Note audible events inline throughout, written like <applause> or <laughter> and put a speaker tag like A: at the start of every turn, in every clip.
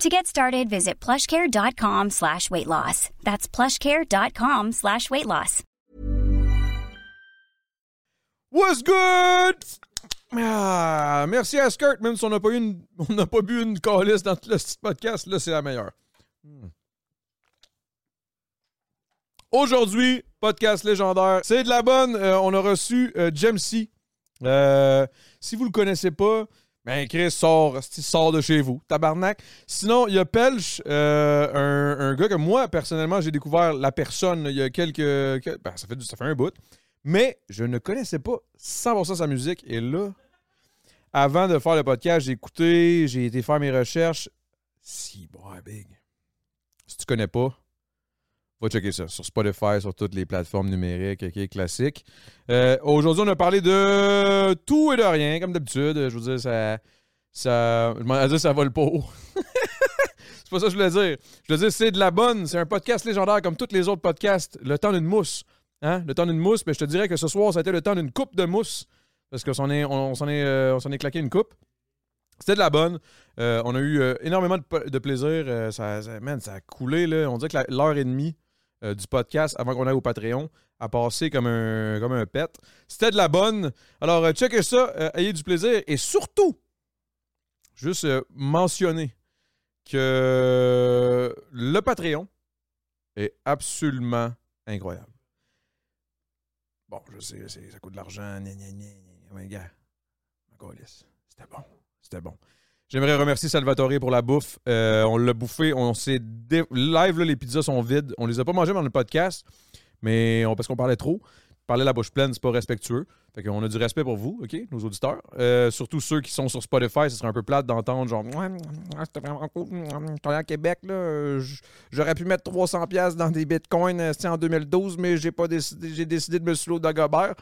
A: To get started, visit plushcare.com slash weight loss. That's plushcare.com slash weight loss.
B: What's good? Ah, merci à Skirt, même si on n'a pas, eu une- <laughs> on n'a pas bu une calice dans tout le petit podcast, là, c'est la meilleure. Hmm. Aujourd'hui, podcast légendaire. C'est de la bonne. Euh, on a reçu euh, Jamesy. Euh, si vous le connaissez pas, ben Chris sort, esti, sort de chez vous, tabarnak. Sinon, il y a Pelch, euh, un, un gars que moi, personnellement, j'ai découvert la personne là, il y a quelques. que- ben, ça, fait, du- ça fait un bout. Mais je ne connaissais pas 100% sa musique. Et là, avant de faire le podcast, j'ai écouté, j'ai été faire mes recherches. Si, bon, hein, big. Si tu connais pas, va checker ça sur Spotify, sur toutes les plateformes numériques ok, classiques. Euh, Aujourd'hui, on a parlé de tout et de rien, comme d'habitude. Je veux dire, ça. ça je m'en vais dire, ça vole pas haut. c'est pas ça que je voulais dire. Je voulais dire, c'est de la bonne. C'est un podcast légendaire comme tous les autres podcasts. Le temps d'une mousse. Hein? Le temps d'une mousse, mais je te dirais que ce soir, ça a été le temps d'une coupe de mousse. Parce qu'on s'en est, on, on s'en est, euh, on s'en est claqué une coupe. C'était de la bonne. Euh, on a eu euh, énormément de, po- de plaisir. Euh, ça, ça- man, ça a coulé. Là. On dirait que la- l'heure et demie euh, du podcast avant qu'on aille au Patreon a passé comme un, comme un pet. C'était de la bonne. Alors, euh, checkez ça. euh, ayez du plaisir. Et surtout, juste euh, mentionner que le Patreon est absolument incroyable. Bon, je sais, c'est- ça coûte de l'argent. gna, gna, gna, gna. Mais gars, ma câlisse, c'était bon. C'était bon. J'aimerais remercier Salvatore pour la bouffe. Euh, on l'a bouffé. On s'est dé- live, là, les pizzas sont vides. On les a pas mangées dans le podcast, mais on- parce qu'on parlait trop. Parler la bouche pleine, c'est pas respectueux. Fait qu'on a du respect pour vous, OK, nos auditeurs. Euh, surtout ceux qui sont sur Spotify, ce serait un peu plate d'entendre genre Mouah, mouah, mouah, c'était vraiment cool. Mouah, mouah, J'étais allé à Québec, là. euh, j- J'aurais pu mettre 300$ piastres dans des bitcoins euh, c'était en 2012, mais j'ai pas décidé, j'ai décidé de me slow d'Agobert.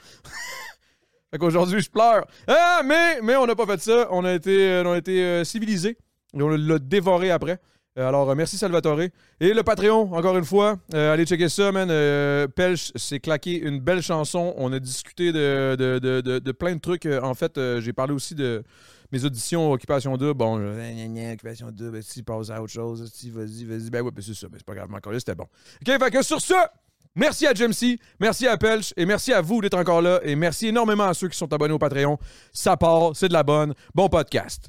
B: Fait qu'aujourd'hui, je pleure. Ah, mais, mais on n'a pas fait ça. On a été, euh, on a été euh, civilisés. Et on l'a dévoré après. Euh, Alors, euh, merci Salvatore. Et le Patreon, encore une fois, euh, allez checker ça, man. Euh, Pelch s'est claqué une belle chanson. On a discuté de, de, de- de- de plein de trucs. Euh, En fait, euh, j'ai parlé aussi de mes auditions Occupation 2. Bon, je- gna, gna, gna, Occupation 2, ben, si, passe à autre chose. Si, vas-y, vas-y. Ben ouais, ben, c'est ça. Ben, c'est pas grave, mais encore là, c'était bon. OK, fait que sur ça, Merci à Jamesy, merci à Pelch et merci à vous d'être encore là et merci énormément à ceux qui sont abonnés au Patreon. Ça part, c'est de la bonne. Bon podcast.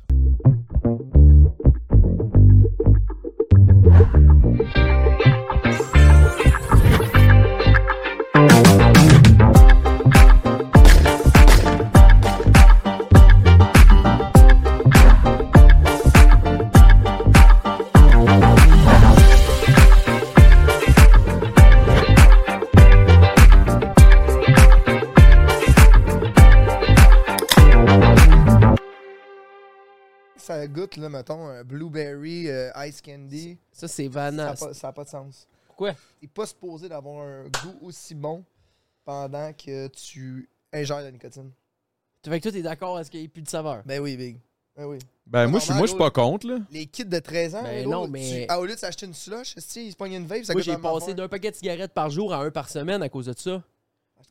C: Ça goûte, là, mettons, un blueberry euh, ice candy.
D: Ça, c'est
C: Ça
D: Vanna.
C: n'a pas, ça a pas de sens.
D: Pourquoi?
C: T'es pas supposé d'avoir un goût aussi bon pendant que tu ingères la nicotine.
D: Fait que toi, t'es d'accord à ce qu'il n'y ait plus de saveur.
C: Ben oui, Big. Ben oui.
B: Ben,
C: Pas
B: moi, je suis-
C: normal,
B: moi, je suis pas contre, là.
C: Les kits de 13 ans,
D: Ben
C: hey,
D: non,
C: l'autre,
D: mais-
C: tu- ah, au lieu de s'acheter une slush, si, ils se pognent une vape, ça
D: Moi,
C: coûte
D: j'ai
C: la même
D: passé
C: affaire.
D: d'un paquet de cigarettes par jour à un par semaine à cause de ça.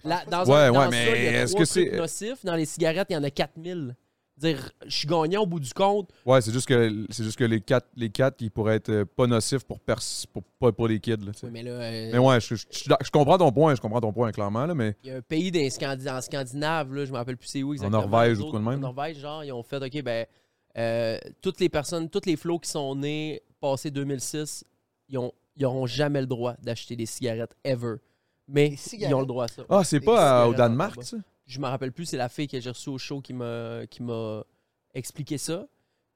D: Là, dans
B: Ouais,
D: un, dans
B: ouais,
D: ça,
B: mais
D: il y a
B: est-ce
D: trois
B: que c'est-
D: trucs nocifs. Dans les cigarettes, il y en a 4000. Dire, je suis gagnant au bout du compte.
B: Ouais, c'est juste que, c'est juste que les quatre, les quatre, ils pourraient être euh, pas nocifs pour, pers- pour, pas pour les kids, là, tu sais.
D: Oui, mais là, euh,
B: Mais ouais, je, je- je- je comprends ton point, je comprends ton point, clairement, là, mais
D: il y a un pays dans les Scandi- en Scandinave, là, je me rappelle plus c'est où exactement.
B: Norvège
D: Eux
B: ou de quoi de
D: autres,
B: même?
D: En Norvège, genre, ils ont fait, OK, ben, euh, toutes les personnes, tous les flots qui sont nés passé 2006, ils ont, ils auront jamais le droit d'acheter des cigarettes ever. Mais
C: Des cigarettes?
D: ils ont le droit à ça.
B: Ah, c'est
D: Des
B: pas à- au
D: cigarettes en
B: Danemark,
D: tabac.
B: ça?
D: Je me rappelle plus, c'est la fille que j'ai reçue au show qui m'a qui m'a expliqué ça.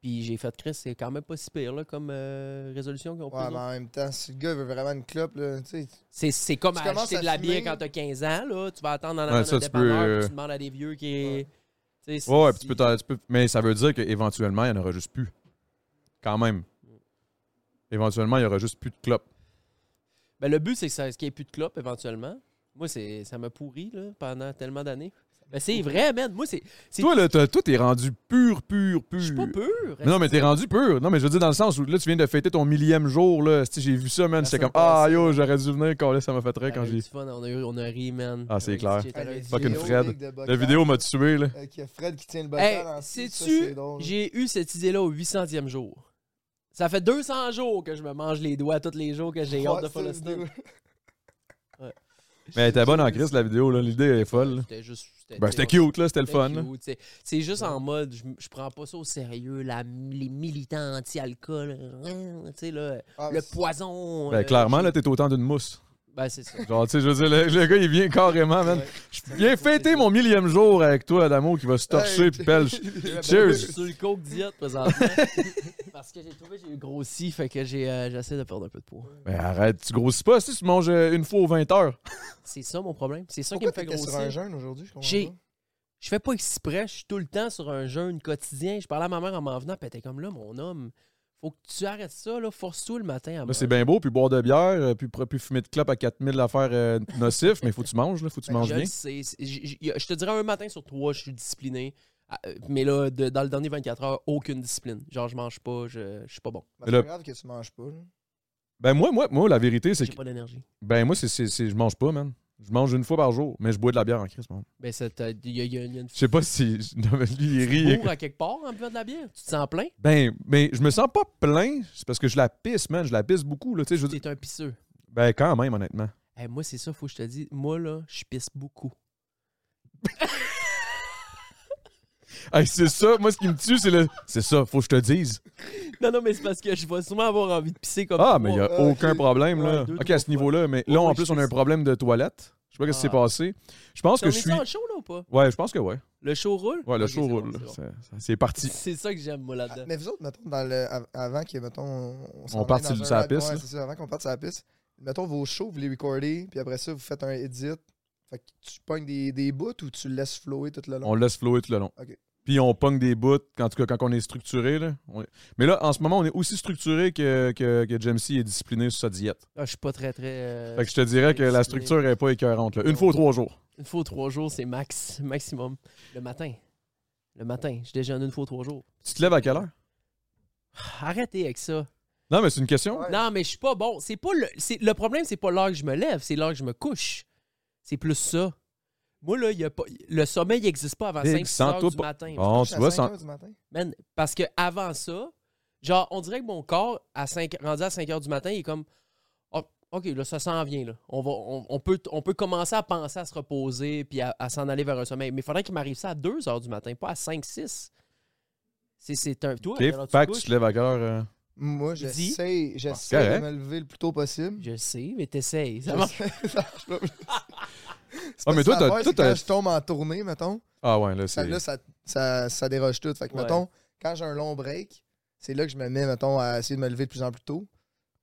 D: Puis j'ai fait Chris, c'est quand même pas si pire là, comme euh, résolution qu'on
C: Ouais,
D: peut.
C: mais en même temps, si le gars veut vraiment une clope, là, tu sais,
D: C'est, c'est comme
C: Tu
D: à
C: commences
D: acheter
C: à
D: de la bière
C: fumer.
D: quand t'as 15 ans, là. Tu vas attendre en
B: Ouais,
D: avant
B: ça,
D: d'un
B: tu peux,
D: dépanneur, puis
B: euh,
D: tu demandes à des vieux qui. tu sais, c'est-
B: Ouais, ouais, puis tu peux, t'en- tu peux- Mais ça veut dire qu'éventuellement, il n'y en aura juste plus. Quand même. Éventuellement, il n'y aura juste plus de clopes.
D: Ben, le but, c'est que ça- qu'il n'y ait plus de clopes éventuellement. Moi, c'est, ça m'a pourri là, pendant tellement d'années. Ben, c'est vrai, man. Moi, c'est. c'est
B: Toi, là, t'as- toi, t'es rendu pur, pur, pur.
D: je suis pas pur.
B: Mais non, mais t'es rendu pur. Non, mais je veux dire, dans le sens où là, tu viens de fêter ton millième jour, là. Si j'ai vu ça, man.
D: La
B: J'étais
D: semaine
B: comme, ah,
D: passée.
B: yo, j'aurais dû venir, quand ça m'a fait
D: On
B: très
D: a
B: quand
D: eu
B: j'ai.
D: du fun, on, a eu- on a ri, man.
B: Ah, c'est
D: On a eu
B: clair.
D: du shit, on a eu du
B: Fucking
D: shit.
B: Fred. La vidéo m'a tué, là.
C: Avec Fred qui tient le bocal
D: Hey,
C: en dessous, ça,
D: sais-tu,
C: c'est drôle.
D: j'ai eu cette idée-là au 800e jour. Ça fait 200 jours que je me mange les doigts tous les jours que j'ai
C: Ouais,
D: hâte de
C: ça,
D: faire le
C: c'est
D: stunt.
C: drôle.
B: Mais elle était bonne en crise, la vidéo, là. L'idée est folle. là.
D: C'était juste. C'était
B: Ben, c'était cute, là. C'était le
D: c'était
B: fun. là.
D: cute, c'est- C'est juste en mode, je, je prends pas ça au sérieux, la- les militants anti-alcool, hein, tu sais, là,
C: Ah,
D: le
C: c'est-
D: poison.
B: Ben,
D: euh,
B: clairement,
D: j'ai-
B: là, t'es autant d'une mousse.
D: Ben, c'est ça.
B: Genre, tu sais, je veux dire, le, le gars, il vient carrément, man. Je viens fêter mon millième jour avec toi, Adamo, qui va se torcher,
C: Hey.
B: puis
C: <laughs>
B: pelle.
D: Ben, Je
B: Cheers!
D: suis sur le coke diète présentement. <laughs> parce que j'ai trouvé, j'ai eu grossi, fait que j'ai, euh, j'essaie de perdre un peu de poids.
B: Mais arrête, tu grossis pas, si tu manges euh, une fois aux 20 heures.
D: Ah, C'est ça mon problème. C'est ça
C: Pourquoi
D: qui me fait
C: t'étais sur un
D: grossir.
C: jeûne aujourd'hui? je comprends
D: J'ai-
C: pas.
D: Je fais pas exprès, je suis tout le temps sur un jeûne quotidien. Je parlais à ma mère en m'en venant, puis elle était comme là, mon homme, faut que tu arrêtes ça, là, force-toi le matin à
B: Là,
D: manger.
B: c'est bien beau, puis boire de bière, euh, puis, pr- puis fumer de clope à 4000 affaires euh, nocifs, mais faut que tu manges, là, faut que tu manges
D: Ben, Je
B: bien.
D: le sais, c'est- j- j- y a- Je te dirais un matin sur trois, je suis discipliné. Ah, euh, Mais là, de- dans le dernier 24 heures, aucune discipline. Genre, je mange pas, je, je suis pas bon.
B: Mais
C: Ben, c'est
B: là-
C: pas grave que tu manges pas. là.
B: Ben, moi, moi, moi, la vérité, c'est
D: J'ai
B: que.
D: pas d'énergie.
B: Ben, moi, c'est, c'est, c'est- je mange pas, man. Je mange une fois par jour, mais je bois de la bière en crise, man.
D: Ben, c'est, euh, y a, y a- y a une
B: Je <laughs> sais pas si. non, mais lui, il rit. il est
D: bourre à quelque part en buvant de la bière. Tu te sens plein?
B: Ben, mais je me sens pas plein, c'est parce que je la pisse, man. Je la pisse beaucoup, là, tu sais. Je veux dire-
D: T'es un pisseux.
B: Ben, quand même, honnêtement.
D: Eh, moi, c'est ça, faut que je te dise. Moi, là, je pisse beaucoup.
B: Hey, c'est ça, moi, ce qui me tue, c'est le. <laughs> C'est ça, faut que je te dise.
D: <laughs> Non, non, mais c'est parce que je vais souvent avoir envie de pisser comme
B: Ah,
D: toi.
B: mais il n'y a
C: euh,
B: aucun
C: ok.
B: problème, là.
D: Ouais, deux,
B: Ok,
D: trois
B: à ce niveau-là, mais
D: Ouais,
B: là, en
D: ouais,
B: plus,
D: je
B: on a
D: sais.
B: un problème de toilette. Je sais pas ce qui s'est
D: Ah.
B: passé. Je pense que
D: T'en
B: je suis.
D: es-tu en show, là, ou pas?
B: Ouais, je pense que ouais.
D: Le show roule?
B: Ouais, le
D: Ok,
B: show
D: c'est bon,
B: roule.
D: c'est
B: là.
D: bon.
B: C'est- c'est- C'est parti.
D: C'est ça que j'aime, moi, là-dedans.
C: Ah, Mais vous autres, mettons, dans le, av- avant que, mettons, on, s'en
B: On
C: aille
B: parte
C: dans
B: sur-
C: un
B: sur la
C: ride-
B: piste,
C: ouais,
B: là.
C: c'est ça, avant qu'on parte sur la piste, mettons vos shows, vous les recordez, puis après ça, vous faites un edit. Fait que tu pognes des, des bouts ou tu le laisses flower tout le long?
B: On laisse flower tout le long.
C: Ok.
B: Puis on pogne des bouts, en tout cas, quand on est structuré. Là, on est- Mais là, en ce moment, on est aussi structuré que, que, que Jamesy est discipliné sur sa diète.
D: Ah, je suis pas très, très... euh,
B: Fait que je te dirais que la
D: discipliné.
B: structure est pas écœurante. là. Une fois ou trois jours.
D: Une fois ou trois jours, c'est max, maximum. Le matin. Le matin. Je déjeune une fois ou trois jours.
B: Tu te lèves à quelle heure?
D: Arrêtez avec ça.
B: Non, mais c'est une question.
C: Ouais.
D: Non, mais je suis pas bon. C'est pas le, c'est- le problème, c'est pas l'heure que je me lève, c'est l'heure que je me couche. C'est plus ça. Moi, là, y a pas, le sommeil n'existe pas avant
B: Big,
D: 5 heures
B: sens-toi
D: du
B: pas- Ah,
D: matin.
B: Bon,
C: Je
B: tu
C: suis à
B: vois,
C: 5
B: sans-
C: heures du matin.
D: Man, parce que avant ça, genre, on dirait que mon corps, à 5, rendu à 5 heures du matin, il est comme Oh, OK, là, ça s'en vient. Là. On, va, on, on peut, on peut commencer à penser à se reposer puis à, à s'en aller vers un sommeil. Mais il faudrait qu'il m'arrive ça à 2 heures du matin, pas à 5, 6. C'est, c'est un. Toi,
B: Ok,
D: à quelle heure tu te
B: Fait que tu
D: couches?
B: te lèves à quelle heure? euh?
C: Moi,
D: Dis.
C: j'essaie
B: Ah,
C: j'essaie
B: correct.
C: de me lever le plus tôt <laughs> possible.
D: je sais, mais t'essayes. Ça
C: Je
D: marche.
C: sais, <laughs> ça marche pas. <laughs>
B: Ah, mais toi, t'as- toi, t'as-
C: Quand je tombe en tournée, mettons,
B: Ah ouais, là,
C: ça,
B: c'est.
C: là, ça, ça, ça déroge tout. Fait que,
D: Ouais.
C: mettons, quand j'ai un long break, c'est là que je me mets, mettons, à essayer de me lever de plus en plus tôt.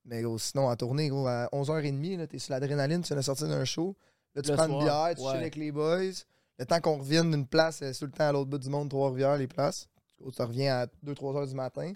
C: Mais gros, sinon, en tournée, gros, à 11h30, là, t'es sur l'adrénaline, tu viens de sortir d'un show. Là, tu
D: Le
C: prends une
D: soir,
C: bière, tu
D: ouais.
C: chill avec les boys. Le temps qu'on revienne d'une place, euh, sur le temps à l'autre bout du monde, Trois-Rivières, les places. Gros, Tu reviens à 2-3 heures du matin.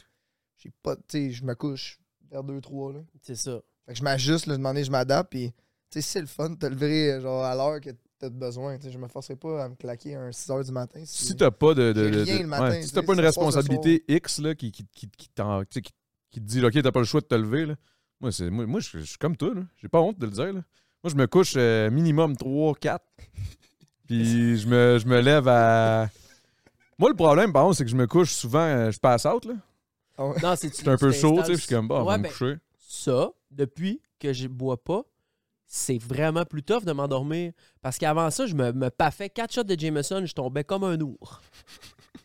C: J'ai pas, tu sais, je me couche vers 2-3, là.
D: C'est ça.
C: Fait que je m'ajuste, là, demander, je m'adapte, puis tu sais, c'est le fun de te lever euh, genre à l'heure que peut-être besoin. tu sais, Je me forcerai pas à me claquer à 6 h du matin.
B: Si t'as pas de. de-
C: J'ai
B: de-
C: rien
B: de-
C: Mm. le matin,
B: ouais,
C: tu
B: si
C: sais,
B: t'as pas une
C: ça se passe le
B: responsabilité X là, qui, qui, qui, qui t'en- tu sais, qui- qui te dit là, OK, t'as pas le choix de te lever. Là. Moi, c'est, moi, moi, je je suis comme toi, là. J'ai pas honte de le dire. là. Moi, je me couche euh, minimum 3,
C: <laughs>
B: 4. Puis je me, je me lève à. Moi, le problème, par contre, c'est que je me couche souvent, euh, je passe out. Là.
C: Ah
D: Non, c'est
B: C'est un peu chaud, tu sais. puis <laughs> Je suis comme, bah, on va
D: ben,
B: me coucher.
D: ça, depuis que je bois pas, c'est vraiment plus tough de m'endormir. Parce qu'avant ça, je me, me paffais quatre shots de Jameson, je tombais comme un ours.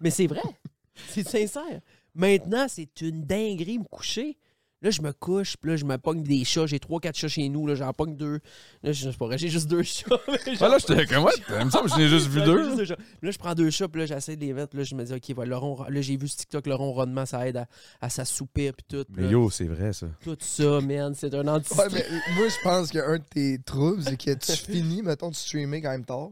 D: Mais c'est vrai. <laughs> c'est sincère. Maintenant, c'est une dinguerie me coucher. Là, je me couche, puis là, je me pogne des chats. J'ai trois, quatre chats chez nous. Là, j'en pogne deux. Là, je sais pas, j'ai juste deux chats. <laughs> mais
B: Ah, là,
D: j'en-
B: j'étais comme, ouais, il me semble que je n'ai juste vu <laughs>
D: J'en ai juste
B: deux.
D: deux chats. Puis Là, je prends deux chats, puis là, j'essaie de les mettre. Puis là, je me dis, OK, voilà, le ronron- là, j'ai vu ce TikTok, le ronronnement, ça aide à, à s'assoupir, puis tout. Puis
B: Mais
D: là,
B: yo, c'est vrai, ça.
D: tout ça, man, c'est un anti
C: Ouais, mais moi, je pense qu'un de tes troubles, c'est
D: <laughs>
C: que tu finis, mettons, de streamer quand même tard.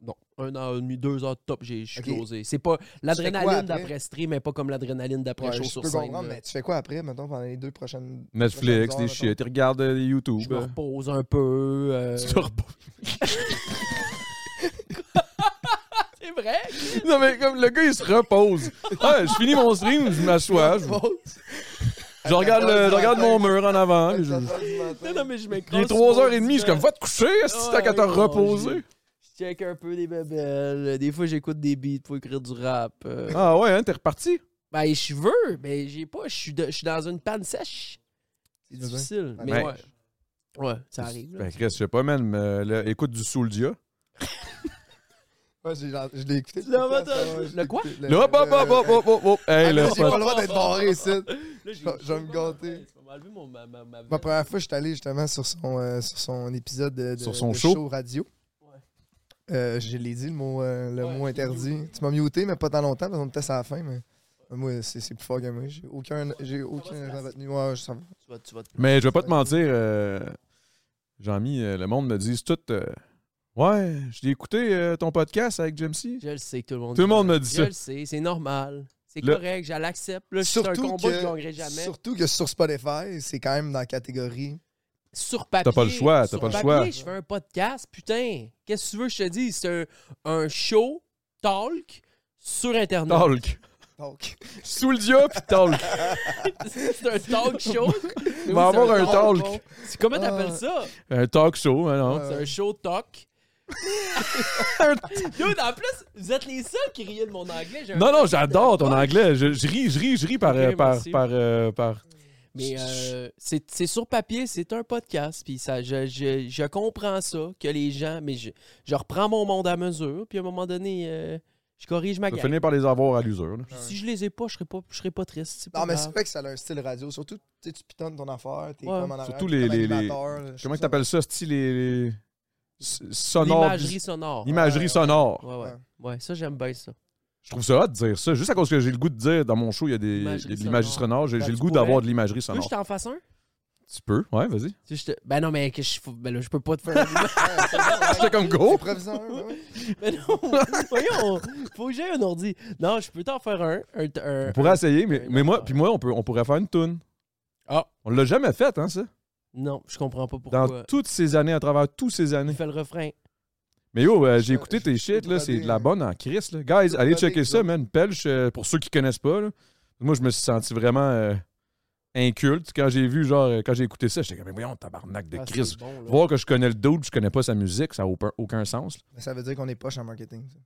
D: Non, un an, et demi, deux heures top, j'ai- je suis
C: Ok.
D: closé. C'est pas
C: quoi
D: l'adrénaline
C: après?
D: d'après stream, mais pas comme l'adrénaline d'après
C: Ouais,
D: show
C: je
D: sur
C: peux
D: scène.
C: comprendre,
D: là.
C: mais tu fais quoi après, mettons, pendant les deux prochaines.
B: Netflix,
C: prochaines
B: des
C: heures, mettons?
B: shit. Ils regardent euh, YouTube.
D: Je me
B: euh.
D: repose un peu.
B: <laughs>
D: euh,
B: Tu te reposes.
D: C'est vrai?
B: Ah, Non, mais comme le gars, il se repose. Ah, je finis mon stream, je m'assois. Je, je regarde, le- je regarde mon mur en avant. puis je-
D: Non, non, mais je m'écrase.
B: il est 3h30, je suis comme, va te coucher, si
D: Ouais,
B: t'as qu'à te
D: ouais,
B: reposer.
D: Je check un peu des bébelles. Des fois, j'écoute des beats pour écrire du rap. euh.
B: Ah ouais, hein, t'es reparti.
D: Ben, je veux, mais j'ai pas. Je suis de- je suis dans une panne sèche. C'est
C: Vas-y.
D: difficile.
C: Ouais.
D: Mais ouais. Ouais, ça arrive. là.
B: Ben, Chris, je sais pas, man, mais là, écoute du Souldia.
C: Ouais, j'ai- je l'ai écouté.
D: Le matin,
C: podcast, ouais, je
D: le
C: l'ai
D: quoi?
C: écouté,
B: Là, hop, hop, hop, hop,
C: <laughs>
B: hop, hop, hop. Hey,
C: Ah,
B: là,
C: mais j'ai pas le
B: ça-
C: droit d'être barré ici.
D: Là, j'ai-
C: Je vais me gâter.
D: Je vais m'enlever mon- ma- ma- ma-
C: Ma première fois, je suis allé justement sur son, euh, sur son épisode de, de-
B: Sur son
C: de
B: show.
C: radio. Euh, je l'ai dit, le mot, euh, le
D: Ouais,
C: mot
D: je l'ai
C: interdit. Tu m'as muté, mais pas tant longtemps, parce qu'on était à la fin. Mais... Moi, c'est c'est plus fort que moi. J'ai aucun, j'ai aucun retenu. Ouais, je- ça va.
D: Tu vas, tu vas te
B: Mais je vais pas te mentir, euh, Jean-Mi, euh, le monde me dit tout. euh, ouais, je l'ai écouté euh, ton podcast avec Jamesy.
D: Je le sais que tout le monde
B: Tout le monde me dit
D: Je
B: ça.
D: le sais, c'est normal. C'est
B: Le-
D: correct, je l'accepte. Là, c'est un combat que, je gagnerai jamais. Sur,
C: surtout que sur Spotify, c'est quand même dans la catégorie.
D: papier.
B: pas le choix, t'as
D: sur
B: pas le
D: papier,
B: choix.
D: je fais un podcast, putain. Qu'est-ce que tu veux que je te dise? C'est un, un show talk sur Internet.
B: Talk.
C: Donc,
B: Souldia pis Talk.
C: <laughs>
D: <laughs> c'est un talk <laughs> show.
B: On va avoir un talk.
D: C'est- Comment t'appelles ça?
B: Un talk show, hein, non?
D: C'est un show talk. <laughs> Yo, en plus, vous êtes les seuls qui riaient de mon anglais. J'ai un-
B: Non, non, j'adore ton anglais. Je, je ris, je ris, je ris par. euh,
D: Ok,
B: par,
D: merci.
B: par, euh, par-
D: Mais euh, c'est c'est sur papier, c'est un podcast. Puis ça, je, je, je comprends ça, que les gens. Mais je, je reprends mon monde à mesure. Puis à un moment donné, euh, je corrige ma
B: Je vais
D: gamme.
B: finir par les avoir à l'usure. là.
D: Si je les ai pas, je serais pas, je serais pas triste. c'est pas
C: non, mais c'est
D: grave.
C: vrai que ça a un style radio. Surtout, tu sais, tu pitonnes ton affaire, t'es
D: Ouais.
C: comme en arrière,
B: Surtout
C: t'es
B: les-
C: comme
B: les- les-
C: animateur, là. Je
B: Comment
C: trouve
B: tu
C: ça-
B: appelles ça, style les, les- s- sonore?
D: L'imagerie sonore. Euh,
B: L'imagerie sonore.
D: Ouais, ouais. Ouais, ça, j'aime bien ça.
B: Je trouve ça hot de dire ça. Juste à cause que j'ai le goût de dire dans mon show, il y a, des, il y a de
D: L'imagerie
B: l'imagerie
D: sonore.
B: sonore. J'ai
D: Ben,
B: j'ai le
D: tu
B: goût
D: pourrais.
B: d'avoir de l'imagerie
D: Tu veux
B: sonore.
D: que je t'en fasse un?
B: Tu peux, ouais, vas-y.
D: Tu veux que je te- Ben non, mais que je... fous- ben là, je peux pas te faire un <laughs> image.
B: <laughs> J'étais comme go.
C: Proviseur, ouais,
B: <laughs>
C: ouais.
D: Ben non, voyons, faut que j'ai un ordi. Non, je peux t'en faire un. un, un-
B: On pourrait
D: un-
B: essayer, mais,
D: un-
B: mais moi, puis moi, on, peut, on pourrait faire une toune.
D: Ah.
B: On l'a jamais faite, hein, ça?
D: Non, je comprends pas
B: Dans
D: pourquoi.
B: toutes ces années, à travers toutes ces
D: Il
B: années.
D: fait le refrain.
B: Mais yo, euh, j'ai
C: Je-
B: écouté
C: je
B: tes
C: peux
B: shit,
C: te
B: là, c'est
C: donner
B: de la
D: euh,
C: un-
B: bonne en crise, là. Guys,
C: te
B: allez
C: donner
B: checker ça,
C: exemple.
B: man. Pelche, euh, pour ceux qui connaissent pas, là. Moi, je me suis senti vraiment euh, inculte quand j'ai vu, genre, euh, quand j'ai écouté ça. J'étais comme, mais voyons, tabarnak de
D: Ah, c'est
B: crise.
D: bon, là.
B: Voir que je connais le dude, je connais pas sa musique, ça n'a aucun, aucun sens.
D: <laughs>
C: Mais ça veut dire qu'on est poche en marketing. ça.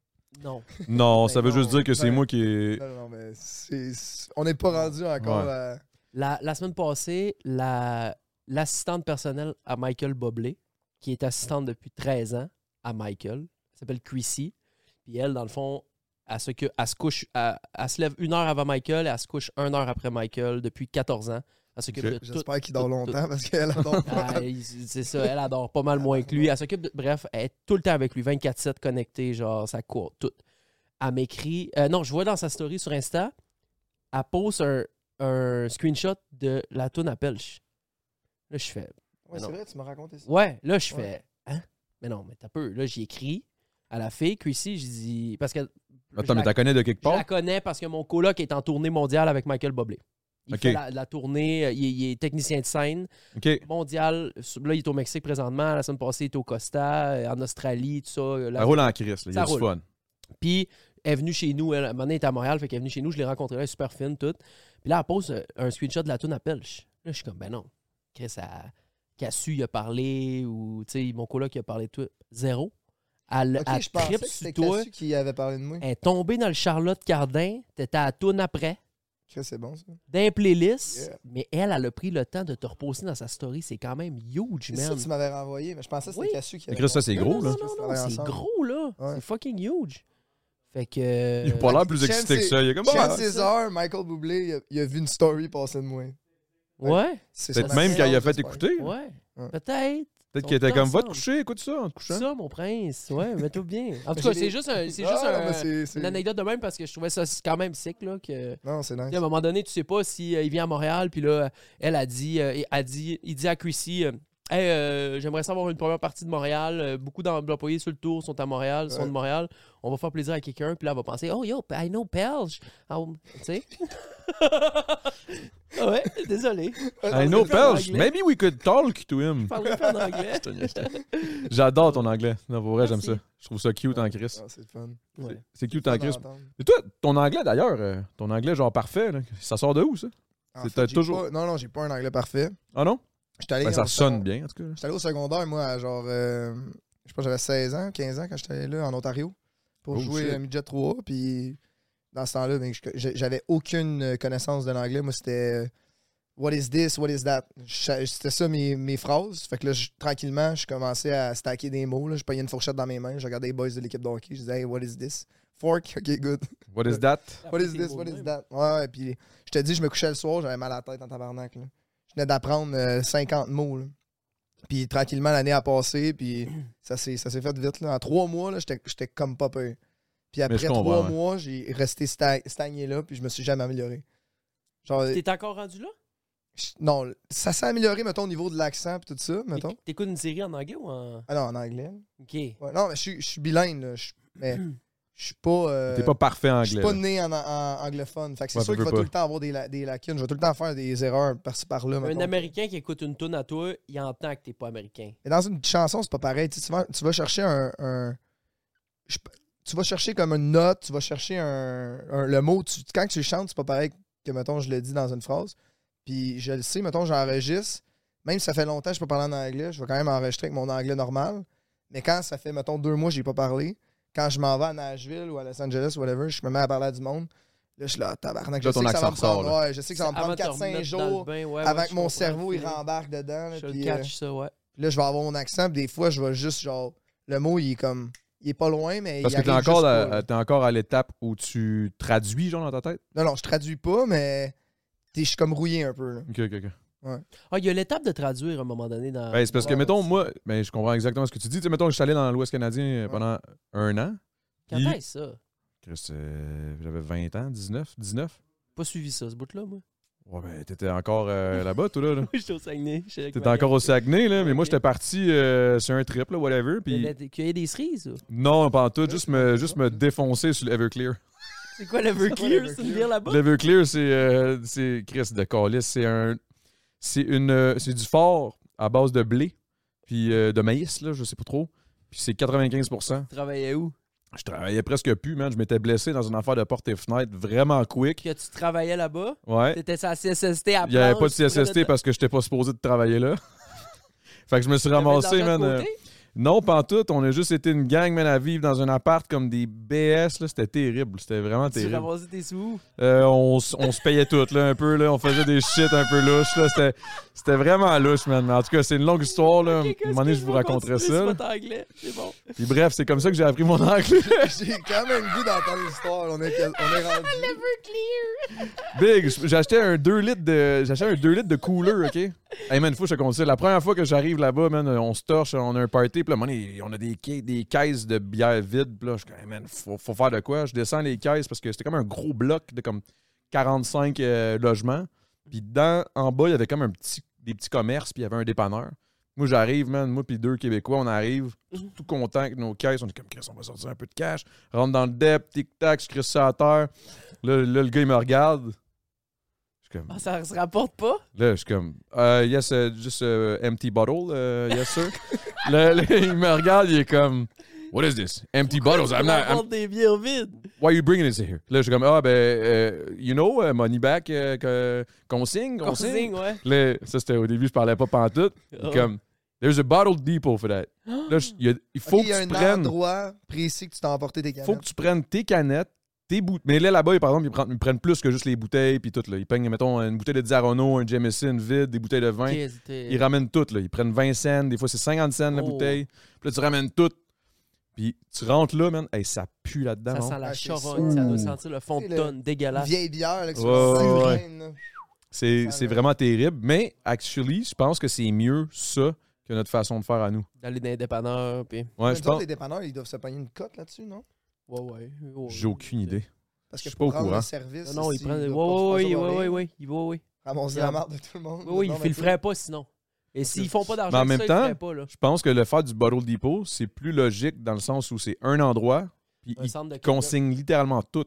D: Non.
B: Non,
C: Ben
B: ça veut
C: non,
B: juste dire que c'est
C: ben-
B: moi qui ai.
C: Non, non, non, mais c'est- c'est- on n'est pas rendu encore
B: Ouais.
C: à.
D: La, la semaine passée, la- l'assistante personnelle à Michael Boblé, qui est assistante depuis 13 ans à Michael, elle s'appelle Chrissy. Puis elle, dans le fond, elle se, que- elle se couche, elle, elle se lève une heure avant Michael et elle se couche une heure après Michael depuis 14 ans. Elle s'occupe
B: Ok.
D: de tout.
C: J'espère qu'il dort
D: tout-
C: longtemps parce qu'elle adore
D: Ah,
C: pas.
D: il- c'est ça, elle adore pas mal moins que lui. Elle s'occupe de. Bref, elle est tout le temps avec lui, 24-7 connectée, genre, ça court, tout. Elle m'écrit. euh, non, je vois dans sa story sur Insta, elle pose un, un screenshot de la toune à Pelch. Là, je fais.
C: Ouais, c'est
D: non.
C: vrai, tu m'as raconté ça.
D: Ouais, là, je
C: Ouais.
D: fais. Hein? Mais non, mais t'as peu. Là, j'ai écrit à la fille, Chrissy, je dis. Parce que. je
B: Attends, mais
D: la-
B: t'as connais de quelque
D: je la
B: part?
D: connais parce que mon coloc est en tournée mondiale avec Michael Boblé. Il
B: Ok.
D: fait la, la tournée, euh, il, est- il est technicien de scène.
B: OK.
D: Mondial, sur- là, il est au Mexique présentement. La semaine passée, il est au Costa, euh, en Australie, tout ça. euh,
B: Ça
D: là-
B: roule en crise, là. Il y
D: Ça
B: a du
D: roule.
B: fun.
D: Puis, elle est venue chez nous. Elle, à un moment donné, elle était à Montréal, fait qu'elle est venue chez nous. Je l'ai rencontrée, elle est super fine, toute. Puis là, elle pose euh, un screenshot de la toune à Pelch. Là, je suis comme, ben non. Chris, a, qu'elle a su, il a parlé, ou, tu sais, mon coloc, il a parlé de toi. Zéro. Elle,
C: Ok,
D: elle
C: je pensais
D: trippe
C: que
D: sur
C: c'était
D: toi.
C: Cassu qui avait parlé de moi.
D: Elle est tombée dans le Charlotte Cardin. T'étais à la toune après,
C: Chris, c'est bon, ça.
D: d'un playlist.
C: Yeah.
D: Mais elle, elle a pris le temps de te reposer dans sa story. C'est quand même huge,
C: C'est ça
D: man.
C: que tu m'avais renvoyé, mais je pensais que
D: Oui.
C: c'était Cassu qui
B: Mais
C: avait
B: Chris, ça, c'est
D: Non,
B: gros,
D: non,
B: là.
D: non, non, non,
C: Travailler
D: c'est
C: ensemble.
D: gros, là.
C: Ouais.
D: C'est fucking huge. Fait que.
B: Il a pas l'air plus
C: Chance
B: excité que ça. Il est comme.
C: Chance
B: Ah,
C: is our, Michael Bublé, il a, il a vu une story passer de moi.
D: euh, Ouais,
C: C'est
B: Peut-être
C: son
B: même quand il a
C: influence,
B: fait
C: j'espère.
B: écouter. là.
D: ouais.
C: Ouais.
D: Peut-être.
B: Peut-être
D: Ils
B: qu'il
D: sont
B: était comme va te
D: ensemble.
B: coucher, écoute ça en te couchant.
D: Ça, mon prince. <laughs> Ouais, mais tout bien. En tout
C: J'ai
D: cas, c'est
C: des-
D: juste, un- c'est
C: Ah,
D: juste
C: non,
D: un-
C: mais c'est- c'est-
D: une anecdote de même parce que je trouvais ça quand même sick, là, que.
C: Non, c'est
D: Puis, à
C: nice.
D: un moment donné, tu sais pas si euh, il vient à Montréal, puis là, elle a dit, euh, et- a dit il dit à Chrissy, euh, Hey, euh, j'aimerais savoir une première partie de Montréal. Euh, beaucoup d'employés sur le tour sont à Montréal, sont
C: Ouais.
D: de Montréal. On va faire plaisir à quelqu'un, puis là, elle va penser, oh yo, I know Pelge. Ah, tu sais.
C: <laughs>
D: ouais, désolé.
B: I know,
D: parle
B: Pelge.
D: anglais.
B: Maybe we could talk to him.
D: Je parlerai pas
B: <laughs>
D: en anglais.
B: J'adore ton anglais. Non, pour vrai, j'aime ça.
D: Merci.
B: Je trouve ça cute en Chris.
C: Ah, c'est fun.
D: Ouais.
B: C'est- C'est cute en Chris.
C: Fun à entendre.
B: Et toi, ton anglais d'ailleurs, euh, ton anglais genre parfait, là, ça sort de où ça?
C: En
B: C'est
C: fait, j'ai
B: toujours-
C: pas- Non, non, j'ai pas un anglais parfait.
B: Ah non?
C: J'étais allé
B: Ben, ça
C: en-
B: sonne bien en tout cas. là.
C: J'étais allé au secondaire, moi, à genre. euh, je pense que j'avais 16 ans, 15 ans quand j'étais allé là, en Ontario, pour
B: Oh,
C: jouer
B: shit.
C: à Midget 3. Puis dans ce temps-là, ben, je- je- j'avais aucune euh, connaissance de l'anglais. Moi, c'était euh, What is this? What is that? Je- C'était ça mes, mes phrases. Fait que là, je- tranquillement, je commençais à stacker des mots. Là. Je payais une fourchette dans mes mains. Je regardais les boys de l'équipe de hockey. Je disais, Hey, what is this? Fork, ok, good.
B: What
C: Euh,
B: is that?
C: What is this? What is that? Ouais, ouais, puis je te dis, je me couchais le soir, j'avais mal à la tête en tabarnak. là. Je venais d'apprendre euh, 50 mots. là. Puis tranquillement, l'année a passé, puis ça s'est ça s'est fait vite. Là. En trois mois, là, j'étais j'étais comme pas peur. Puis après
B: je comprends,
C: trois
B: ouais.
C: mois, j'ai resté sta- stagné là, puis je me suis jamais amélioré. Genre,
D: T'es encore rendu là?
C: je- non, ça s'est amélioré, mettons, au niveau de l'accent, puis tout ça, mettons.
D: T'écoutes une série en anglais ou en.
C: Ah non, en anglais.
D: Ok.
C: Ouais, non, mais je suis- je suis bilingue, là. Je suis- mais je suis pas. euh,
B: T'es pas parfait en
C: je suis
B: anglais.
C: pas
B: là.
C: né en, en- anglophone. Fait que c'est
B: Ouais,
C: sûr
B: veux,
C: qu'il va
B: veux pas.
C: tout le temps avoir des, la- des lacunes. Je vais tout le temps faire des erreurs par-ci par-là.
D: Un
C: mettons.
D: Américain qui écoute une toune à toi, il entend que t'es pas américain.
C: Mais dans une chanson, c'est pas pareil. Tu, sais, tu vas, tu vas chercher un. un- je- tu vas chercher comme une note, tu vas chercher un. un- le mot. Tu, quand tu chantes, c'est pas pareil que, mettons, je le dis dans une phrase. Puis je le sais, mettons, j'enregistre. Même si ça fait longtemps que je peux parler en anglais, je vais quand même enregistrer avec mon anglais normal. Mais quand ça fait, mettons, deux mois que j'ai pas parlé, quand je m'en vais à Nashville ou à Los Angeles, whatever, je me mets à parler à du monde. Là, je suis là, tabarnak, je
B: Là,
C: sais
B: ton
C: que ça va
B: accent
C: me prendre.
B: ressort,
C: ouais, je sais que ça va me
D: Avant
C: prendre
D: de te
C: 4-5
D: remettre dans le
C: jours
D: bain, ouais,
C: avant
D: ouais,
C: que
D: je
C: mon
D: comprends
C: cerveau
D: le
C: il
D: feeling.
C: rembarque dedans. là,
D: Je le
C: puis, euh,
D: catch, ça, ouais.
C: Là, je vais avoir mon accent. puis Des fois, je vais juste, genre, le mot, il est comme. Il est pas loin, mais
B: Parce
C: il
B: que t'es
C: arrive
B: encore,
C: juste
B: à-
C: pas, là.
B: t'es encore à l'étape où tu traduis genre dans ta tête.
C: Non, non, je traduis pas, mais t'es- je suis comme rouillé un peu. là.
B: Ok, ok, ok.
D: Ah, il y a l'étape de traduire à un moment donné dans.
B: Ben, c'est parce que
C: Euh, Ouais,
B: mettons,
C: ouais.
B: moi, ben, je comprends exactement ce que tu dis. Tu sais, mettons, je suis allé dans l'Ouest canadien euh, pendant un an.
D: Quand
B: Il-
D: est-ce ça?
B: Chris, euh, j'avais 20 ans, 19, 19.
D: Pas suivi ça, ce bout-là, moi. <laughs>
B: Ouais, ben, t'étais encore euh, là-bas, toi, là. là.
D: J'étais au Saguenay. j'étais avec
B: T'étais
D: ma
B: encore
D: gang.
B: au Saguenay, là, mais moi,
D: Ouais.
B: j'étais parti euh, sur un trip, là, whatever. Puis,
D: Qu'il y ait- Qu'il y ait des cerises, ou?
B: non, pas en tout, juste me, juste me défoncer sur l'Everclear.
D: C'est quoi l'Everclear? C'est une bière là-bas?
B: L'Everclear, c'est euh, c'est- Chris de Calis. C'est un. C'est une. euh, C'est du fort à base de blé. Puis euh, de maïs, là, je sais pas trop. Puis c'est 95
D: Tu travaillais où?
B: Je travaillais presque plus, man. Je m'étais blessé dans une affaire de porte et fenêtre vraiment quick.
D: Que tu travaillais là-bas?
B: Ouais.
D: T'étais sur la CSST à
B: Il n'y avait pas de
D: Planche, tu prenais
B: CSST
D: ta-
B: parce que j'étais pas supposé de travailler là. <laughs> fait que je me suis
D: t'avais de
B: ramassé,
D: l'argent
B: man.
D: de
B: euh,
D: côté?
B: Non, pantoute, on a juste été une gang, man, à vivre dans un appart comme des BS, là. C'était terrible. C'était vraiment
D: Tu
B: terrible.
D: ramassais tes sous?
B: Euh, on, s- on se payait toutes, là, un peu, là. On faisait des shit un peu louches, là. C'était, c'était vraiment louche, man. Mais en tout cas, c'est une longue histoire, là.
D: Ok,
B: un
D: qu'est-ce
B: moment donné,
D: que
B: je vous
D: veux
B: raconterai
D: continuer
B: ça.
D: sur
B: là.
D: votre anglais? C'est bon.
B: Puis bref, c'est comme ça que j'ai appris mon anglais.
C: <laughs>
D: <laughs>
C: J'ai quand même le goût d'entendre l'histoire. là. On est, on <laughs> est rendu.
B: Big, j'ai acheté un 2 litres de, j'ai acheté un 2 litres de cooler, OK? Hey man, faut que je te compte ça. La première fois que j'arrive là-bas, man, on se torche, on a un party, puis là, à un moment donné, on a des, ca- des caisses de bière vide, puis là, je suis comme, hey man, faut, faut faire de quoi? Je descends les caisses parce que c'était comme un gros bloc de comme 45 euh, logements. Puis dans, en bas, il y avait comme un petit, des petits commerces, puis il y avait un dépanneur. Moi, j'arrive, man, moi, puis deux Québécois, on arrive, tout, tout content avec nos caisses. On est comme, Chris, on va sortir un peu de cash. Rentre dans le dep, tic-tac, je crisse ça à terre. Là, là, le gars, il me regarde. Je suis suis comme,
D: Ah, ça se rapporte pas?
B: là, je suis comme, euh, yes, uh, just uh, empty bottle, euh, yes, sir. <laughs> là, là, <laughs> il me regarde, il est comme, what is this? Empty bottles. I'm
D: On
B: not, I'm-
D: rapporte des bières vides.
B: why are you bringing this here? Là, je suis comme, ah, ben, euh, you know, euh, money back, euh, que- qu'on signe, qu'on signe.
D: Consigne, ouais.
B: Là, ça, c'était au début, je parlais pas pantoute. Il est
D: Oh.
B: comme, there's a bottled depot for that.
D: Ah.
B: Là, je- il y a- il faut
C: Ok, il y a
B: que
C: un
B: tu prennes.
C: endroit précis que tu t'es emporté tes canettes.
B: faut que tu prennes tes canettes, tes bouteilles. Mais là, là-bas, par exemple, ils prennent, ils prennent plus que juste les bouteilles, puis tout. Là. Ils peignent, mettons, une bouteille de Dizarono, un Jameson vide, des bouteilles de vin.
D: Ok, c'était-
B: Ils ramènent tout. Là. Ils prennent 20 cents, des fois, c'est 50 cents la
D: Oh.
B: bouteille. Puis là, tu ramènes tout. Puis tu rentres là, man. Hey, ça pue là-dedans.
D: Ça
B: non?
D: sent la
C: Ah, c'est
D: charogne,
C: ça.
D: ça doit sentir le fond de
C: C'est le-
D: tonne dégueulasse.
C: Vieille bière, là, que
B: Ouais,
C: c'est
B: ouais,
C: une sirène,
B: C'est
C: Ça,
B: c'est
C: là.
B: vraiment terrible. Mais, actually, je pense que c'est mieux ça que notre façon de faire à nous.
D: D'aller dans les dépanneurs, puis...
B: Ouais,
C: là.
B: je
C: Nous autres,
B: pense.
C: les dépanneurs, ils doivent se pogner une cote là-dessus, non?
D: Ouais, ouais. ouais.
B: J'ai aucune idée.
C: Parce
B: Je
C: que
B: suis
C: pour
B: pas au
C: prendre
B: courant.
C: le service,
D: Non, non, il
C: si,
D: prend...
C: doivent
D: Ouais,
C: pas
D: ouais,
C: se
D: ouais,
C: passer
D: ouais,
C: dans
D: ouais,
C: les-
D: ouais, il va, ouais.
C: Ramasser
D: Il-
C: la marde de tout le monde.
D: Oui, oui,
C: Non,
D: ils
C: mais
D: filtreraient pas sinon. Et s'ils font pas d'argent,
B: Mais en
D: avec
B: même
D: ça,
B: temps,
D: ils le feraient pas, là.
B: Je pense que le faire du Bottle Depot, c'est plus logique dans le sens où c'est un endroit, puis
D: Un
B: ils
D: centre de cueillette.
B: consignent littéralement tout.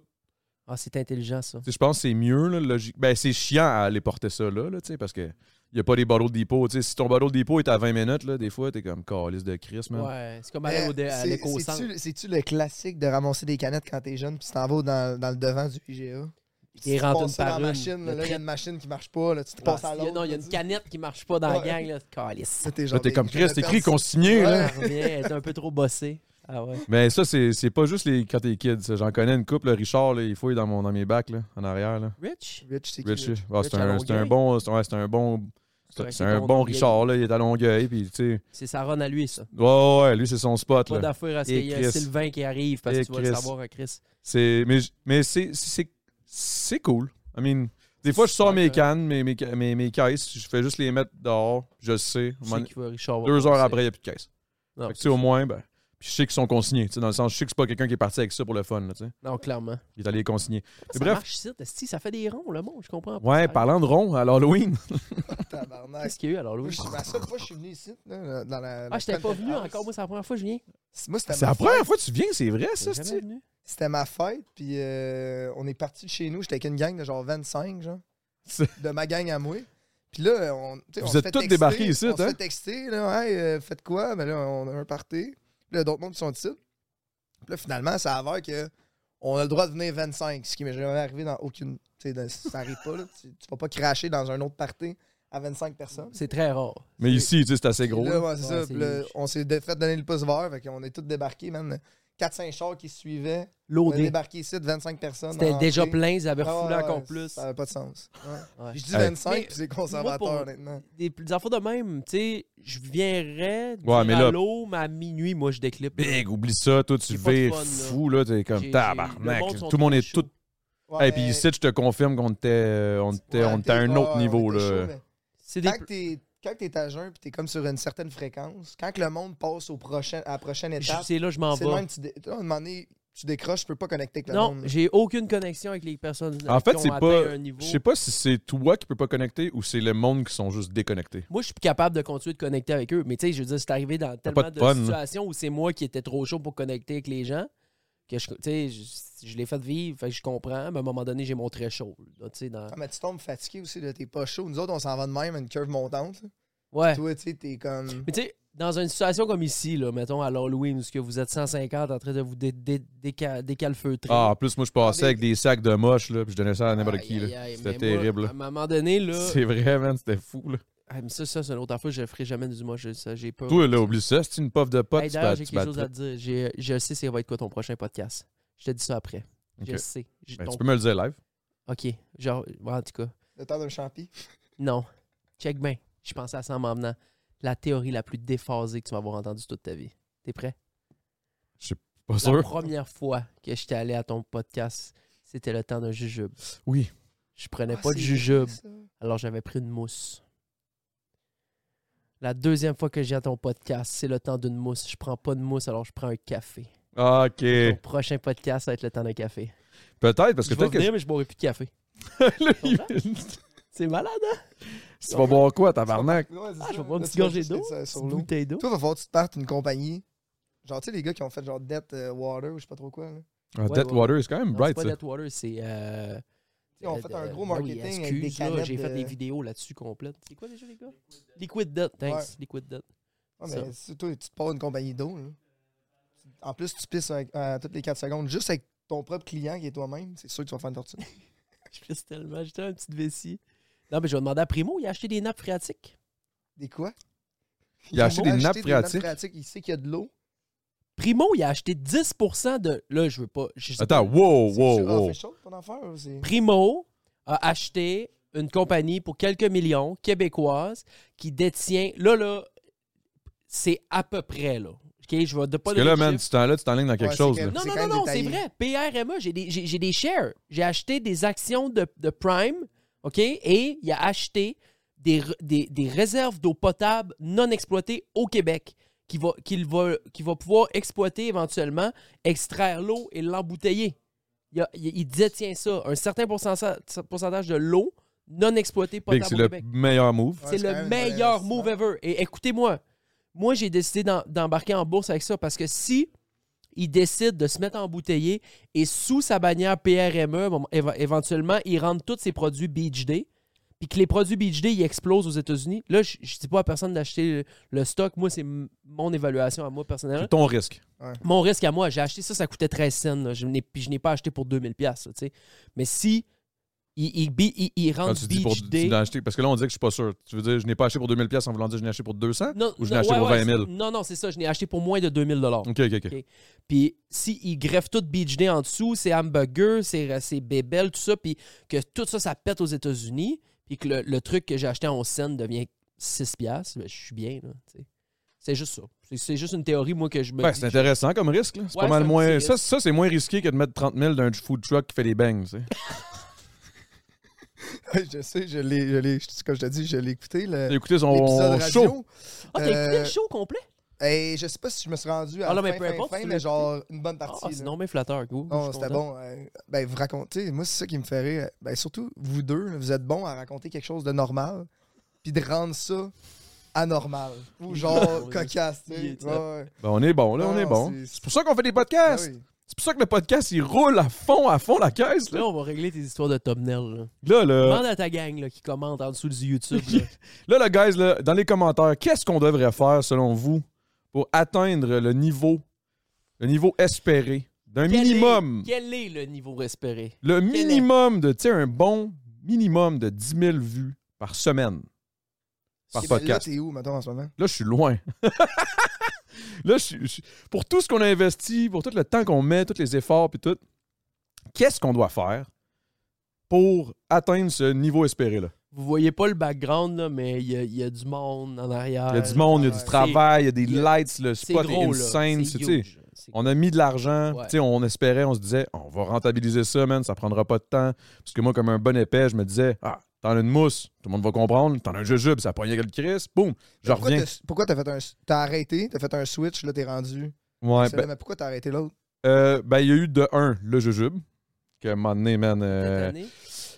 D: Ah, c'est intelligent, ça.
B: Tu sais, Je pense que c'est mieux, là, logique. Ben, c'est chiant à aller porter ça là, là tu sais, parce que il n'y a pas des bottles de dépôt. Tu sais, Si ton bottle de dépôt est à 20 minutes, là, des fois, t'es comme calice de Chris, man.
D: Ouais, c'est comme aller au dé-
C: Eh,
D: à
C: c'est-
D: euh, l'éco-centre.
C: c'est-tu- C'est-tu le classique de ramasser des canettes quand t'es jeune, puis tu t'en vas dans, dans le devant du IGA?
D: Il est rentré
C: Tu passes
D: une par
C: dans
D: une,
C: la machine,
D: le
C: là, il y a
D: traite.
C: une machine qui marche pas, là, tu te
D: Ah,
C: passes à
D: il y a-
C: l'autre.
D: Non, il y a une canette qui marche pas dans la
C: Ouais.
D: gang, là. Calice.
C: Là, t'es
B: Là,
C: genre,
B: t'es
C: ben,
B: comme Chris,
C: j'aurais
B: t'es
C: perdu-
B: écrit consigné,
C: Ouais.
B: là.
D: Elle revient, elle est un peu trop bossée. Ah ouais.
B: Mais ça, c'est c'est pas juste les, quand t'es kid. ça. J'en connais une couple, là, Richard, là, il fouille dans, mon, dans mes bacs, là, en arrière, là.
D: Rich?
C: Rich, c'est qui,
B: Rich,
C: Rich?
B: là. Ah, c'est
D: Rich à
B: un, c'est un
D: Longueuil.
B: bon, c'est ouais, c'est un bon,
D: vrai
B: c'est
D: que
B: un
D: ton
B: bon
D: Longueuil.
B: Richard, là, il est à Longueuil, puis tu sais.
D: C'est sa run à lui, ça.
B: Ouais, ouais, ouais, lui, c'est son spot,
D: Pas
B: là.
D: d'affaire à ce
B: Et
D: qu'il y ait
B: Chris.
D: Sylvain qui arrive parce que
B: Et
D: tu vas le
B: Chris.
D: savoir à Chris.
B: C'est, mais j- mais c'est, c'est, c'est cool. I mean, des fois, je sors mes cannes, mes, mes, ca- mes, mes caisses, je fais juste les mettre dehors, je le sais.
D: Je sais qu'il va Richard. va
B: Deux heures
D: passer.
B: après, il n'y a plus de caisse.
D: Non,
B: Fait que, tu sais, au moins, ben, puis je sais qu'ils sont consignés. tu sais, Dans le sens, je sais que c'est pas quelqu'un qui est parti avec ça pour le fun. Là, tu sais.
D: non, clairement.
B: il est allé les consigner. Mais
D: Ça
B: bref,
D: marche ici, esti, ça fait des ronds, le monde, je comprends pas.
B: ouais,
D: Ça-
B: parlant de rond, à
D: <laughs>
B: l'Halloween. <laughs>
C: Tabarnak.
D: Qu'est-ce qu'il y a eu alors,
C: Moi,
D: Louis?
C: je la seule fois que je suis venu ici, là, dans la.
D: Ah,
C: la
D: je t'avais pas
C: Conference.
D: venu encore, moi, c'est la première fois que je viens.
C: Moi, c'était
B: c'est
C: ma
B: la
C: fête.
B: première fois que tu viens, c'est vrai, ça,
D: T'es
B: c'est-tu?
D: jamais venu?
C: C'était ma fête, puis euh, on est parti de chez nous. J'étais avec une gang de genre 25, genre.
B: C'est-
C: De ma gang à moi. Puis là, on. tu sais,
B: Vous
C: on se
B: êtes
C: fait
B: tous
C: texter,
B: débarqués ici,
C: On se
B: hein?
C: fait texter, là, hey, euh, faites quoi? Mais là, on a un party. Puis là, d'autres mondes qui sont ici. Puis là, finalement, ça avère que on a le droit de venir 25, ce qui m'est jamais arrivé dans aucune. Tu sais, dans- ça arrive pas, là. Tu, tu vas pas cracher dans un autre party à 25 personnes.
D: C'est très rare.
B: Mais ici, tu sais, c'est assez gros.
C: Puis là,
B: là.
C: ouais, c'est
D: Ouais,
C: ça.
D: c'est
C: Puis là,
D: huge.
C: on s'est de- fait donner le pouce vert, fait qu'on est tous débarqués, man. 4-5 chars qui suivaient. On a
D: Loadé.
C: débarqué ici de 25 personnes.
D: C'était
C: en
D: déjà
C: entrée.
D: plein, ils avaient
C: Ah ouais,
D: refoulé
C: ouais,
D: encore plus.
C: Ça n'avait pas de sens. Ouais.
D: Ouais.
C: Je dis
B: Hey.
C: 25,
D: Mais-
C: puis c'est
D: moi, pour-
C: conservateur, honnêtement.
D: Des, des affaires de même, tu sais, je viendrais dire
B: Ouais, mais là-
D: allô, mais à minuit, moi, je déclippe.
B: Big, oublie ça, toi, tu
D: J'ai pas de
B: vires
D: fun, là.
B: fou, là, t'es
D: J'ai-
B: comme
D: j'ai-
B: tabarnak.
D: le monde sont
B: tout le monde
D: trop
B: est tout.
D: chauds.
C: ben,
B: Et puis ici, je te confirme qu'on était, euh, on était, on était à un autre niveau, là.
D: C'est des...
C: Quand t'es quand t'es à jeun, puis t'es comme sur une certaine fréquence, quand que le monde passe au prochain, à la prochaine
D: je-
C: étape,
D: C'est là, je m'en
C: c'est le même,
D: vais.
C: tu, dé- là, à un moment donné, tu décroches, tu peux pas connecter avec le
D: Non,
C: monde.
D: j'ai aucune connexion avec les personnes
B: En fait,
D: qui ont
B: c'est
D: atteint
B: pas.
D: un niveau.
B: Je sais pas si c'est toi qui peux pas connecter ou c'est le monde qui sont juste déconnectés.
D: Moi, je suis plus capable de continuer de connecter avec eux. Mais tu sais, je veux dire, c'est arrivé dans tellement
B: pas de
D: de,
B: fun, là.
D: situations où c'est moi qui étais trop chaud pour connecter avec les gens que je, tu sais, je, je l'ai fait vivre, fait que je comprends. Mais à un moment donné, j'ai mon très chaud. là, tu sais, dans-
C: Ah, mais tu tombes fatigué aussi, là, t'es pas chaud. Nous autres, on s'en va de même, à une curve montante. là.
D: Ouais.
C: Toi, tu sais, t'es comme.
D: Mais tu sais, dans une situation comme ici, là, mettons à l'Halloween, où ce que vous êtes 150 en train de vous dé- dé- déca- décalfeutrer.
B: Ah, en plus, moi, je passais avec des sacs de moche, là, puis je donnais ça à n'importe
D: Aïe,
B: qui,
D: aïe,
B: là.
D: aïe,
B: C'était
D: mais moi,
B: terrible, là.
D: À un moment donné, là.
B: C'est vrai, man, c'était fou, là.
D: Ah, mais ça, ça c'est une autre affaire, je ne ferai jamais du moche. ça, J'ai peur.
B: Toi, là, oublie ça, c'est une puff de pote,
D: euh, Hey,
B: tu
D: D'ailleurs,
B: vas
D: j'ai
B: tu
D: quelque
B: vas
D: chose à te dire. J'ai- euh, Je sais c'est va être quoi ton prochain podcast. Je te dis ça après. Je
B: Ok.
D: le sais. J'ai
B: Ben,
D: ton-
B: Tu peux me le dire live.
D: OK. Genre, ouais, en tout cas,
C: Le temps d'un champi.
D: non. Check bien. Je pensais à ça en m'en venant. La théorie la plus déphasée que tu vas avoir entendue toute ta vie. T'es prêt?
B: Pas
D: La
B: sûr?
D: première fois que j'étais allé à ton podcast, c'était le temps d'un jujube.
B: Oui.
D: Je prenais
C: Ah,
D: pas de
C: c'est
D: jujube,
C: vrai, ça.
D: alors j'avais pris une mousse. La deuxième fois que j'ai à ton podcast, c'est le temps d'une mousse. Je prends pas de mousse, alors je prends un café.
B: Ah, Ok.
D: Ton prochain podcast, ça va être le temps d'un café.
B: Peut-être, parce que
D: je vais
B: peut-être que.
D: venir, mais je boirai plus
B: <laughs>
D: de café.
B: Là, il-
D: C'est malade, hein?
B: Tu vas boire quoi, tabarnak?
C: Ouais, c'est
D: Ah,
C: ça.
D: je vais prendre une
C: Là,
D: petite
C: tu vas
D: gorgée
C: jeter
D: d'eau,
C: ça sur
D: une
C: l'eau.
D: bouteille d'eau.
C: Toi, va falloir que tu te partes une compagnie. Genre, tu sais, les gars qui ont fait genre Death euh, Water ou je sais pas trop quoi. Là.
B: Ah,
D: Ouais, ouais,
B: Deathwater, c'est quand même
D: Non,
B: bright,
D: c'est
B: ça.
D: pas Deathwater, c'est euh,
C: Ils ont
D: Euh,
C: fait
D: de-
C: un gros
D: ben oui,
C: marketing avec
D: excuse,
C: des
D: là,
C: canettes
D: J'ai fait
C: de-
D: des vidéos là-dessus complètes. C'est quoi déjà, les gars? Liquid Death, thanks.
C: Ouais.
D: Liquid Death.
C: Ouais,
D: Ça.
C: mais si toi, tu te pars une compagnie d'eau. là. En plus, tu pisses à, à toutes les 4 secondes juste avec ton propre client qui est toi-même. C'est sûr que tu vas faire une tortue.
D: <laughs> Je pisse tellement, j'étais un petit vessie. Non, mais je vais demander à Primo, il a acheté des nappes phréatiques.
C: Des quoi?
B: Il a acheté des nappes phréatiques.
C: Il sait qu'il y a de l'eau.
D: Primo, il a acheté 10% de. Là, je veux pas. je sais
B: Attends,
D: pas.
B: wow, Oh,
C: C'est-
B: wow,
C: c'est- ah,
B: wow.
C: fait chaud, ton affaire. ou c'est-
D: Primo a acheté une compagnie pour quelques millions québécoise qui détient. Là, là, c'est à peu près, là. OK, je vais de pas
B: Parce que
D: donner
B: là,
D: de
B: man,
D: chiffres.
B: tu t'en- là, tu t'enlignes dans quelque
C: Ouais,
B: chose.
C: c'est
B: là.
D: Non,
C: C'est
D: non,
C: quand
D: non,
C: même
D: non, c'est
C: détaillé.
D: vrai. PRMA, j'ai des, j'ai- j'ai des shares. J'ai acheté des actions de, de Prime, OK? Et il a acheté des, r- des, des réserves d'eau potable non exploitées au Québec qu'il va, qu'il va, qu'il va pouvoir exploiter éventuellement, extraire l'eau et l'embouteiller. Il, a- il- il détient ça. Un certain pourcentage, pourcentage de l'eau non exploitée
B: Big,
D: potable
B: C'est
D: au
B: le
D: Québec.
B: meilleur move.
C: Ouais,
D: C'est
C: Ah, c'est quand
D: le
C: même un
D: meilleur
C: investissement.
D: move ever. Et écoutez-moi, moi, j'ai décidé d'en- d'embarquer en bourse avec ça parce que si il décide de se mettre embouteillé et sous sa bannière PRME, E, bon, éve- éventuellement, il rentre tous ses produits Beach Day, puis que les produits Beach Day, ils explosent aux États-Unis. Là, je ne dis pas à personne d'acheter le, le stock. Moi, c'est m- mon évaluation à moi personnellement.
B: C'est ton risque.
D: Mon risque à moi, j'ai acheté ça, ça coûtait 13 cents. là. Je n'ai, puis je n'ai pas acheté pour 2000$. piastres, là, tu sais. Mais si il, il, bi- il- il
B: Quand
D: rentre
B: Ah, tu dis
D: Beach
B: pour
D: Day...
B: tu l'as acheté, parce que là, on dit que je suis pas sûr. Tu veux dire, je n'ai pas acheté pour 2000 en voulant dire je n'ai acheté pour 200 ou je n'ai acheté
D: ouais,
B: pour
D: ouais,
B: 20 000
D: c'est- Non, non, c'est ça. Je l'ai acheté pour moins de 2000 dollars.
B: Ok, ok, ok.
D: Ok. Puis si ils greffent tout Beach Day en dessous, c'est hamburger, c'est c'est bébel, tout ça, puis que tout ça, ça pète aux États-Unis, puis que le, le truc que j'ai acheté en 11 cents devient 6 piastres, ben, je suis bien, là. tu sais. C'est juste ça. C'est- C'est juste une théorie, moi, que je me
B: Ben,
D: dis-
B: c'est intéressant comme risque. là. C'est
D: Ouais,
B: pas mal
D: c'est un
B: moins.
D: petit
B: Ça, ça c'est moins risqué que de mettre 30 000 d'un food truck qui fait des bangs. tu sais.
C: je sais, je l'ai, je l'ai- je- comme je t'ai dit, je l'ai écouté. Le,
B: T'as écouté son
C: l'épisode
B: show.
C: radio.
D: Ah, t'as écouté
C: euh,
D: le show complet?
C: Et je sais pas si je me suis rendu à
D: Ah, non,
C: la
D: mais
C: fin,
D: peu
C: fin,
D: importe,
C: fin,
D: tu l'as
C: mais genre une bonne
D: Ah,
C: partie. là.
D: c'est non, mais flatteur, go. Je
C: Non,
D: suis
C: c'était
D: content.
C: bon. euh, ben, vous racontez. Moi, c'est ça qui me fait rire. Ben, surtout, vous deux, là, vous êtes bons à raconter quelque chose de normal, puis de rendre ça
D: <laughs>
C: anormal. Ou
D: Il est
C: genre
D: bon,
C: cocasse, tu
D: il
C: sais.
D: est
C: Ouais, ouais.
B: Ben, on est bon, là, on
C: Non,
B: est bon.
C: c'est-
B: C'est pour ça qu'on fait des
C: Ben
B: podcasts.
C: oui.
B: C'est pour ça que le podcast, il roule à fond, à fond la caisse. Là,
D: Là, on va régler tes histoires de thumbnail. Là.
B: là, là,
D: Demande à ta gang là, qui commente en dessous du YouTube.
B: <laughs>
D: là.
B: là, là, guys, là, dans les commentaires, qu'est-ce qu'on devrait faire, selon vous, pour atteindre le niveau, le niveau espéré d'un
D: Quel est-
B: minimum?
D: Quel est le niveau espéré?
B: Le
D: est-
B: minimum de, tu sais, un bon minimum de 10 000 vues par semaine. Par
C: Et ben, Là,
B: podcast.
C: t'es où, maintenant, en ce moment?
B: Là, je suis loin. <laughs> là, je suis- je suis- pour tout ce qu'on a investi, pour tout le temps qu'on met, tous les efforts, puis tout, qu'est-ce qu'on doit faire pour atteindre ce niveau espéré-là?
D: Vous voyez pas le background, là, mais il y, a- il y a du monde en arrière.
B: Il y a du monde, il y a
C: ouais.
B: du travail, il y a des
D: il y a-
B: lights, le
D: Euh, C'est
B: spot
D: gros,
B: est
D: là.
B: insane.
D: C'est
B: c'est- tu sais,
D: huge. C'est-
B: On a mis de l'argent,
D: Ouais.
B: tu sais, on espérait, on se disait, on va rentabiliser ça, man, ça prendra pas de temps. Parce que moi, comme un bon épais, je me disais, ah, t'en as une mousse, tout le monde va comprendre, t'en as un jujube, ça pognait le Chris, boum, je
C: Pourquoi
B: reviens.
C: t'as- Pourquoi t'as fait un. T'as arrêté, t'as fait un switch, là, t'es rendu.
B: Ouais,
C: C'est
B: ben,
C: là, mais pourquoi t'as arrêté l'autre?
B: euh, ben, il y a eu de un, le jujube, que à un moment donné, man,
D: Cette
B: euh,
D: année,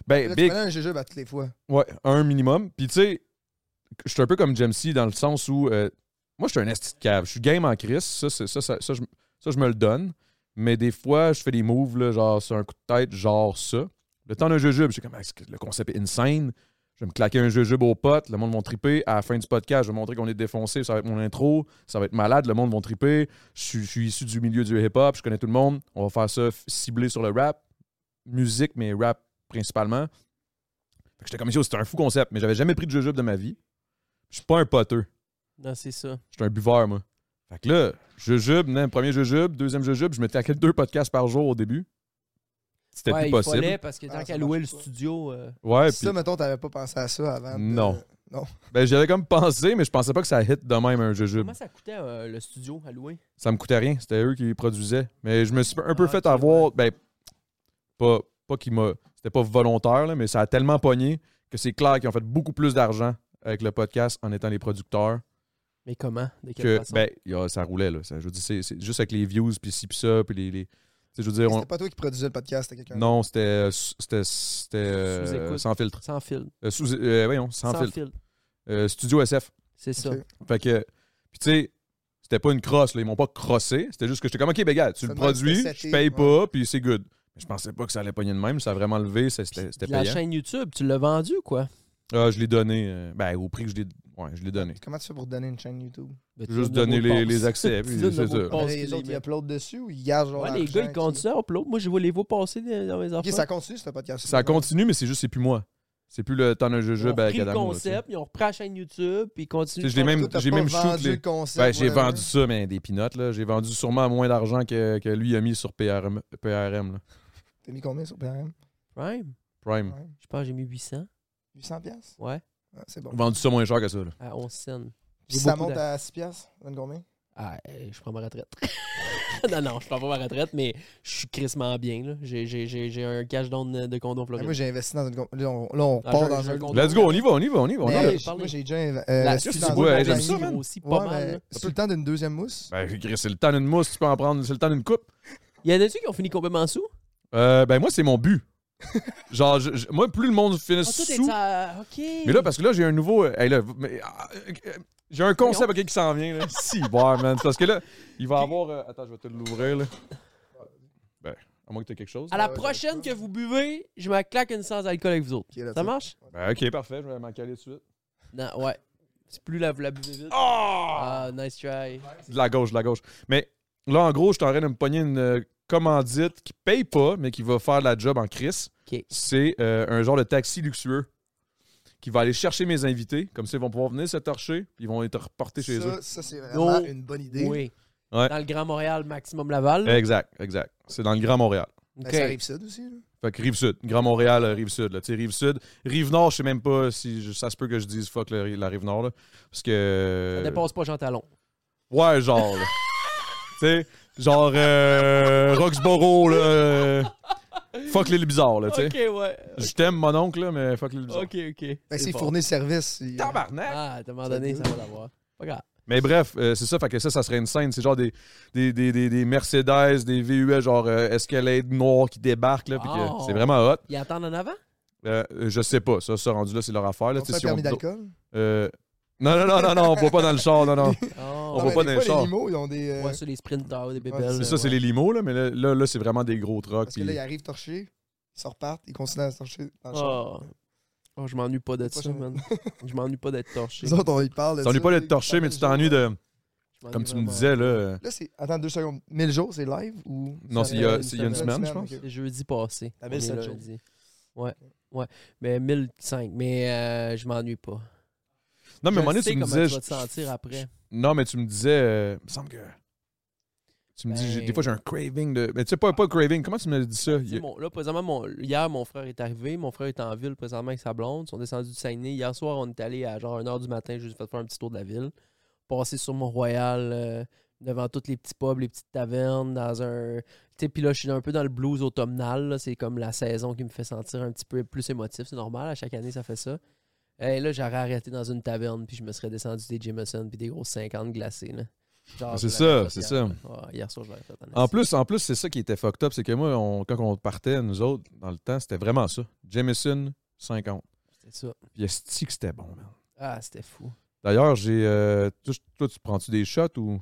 B: ben,
C: Là, tu
B: big,
C: prenais un jujube à toutes les fois.
B: Ouais, un minimum. Puis tu sais, je suis un peu comme Jamesy dans le sens où euh, moi je suis un esti de cave. Je suis game en crise, ça, c'est- ça, ça, ça, je, ça, je me le donne. Mais des fois, je fais des moves, là, genre sur un coup de tête, genre ça. Le temps d'un jujube, je suis comme Ah, c'est- le concept est insane. Je vais me claquer un jujube aux potes, le monde va triper. À la fin du podcast, je vais montrer qu'on est défoncé, ça va être mon intro, ça va être malade, le monde va triper. Je suis, je suis issu du milieu du hip-hop, je connais tout le monde. On va faire ça f- ciblé sur le rap, musique, mais rap principalement. Fait que j'étais comme, Yo, c'était un fou concept, mais j'avais jamais pris de jujube de ma vie. Je suis pas un poteux.
D: Non, c'est ça.
B: Je suis un buveur, moi. Fait que là, jujube, nan, premier jujube, deuxième jujube, je me taquais deux podcasts par jour au début. C'était
D: Ouais,
B: plus
D: il
B: possible.
D: fallait parce que tant
C: Ah, ça
D: qu'à louer le
C: marche pas.
D: studio, euh,
B: Ouais,
C: ça,
B: puis
C: mettons, t'avais pas pensé à ça avant. de-
B: Non.
C: Non.
B: ben, j'avais comme pensé, mais je pensais pas que ça hit de même un jujube.
D: comment ça coûtait euh, le studio à louer?
B: Ça me coûtait rien, c'était eux qui produisaient. Mais je me suis un peu
D: Ah,
B: fait
D: ok,
B: avoir, ben, pas, pas qu'il m'a. C'était pas volontaire, là, mais ça a tellement pogné que c'est clair qu'ils ont fait beaucoup plus d'argent avec le podcast en étant les producteurs
D: Mais comment? De quelle
B: que
D: façon?
B: ben y a- ça roulait là Ça, je veux dire c'est, c'est juste avec les views puis ci puis ça puis les, les- tu sais, je veux dire on-
C: C'était pas toi qui produisais le podcast, c'était quelqu'un.
B: non c'était euh, s- c'était c'était euh,
D: Sous-écoute.
B: sans filtre
D: Sans fil.
B: Euh, sous euh, voyons, sans, filtre Euh, studio SF
D: C'est ça.
C: Ok.
B: fait que puis tu sais c'était pas une crosse là ils m'ont pas crossé c'était juste que j'étais comme ok ben gars tu
C: Ça
B: le
C: demande si
B: produis
C: t'as seté,
B: je paye
C: ouais.
B: pas puis c'est good Mais je pensais pas que ça allait pogner de même. Ça a vraiment levé. ça, C'était c'était
D: Puis La
B: payant.
D: chaîne YouTube, tu l'as vendue, quoi.
B: Ah, je l'ai donné. euh, ben, au prix que je l'ai ouais, je l'ai donné.
C: Comment tu fais pour donner une chaîne YouTube?
D: Ben, tu
B: Juste
D: donnes le
B: donner
D: mot de
B: les-
D: passe.
B: les
D: <laughs>
B: accès,
D: Tu
B: puis
D: donnes le
B: c'est
D: mot de
B: ça.
D: passe,
C: Mais
D: puis
C: les
D: les
C: autres, ils
D: met.
C: uploadent dessus ou ils gardent genre
D: Ouais, les
C: l'argent
D: gars, ils
C: qu'ils-
D: comptent ça, upload. Moi, je vois les vois passer dans dans mes enfants.
C: Ok, ça continue, ce podcast.
B: Ça continue, mais c'est juste, c'est plus moi. C'est plus le temps d'un
D: ils
B: jeu
D: ont
B: ben,
D: pris le
B: Cadamo, là, tu sais.
D: concept, ils ont repris la chaîne YouTube, puis ils continuent.
B: Tu sais, je l'ai même-
C: Toi, t'as
B: j'ai
C: pas
B: même shoot
C: vendu
B: les-
C: le concept,
B: Ben, j'ai
C: whatever.
B: vendu ça, mais des pinottes, là. J'ai vendu sûrement moins d'argent que, que lui a mis sur PRM, PRM là.
C: T'as mis combien sur PRM?
D: Prime.
B: Prime.
C: Ouais,
D: Je pense que j'ai mis 800.
C: 800 piastres?
D: Ouais,
C: Ah, c'est bon.
B: Vendu ça moins cher que ça, là.
D: à 11 cents.
C: Puis
D: J'ai
C: ça
D: beaucoup
C: monte
D: d'a-
C: à 6 piastres? Ça donne combien?
D: Ah, euh, je prends ma retraite. <laughs> non, non, je prends pas ma retraite, mais je suis crissement bien. là. J'ai- J'ai j'ai- j'ai un cash down de, de condo en
C: Ah,
D: Floride.
C: Moi, j'ai investi dans une... com- Là, on, là, on
D: Ah,
C: part
D: j'ai-
C: dans
D: j'ai
C: un...
D: un compte-
B: Let's go, on y va, on y va, on y va. on y va.
D: Mais-
C: Hey, moi, j'ai déjà euh, investi
B: tu
C: dans
B: bois,
C: une
B: hey, j'aime ça,
C: compagnie.
B: man.
D: aussi pas
C: Ouais,
D: mal. là.
C: mais c'est le temps d'une deuxième mousse.
B: Ben, Chris, c'est le temps d'une mousse, tu peux en prendre, c'est le temps d'une coupe.
D: Il y en a-tu qui ont fini complètement sous?
B: Euh, ben, moi, c'est mon
D: <laughs>
B: but. Genre, je- je- moi, plus le monde finit
D: Ah, tout est
B: sous.
D: à- OK.
B: Mais là, parce que là, j'ai un nouveau. euh, hey, là, vous- mais, ah, euh, euh, j'ai un concept ok, qui s'en vient,
D: <laughs>
B: là. si, bon, man. c'est Parce que là, il va avoir. euh, attends, je vais te l'ouvrir, là. Ben, à moins que tu quelque chose.
D: À la prochaine que vous buvez, je me claque une sans alcool avec vous autres.
C: Ok, là,
D: ça
C: tu-
D: marche?
B: Ben, ok, parfait, je vais m'en caler tout de suite.
D: Non, ouais. C'est plus la, la buvez vite. Ah, nice try.
B: De la gauche, de la gauche. Mais là, en gros, je suis en train de me pogner une euh, commandite qui paye pas, mais qui va faire de la job en crise.
D: OK.
B: C'est euh, un genre de taxi luxueux qui va aller chercher mes invités. Comme ça, ils vont pouvoir venir se torcher, puis ils vont être reportés chez eux.
C: Ça, ça c'est vraiment
D: No.
C: une bonne idée.
D: Oui.
B: Ouais. Euh,
D: Dans le Grand Montréal, maximum Laval.
B: Exact, exact. C'est dans le Grand Montréal.
C: Ben,
D: OK.
C: Ça arrive ça aussi. là. Ben,
B: Fait que Rive-Sud, Grand Montréal, euh, Rive-Sud. Tu sais, Rive-Sud. Rive-Nord, je sais même pas si je- ça se peut que je dise fuck la, la Rive-Nord. là, Parce que...
D: Ça dépasse pas Jean Talon.
B: Ouais, genre. là. tu sais, genre euh, Roxborough, là. euh, fuck les bizarres, là, tu sais.
D: ouais.
B: Je t'aime, mon oncle, là, mais fuck les bizarres.
D: OK, OK.
C: Ben,
D: C'est
C: c'est
D: fort.
C: fournir le service. il-
B: Tabarnak!
D: Ah, à un moment donné, ça va l'avoir. Pas grave.
B: Mais bref, euh, c'est ça, fait que ça, ça serait une scène. C'est genre des, des, des, des, des Mercedes, des VUS, genre euh, Escalade noire qui débarquent, là, puis que
D: Oh.
B: c'est vraiment hot.
D: Ils attendent en avant?
B: Euh, euh, je sais pas, ça, ça rendu là, c'est leur affaire, là.
C: On
B: tu sais,
C: fait un
B: si on-
C: permis d'alcool.
B: Euh, Non, non, non, non, non, on boit pas dans le char, non,
C: <laughs>
B: non.
D: Oh.
B: On
C: Non,
B: va
C: mais
B: pas
C: des
B: dans
C: fois,
B: les chars.
C: Les animaux, ils ont des. euh,
D: Ouais, sur les sprinters, des
C: Ouais,
D: bébelles.
C: c'est
B: C'est ça, c'est les limos, là, mais là, là, là, c'est vraiment des gros trucks.
C: Parce que
B: puis-
C: là, ils arrivent torchés, ils se repartent, ils continuent à se torcher dans le char.
D: Oh. Oh, je m'ennuie pas de ça,
C: Prochaine.
D: man. Je m'ennuie pas d'être torché.
C: <laughs> Les autres, on y parle. de
B: T'ennuies
C: ça,
B: pas
C: tu
B: d'être
C: sais,
B: torché, mais tu t'ennuies de.
D: Je m'ennuie
B: Comme tu me
D: vraiment.
B: disais, là. euh,
C: Là, c'est. Attends deux secondes. 1000 jours, c'est live ou.
B: Non,
D: Ça
B: c'est il y a
D: fait
B: c'est il y a une
D: une
B: semaine,
C: semaine,
B: je pense.
C: ok.
D: C'est jeudi passé.
C: T'as
D: On
C: 1007
D: est
C: jours.
D: lundi. Ouais, ouais. Mais 1005. Mais euh, je m'ennuie pas.
B: Non, mais à un
D: je
B: moment donné,
D: sais
B: tu me
D: comment
B: disais.
D: tu vas te
B: je-
D: sentir après.
B: Non, mais tu me disais. euh, Il me semble que. Tu me dis,
D: Ben-
B: j'ai- des fois, j'ai un craving de. Mais tu sais, pas, pas craving. Comment tu me dis ça?
D: Tu sais, mon- là, présentement, mon- hier, mon frère est arrivé. Mon frère est en ville présentement avec sa blonde. Ils sont descendus du Saguenay. Hier soir, on est allé à genre 1h du matin. J'ai fait faire un petit tour de la ville. Passer sur Mont-Royal, euh, devant tous les petits pubs, les petites tavernes, dans un. Tu sais, puis là, je suis un peu dans le blues automnal. là. C'est comme la saison qui me fait sentir un petit peu plus émotif. C'est normal. À chaque année, ça fait ça. Et là, j'aurais arrêté dans une taverne, puis je me serais descendu des Jameson, puis des gros 50 glacés. là. Genre,
B: C'est
D: je l'aurais
B: ça,
D: fait
B: c'est
D: hier.
B: ça.
D: Ouais, hier soir, je l'aurais fait. honnêtement.
B: En plus, en plus c'est ça qui était fucked up. C'est que moi, on- quand on partait, nous autres, dans le temps, c'était vraiment ça. Jameson 50.
D: C'était ça.
B: Puis esti que c'était bon, man.
D: Ah, c'était fou.
B: D'ailleurs, j'ai. euh, toi, je- toi, tu prends-tu des shots ou.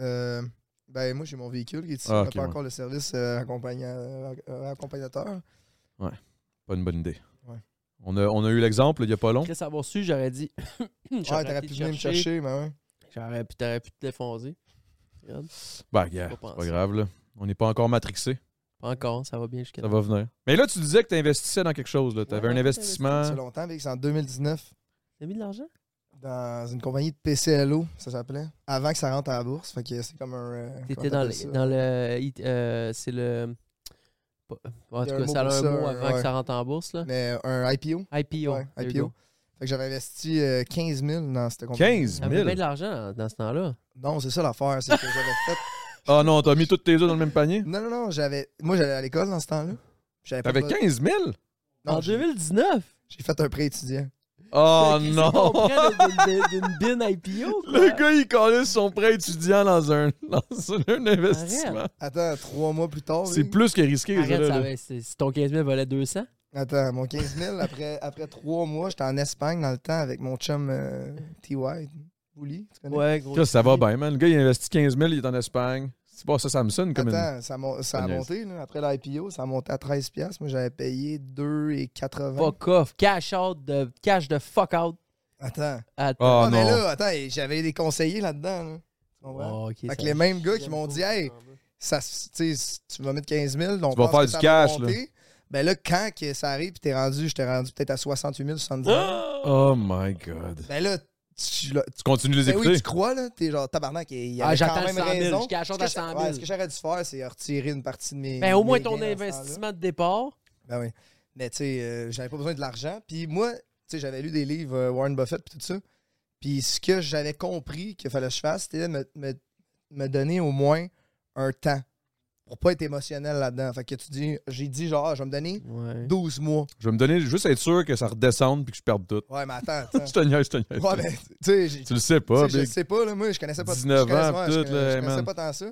C: Euh, ben, moi, j'ai mon véhicule qui est ici.
B: Ah,
C: on n'a
B: ok,
C: pas
B: ouais.
C: encore le service euh, accompagna- euh, accompagnateur.
B: Pas une bonne idée.
C: Ouais.
B: On a, on a eu l'exemple il n'y a pas long.
D: Chris avoir su, j'aurais dit. <coughs>
C: Ouais, Ah, t'aurais pu venir me chercher, mais ouais.
D: J'aurais pu, t'aurais pu te défoncer. Regarde.
B: Bah, gars,
D: Pas
B: c'est pas
D: pensé.
B: grave, là. On n'est pas encore matrixé.
D: Pas encore, ça va bien jusqu'à
B: Ça va venir. Mais là, tu disais que tu investissais dans quelque chose. Tu avais
D: Ouais,
B: un investissement.
C: Ça fait longtemps, Vic, c'est en 2019,
D: T'as mis de l'argent?
C: dans une compagnie de PCLO, ça s'appelait, avant que ça rentre à la bourse. Fait que c'est comme un. euh, comment
D: T'étais dans,
C: t'appelles
D: le-
C: ça?
D: dans le. it- euh, c'est le. pas- En
C: Il y
D: tout
C: a un
D: cas,
C: mot
D: ça a
C: pour
D: un
C: ça,
D: mot avant
C: ouais.
D: que ça rentre en bourse, là.
C: Mais un IPO.
D: IPO.
C: Ouais,
D: there you
C: IPO.
D: go.
C: Fait que j'avais investi euh, 15 000 dans cette compagnie.
B: 15
D: T'avais
B: 000.
D: bien de l'argent hein, dans, dans ce temps-là.
C: Non, c'est ça l'affaire, c'est que j'avais fait.
B: <laughs> Ah non, t'as mis toutes tes œufs dans le même panier?
C: Non, non, non, j'avais. Moi, j'allais à l'école dans ce temps-là. J'avais pas
B: T'avais
C: de-
B: 15 000?
C: <laughs>
D: en
C: Non, j'ai
D: 2019!
C: j'ai fait un prêt étudiant.
B: Oh
D: Fait que c'est
B: non!
D: qu'on
B: <laughs>
D: prenne d'une- d'une d'une bin IPO, quoi.
B: Le gars, il collait son prêt étudiant dans un, <laughs> dans un- un investissement.
C: Attends, trois mois plus tard.
B: C'est
C: Vic.
B: plus que risqué. ça,
D: Arrête,
B: là,
D: ça
B: là.
D: va- c'est- si ton 15 000 valait 200,
C: Attends, mon 15 000, après, après trois mois, j'étais en Espagne dans le temps avec mon chum euh, T.Y. Bouli, tu connais?
D: ouais, gros.
B: Chris, ça va bien, man. Le gars, il investit 15 000, il est en Espagne. C'est pas ça, Samsung comme une.
C: Attends, ça, mon- ça a
B: Yes.
C: monté, là. Après l'IPO, ça a monté à 13$. piastres. Moi, j'avais payé 2,80$.
D: Fuck off. Cash out de. Cash de fuck out.
C: Attends.
D: Attends.
B: Oh
C: ah, mais
B: non.
C: là, attends, et j'avais des conseillers là-dedans, là. Tu comprends?
D: Oh, ok,
C: Fait que
D: ça-
C: les mêmes gars qui m'ont dit, hey, ça, se- tu sais, si tu vas mettre 15 000, donc
B: vas faire du cash,
C: Ben là, quand que ça arrive, puis t'es rendu, je t'ai rendu peut-être à 68 000, 70 000.
D: Ah!
B: Oh my god.
C: Ben là, tu, là,
B: Tu continues de les
C: ben
B: écouter?
C: oui, tu crois, là, t'es genre tabarnak, il y
D: Ah,
C: avait
D: j'attends
C: quand même
D: 100 000,
C: raison.
D: je cache
C: Ce que
D: à
C: je-
D: 100 000.
C: ouais, ce que j'aurais dû faire, c'est retirer une partie de mes.
D: Ben, au moins
C: mes
D: ton
C: gains à ce temps-là.
D: investissement de départ.
C: Ben oui. Mais tu sais, euh, j'avais pas besoin de l'argent. Puis moi, tu sais, j'avais lu des livres euh, Warren Buffett puis tout ça. Puis ce que j'avais compris qu'il fallait que je fasse, c'était me, me, me donner au moins un temps pour pas être émotionnel là-dedans. Fait que tu dis, j'ai dit genre, ah, je vais me donner 12 mois.
B: Je vais me donner juste être sûr que ça redescende puis que je perde tout.
C: Ouais, mais <laughs> attends, attends.
B: <laughs> Je te niaise, je te niaise.
C: ouais, ben, tu sais, j'ai-
B: Tu le sais pas,
C: Tu sais, je
B: Big.
C: sais pas, là, moi, je connaissais pas
B: 19
C: je connaissais-
B: ans,
C: ouais,
B: pis
C: je
B: tout,
C: connais-
B: là,
C: je connaissais
B: man.
C: pas tant ça.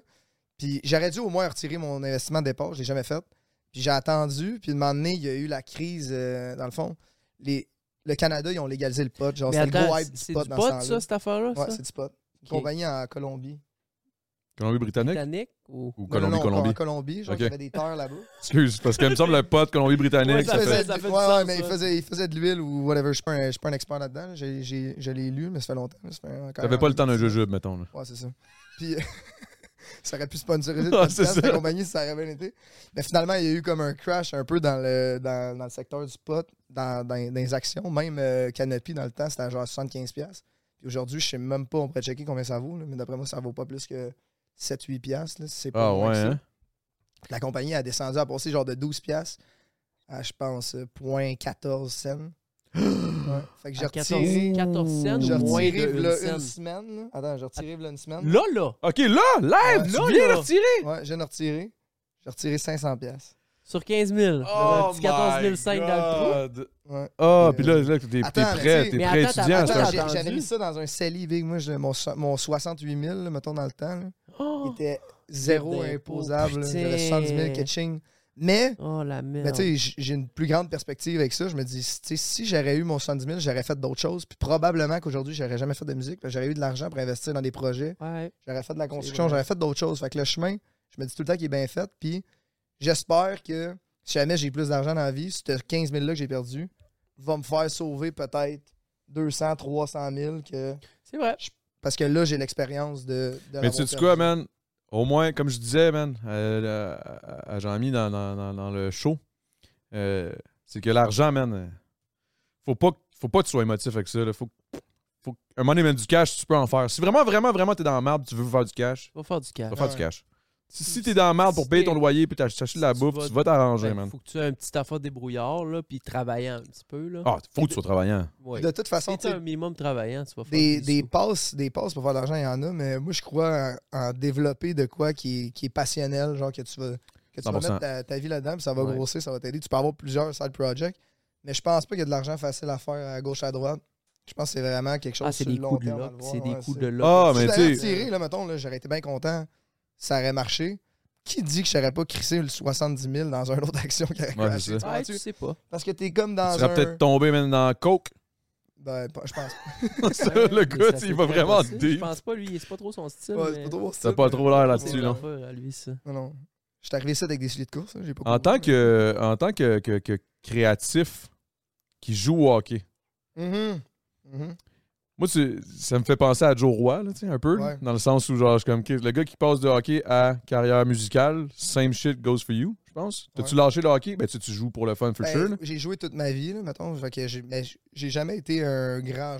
C: Puis j'aurais dû au moins retirer mon investissement de départ, je l'ai jamais fait. Puis j'ai attendu, puis de moment donné, il y a eu la crise, euh, dans le fond. Les, le Canada, ils ont légalisé le pot. Genre,
D: Mais
C: c'était le
D: attends,
C: gros hype
D: c'est
C: du
D: du
C: pot dans ce
D: pot, ça,
C: temps-là.
D: cette affaire-là?
C: Ouais,
D: ça?
C: c'est du pot.
D: Ok.
C: Une compagnie en Colombie.
B: Colombie-Britannique
D: Britannique ou.
B: ou
C: Non, non, non,
B: Colombie-Colombie?
C: En Colombie, genre,
B: Ok.
C: il y avait des terres là-bas.
B: Excuse, parce qu'il me semble le pote
D: Ouais,
B: Colombie-Britannique,
D: <laughs>
B: ça
D: ça
B: fait.
D: fait- ça
C: du-
D: du
C: ouais,
D: sens,
C: ouais, mais il
D: ouais.
C: faisait, il faisait de l'huile ou whatever. Je suis pas un, je suis pas un expert là-dedans. là. J'ai- j'ai- Je l'ai lu, mais ça fait longtemps. Ça fait encore
B: T'avais
C: un
B: pas
C: an
B: le temps
C: et
B: d'un
C: demi.
B: jujube, mettons. là.
C: Ouais, c'est ça. Puis, <laughs> ça aurait pu sponsoriser le
B: Ah,
C: podcast,
B: c'est ça.
C: la compagnie, si ça aurait bien été. Mais finalement, il y a eu comme un crash un peu dans le, dans, dans le secteur du pot, dans, dans- dans les actions. Même euh, Canopy, dans le temps, c'était à genre 75$. Puis aujourd'hui, je sais même pas, on pourrait checker combien ça vaut, là, mais d'après moi, ça vaut pas plus que 7-8$. là, si c'est pas
B: Ah
C: moins
B: ouais,
C: que ça.
B: hein?
C: La compagnie a descendu à passer genre de 12$ à, je pense, euh,
B: <gasps>
C: 0.14 cents. Ouais. Fait que j'ai
D: À 14
C: retiré,
D: 14 cents,
C: j'ai
D: moins
C: retiré
D: de
C: v'là
D: une
C: une,
D: scène.
C: semaine. là. Attends, j'ai retiré v'là une semaine.
D: Là, là,
B: Ok, là, live,
C: Ouais.
B: tu
D: Là,
B: viens
D: là.
B: de retirer!
C: Ouais, je viens de retirer. J'ai retiré 500 pièces.
D: sur 15 000. un petit 14 500 dans le trou.
B: God.
C: Ouais.
B: Ah,
C: Euh,
B: puis là, là, t'es t'es
C: attends, mais
B: prêt,
C: tu sais-
B: t'es
D: Mais
B: prêt
D: attends,
B: étudiant.
D: attends,
B: c'est un-
C: Attends, j'ai-
D: entendu.
C: j'avais mis ça dans un CELI, big. Moi, je- mon, so- mon 68 000, là, mettons, dans le temps, là,
D: Oh,
C: était zéro
D: d'impôt,
C: imposable. là. J'avais
D: putain.
C: 70 000 catching. Mais,
D: Oh, la merde.
C: mais tu sais, j- j'ai une plus grande perspective avec ça. Je me dis, tu sais, si j'aurais eu mon 70 000, j'aurais fait d'autres choses. Puis probablement qu'aujourd'hui, j'aurais jamais fait de musique. parce que J'aurais eu de l'argent pour investir dans des projets.
D: Ouais.
C: J'aurais fait de la
D: C'est
C: construction,
D: vrai.
C: j'aurais fait d'autres choses. Fait que le chemin, je me dis tout le temps qu'il est bien fait. Puis j'espère que si jamais j'ai plus d'argent dans la vie, ce 15 000 $-là que j'ai perdu va me faire sauver peut-être 200, 300 000 que...
D: C'est vrai.
C: parce que là, j'ai l'expérience de, de
B: Mais
C: l'avoir
B: tu sais
C: perdu.
B: quoi, man? Au moins, comme je disais, man, euh, à, à Jean-Mi dans, dans- dans- dans le show, euh, c'est que l'argent, man, euh, faut pas, que- faut pas que tu sois émotif avec ça. là. Faut, que- faut, que- un moment donné, man, du cash, tu peux en faire. Si vraiment, vraiment, vraiment, t'es dans la merde, tu veux faire du cash,
D: Va faire du cash.
B: tu vas faire
C: Ouais.
B: du cash. Si, si t'es dans la merde pour payer ton loyer puis t'ach- t'acheter de la
D: Tu
B: bouffe,
D: vas-
B: tu vas t'arranger,
D: Ben,
B: man.
D: Faut que tu aies un petit affaire débrouillard, là, puis travaillant un petit peu, là.
B: Ah, faut que tu sois travaillant.
D: Ouais.
C: De toute façon,
D: Si
C: tu
D: t'as
C: sais,
D: un minimum travaillant, tu vas faire Ah,
C: des, des
D: sous.
C: passes, des passes pour faire de l'argent, il y en a, mais moi, je crois en, en développer de quoi qui est, qui est passionnel, genre que tu vas, que tu vas
B: 100%.
C: mettre ta, ta vie là-dedans, puis ça va
D: Ouais.
C: grossir, ça va t'aider. Tu peux avoir plusieurs side projects, mais je pense pas qu'il y a de l'argent facile à faire à gauche, à droite. Je pense que c'est vraiment quelque chose
D: Ah, c'est
C: sur
D: des
C: le long
D: coups de
C: terme. à
D: lock.
C: le voir,
D: C'est des
C: ouais,
D: coups
C: c'est-
D: de lock.
B: Ah, mais
C: Si
B: tu
C: j'avais
B: sais-
C: retiré, là, mettons, là, j'aurais été bien content, ça aurait marché. Qui dit que je n'aurais pas crissé le 70 000 dans une autre action qui aurait
B: Ouais,
C: crashé,
B: c'est
C: tu
B: ça.
D: Ouais,
C: penses-tu?
D: tu sais pas.
C: Parce que t'es comme dans
B: Tu
C: un...
B: serais peut-être tombé, man, dans Coke.
C: Ben, pas- je pense pas.
B: Ça, le
D: Ah
B: gars,
D: Mais ça,
B: tu sais,
D: c'est
B: il va
D: très
B: vraiment
D: possible. Je
B: deep.
D: pense pas, lui, c'est pas trop son style.
C: Ouais, c'est
D: mais-
C: pas trop mon
B: T'as
C: style, hein.
B: pas
C: mais-
B: trop l'air
D: C'est
B: là-dessus, là.
D: l'affaire à lui, ça.
C: Non, non. Je suis arrivé ça avec des souliers de course, hein, j'ai pas
B: En
C: compris.
B: tant que, en tant que, que- que créatif qui joue au hockey,
C: Mhm. Mhm.
B: moi, tu- ça me fait penser à Joe Roy, là, tu sais, un peu, là,
C: Ouais.
B: dans le sens où, genre, je suis comme, OK, le gars qui passe de hockey à carrière musicale, same shit goes for you, je pense. T'as-tu lâché le hockey? Ben, tu, sais, tu joues pour le fun, for
C: Ben,
B: sure. là.
C: J'ai joué toute ma vie, là, mettons. Fait que j'ai- mais j- j'ai jamais été un grand.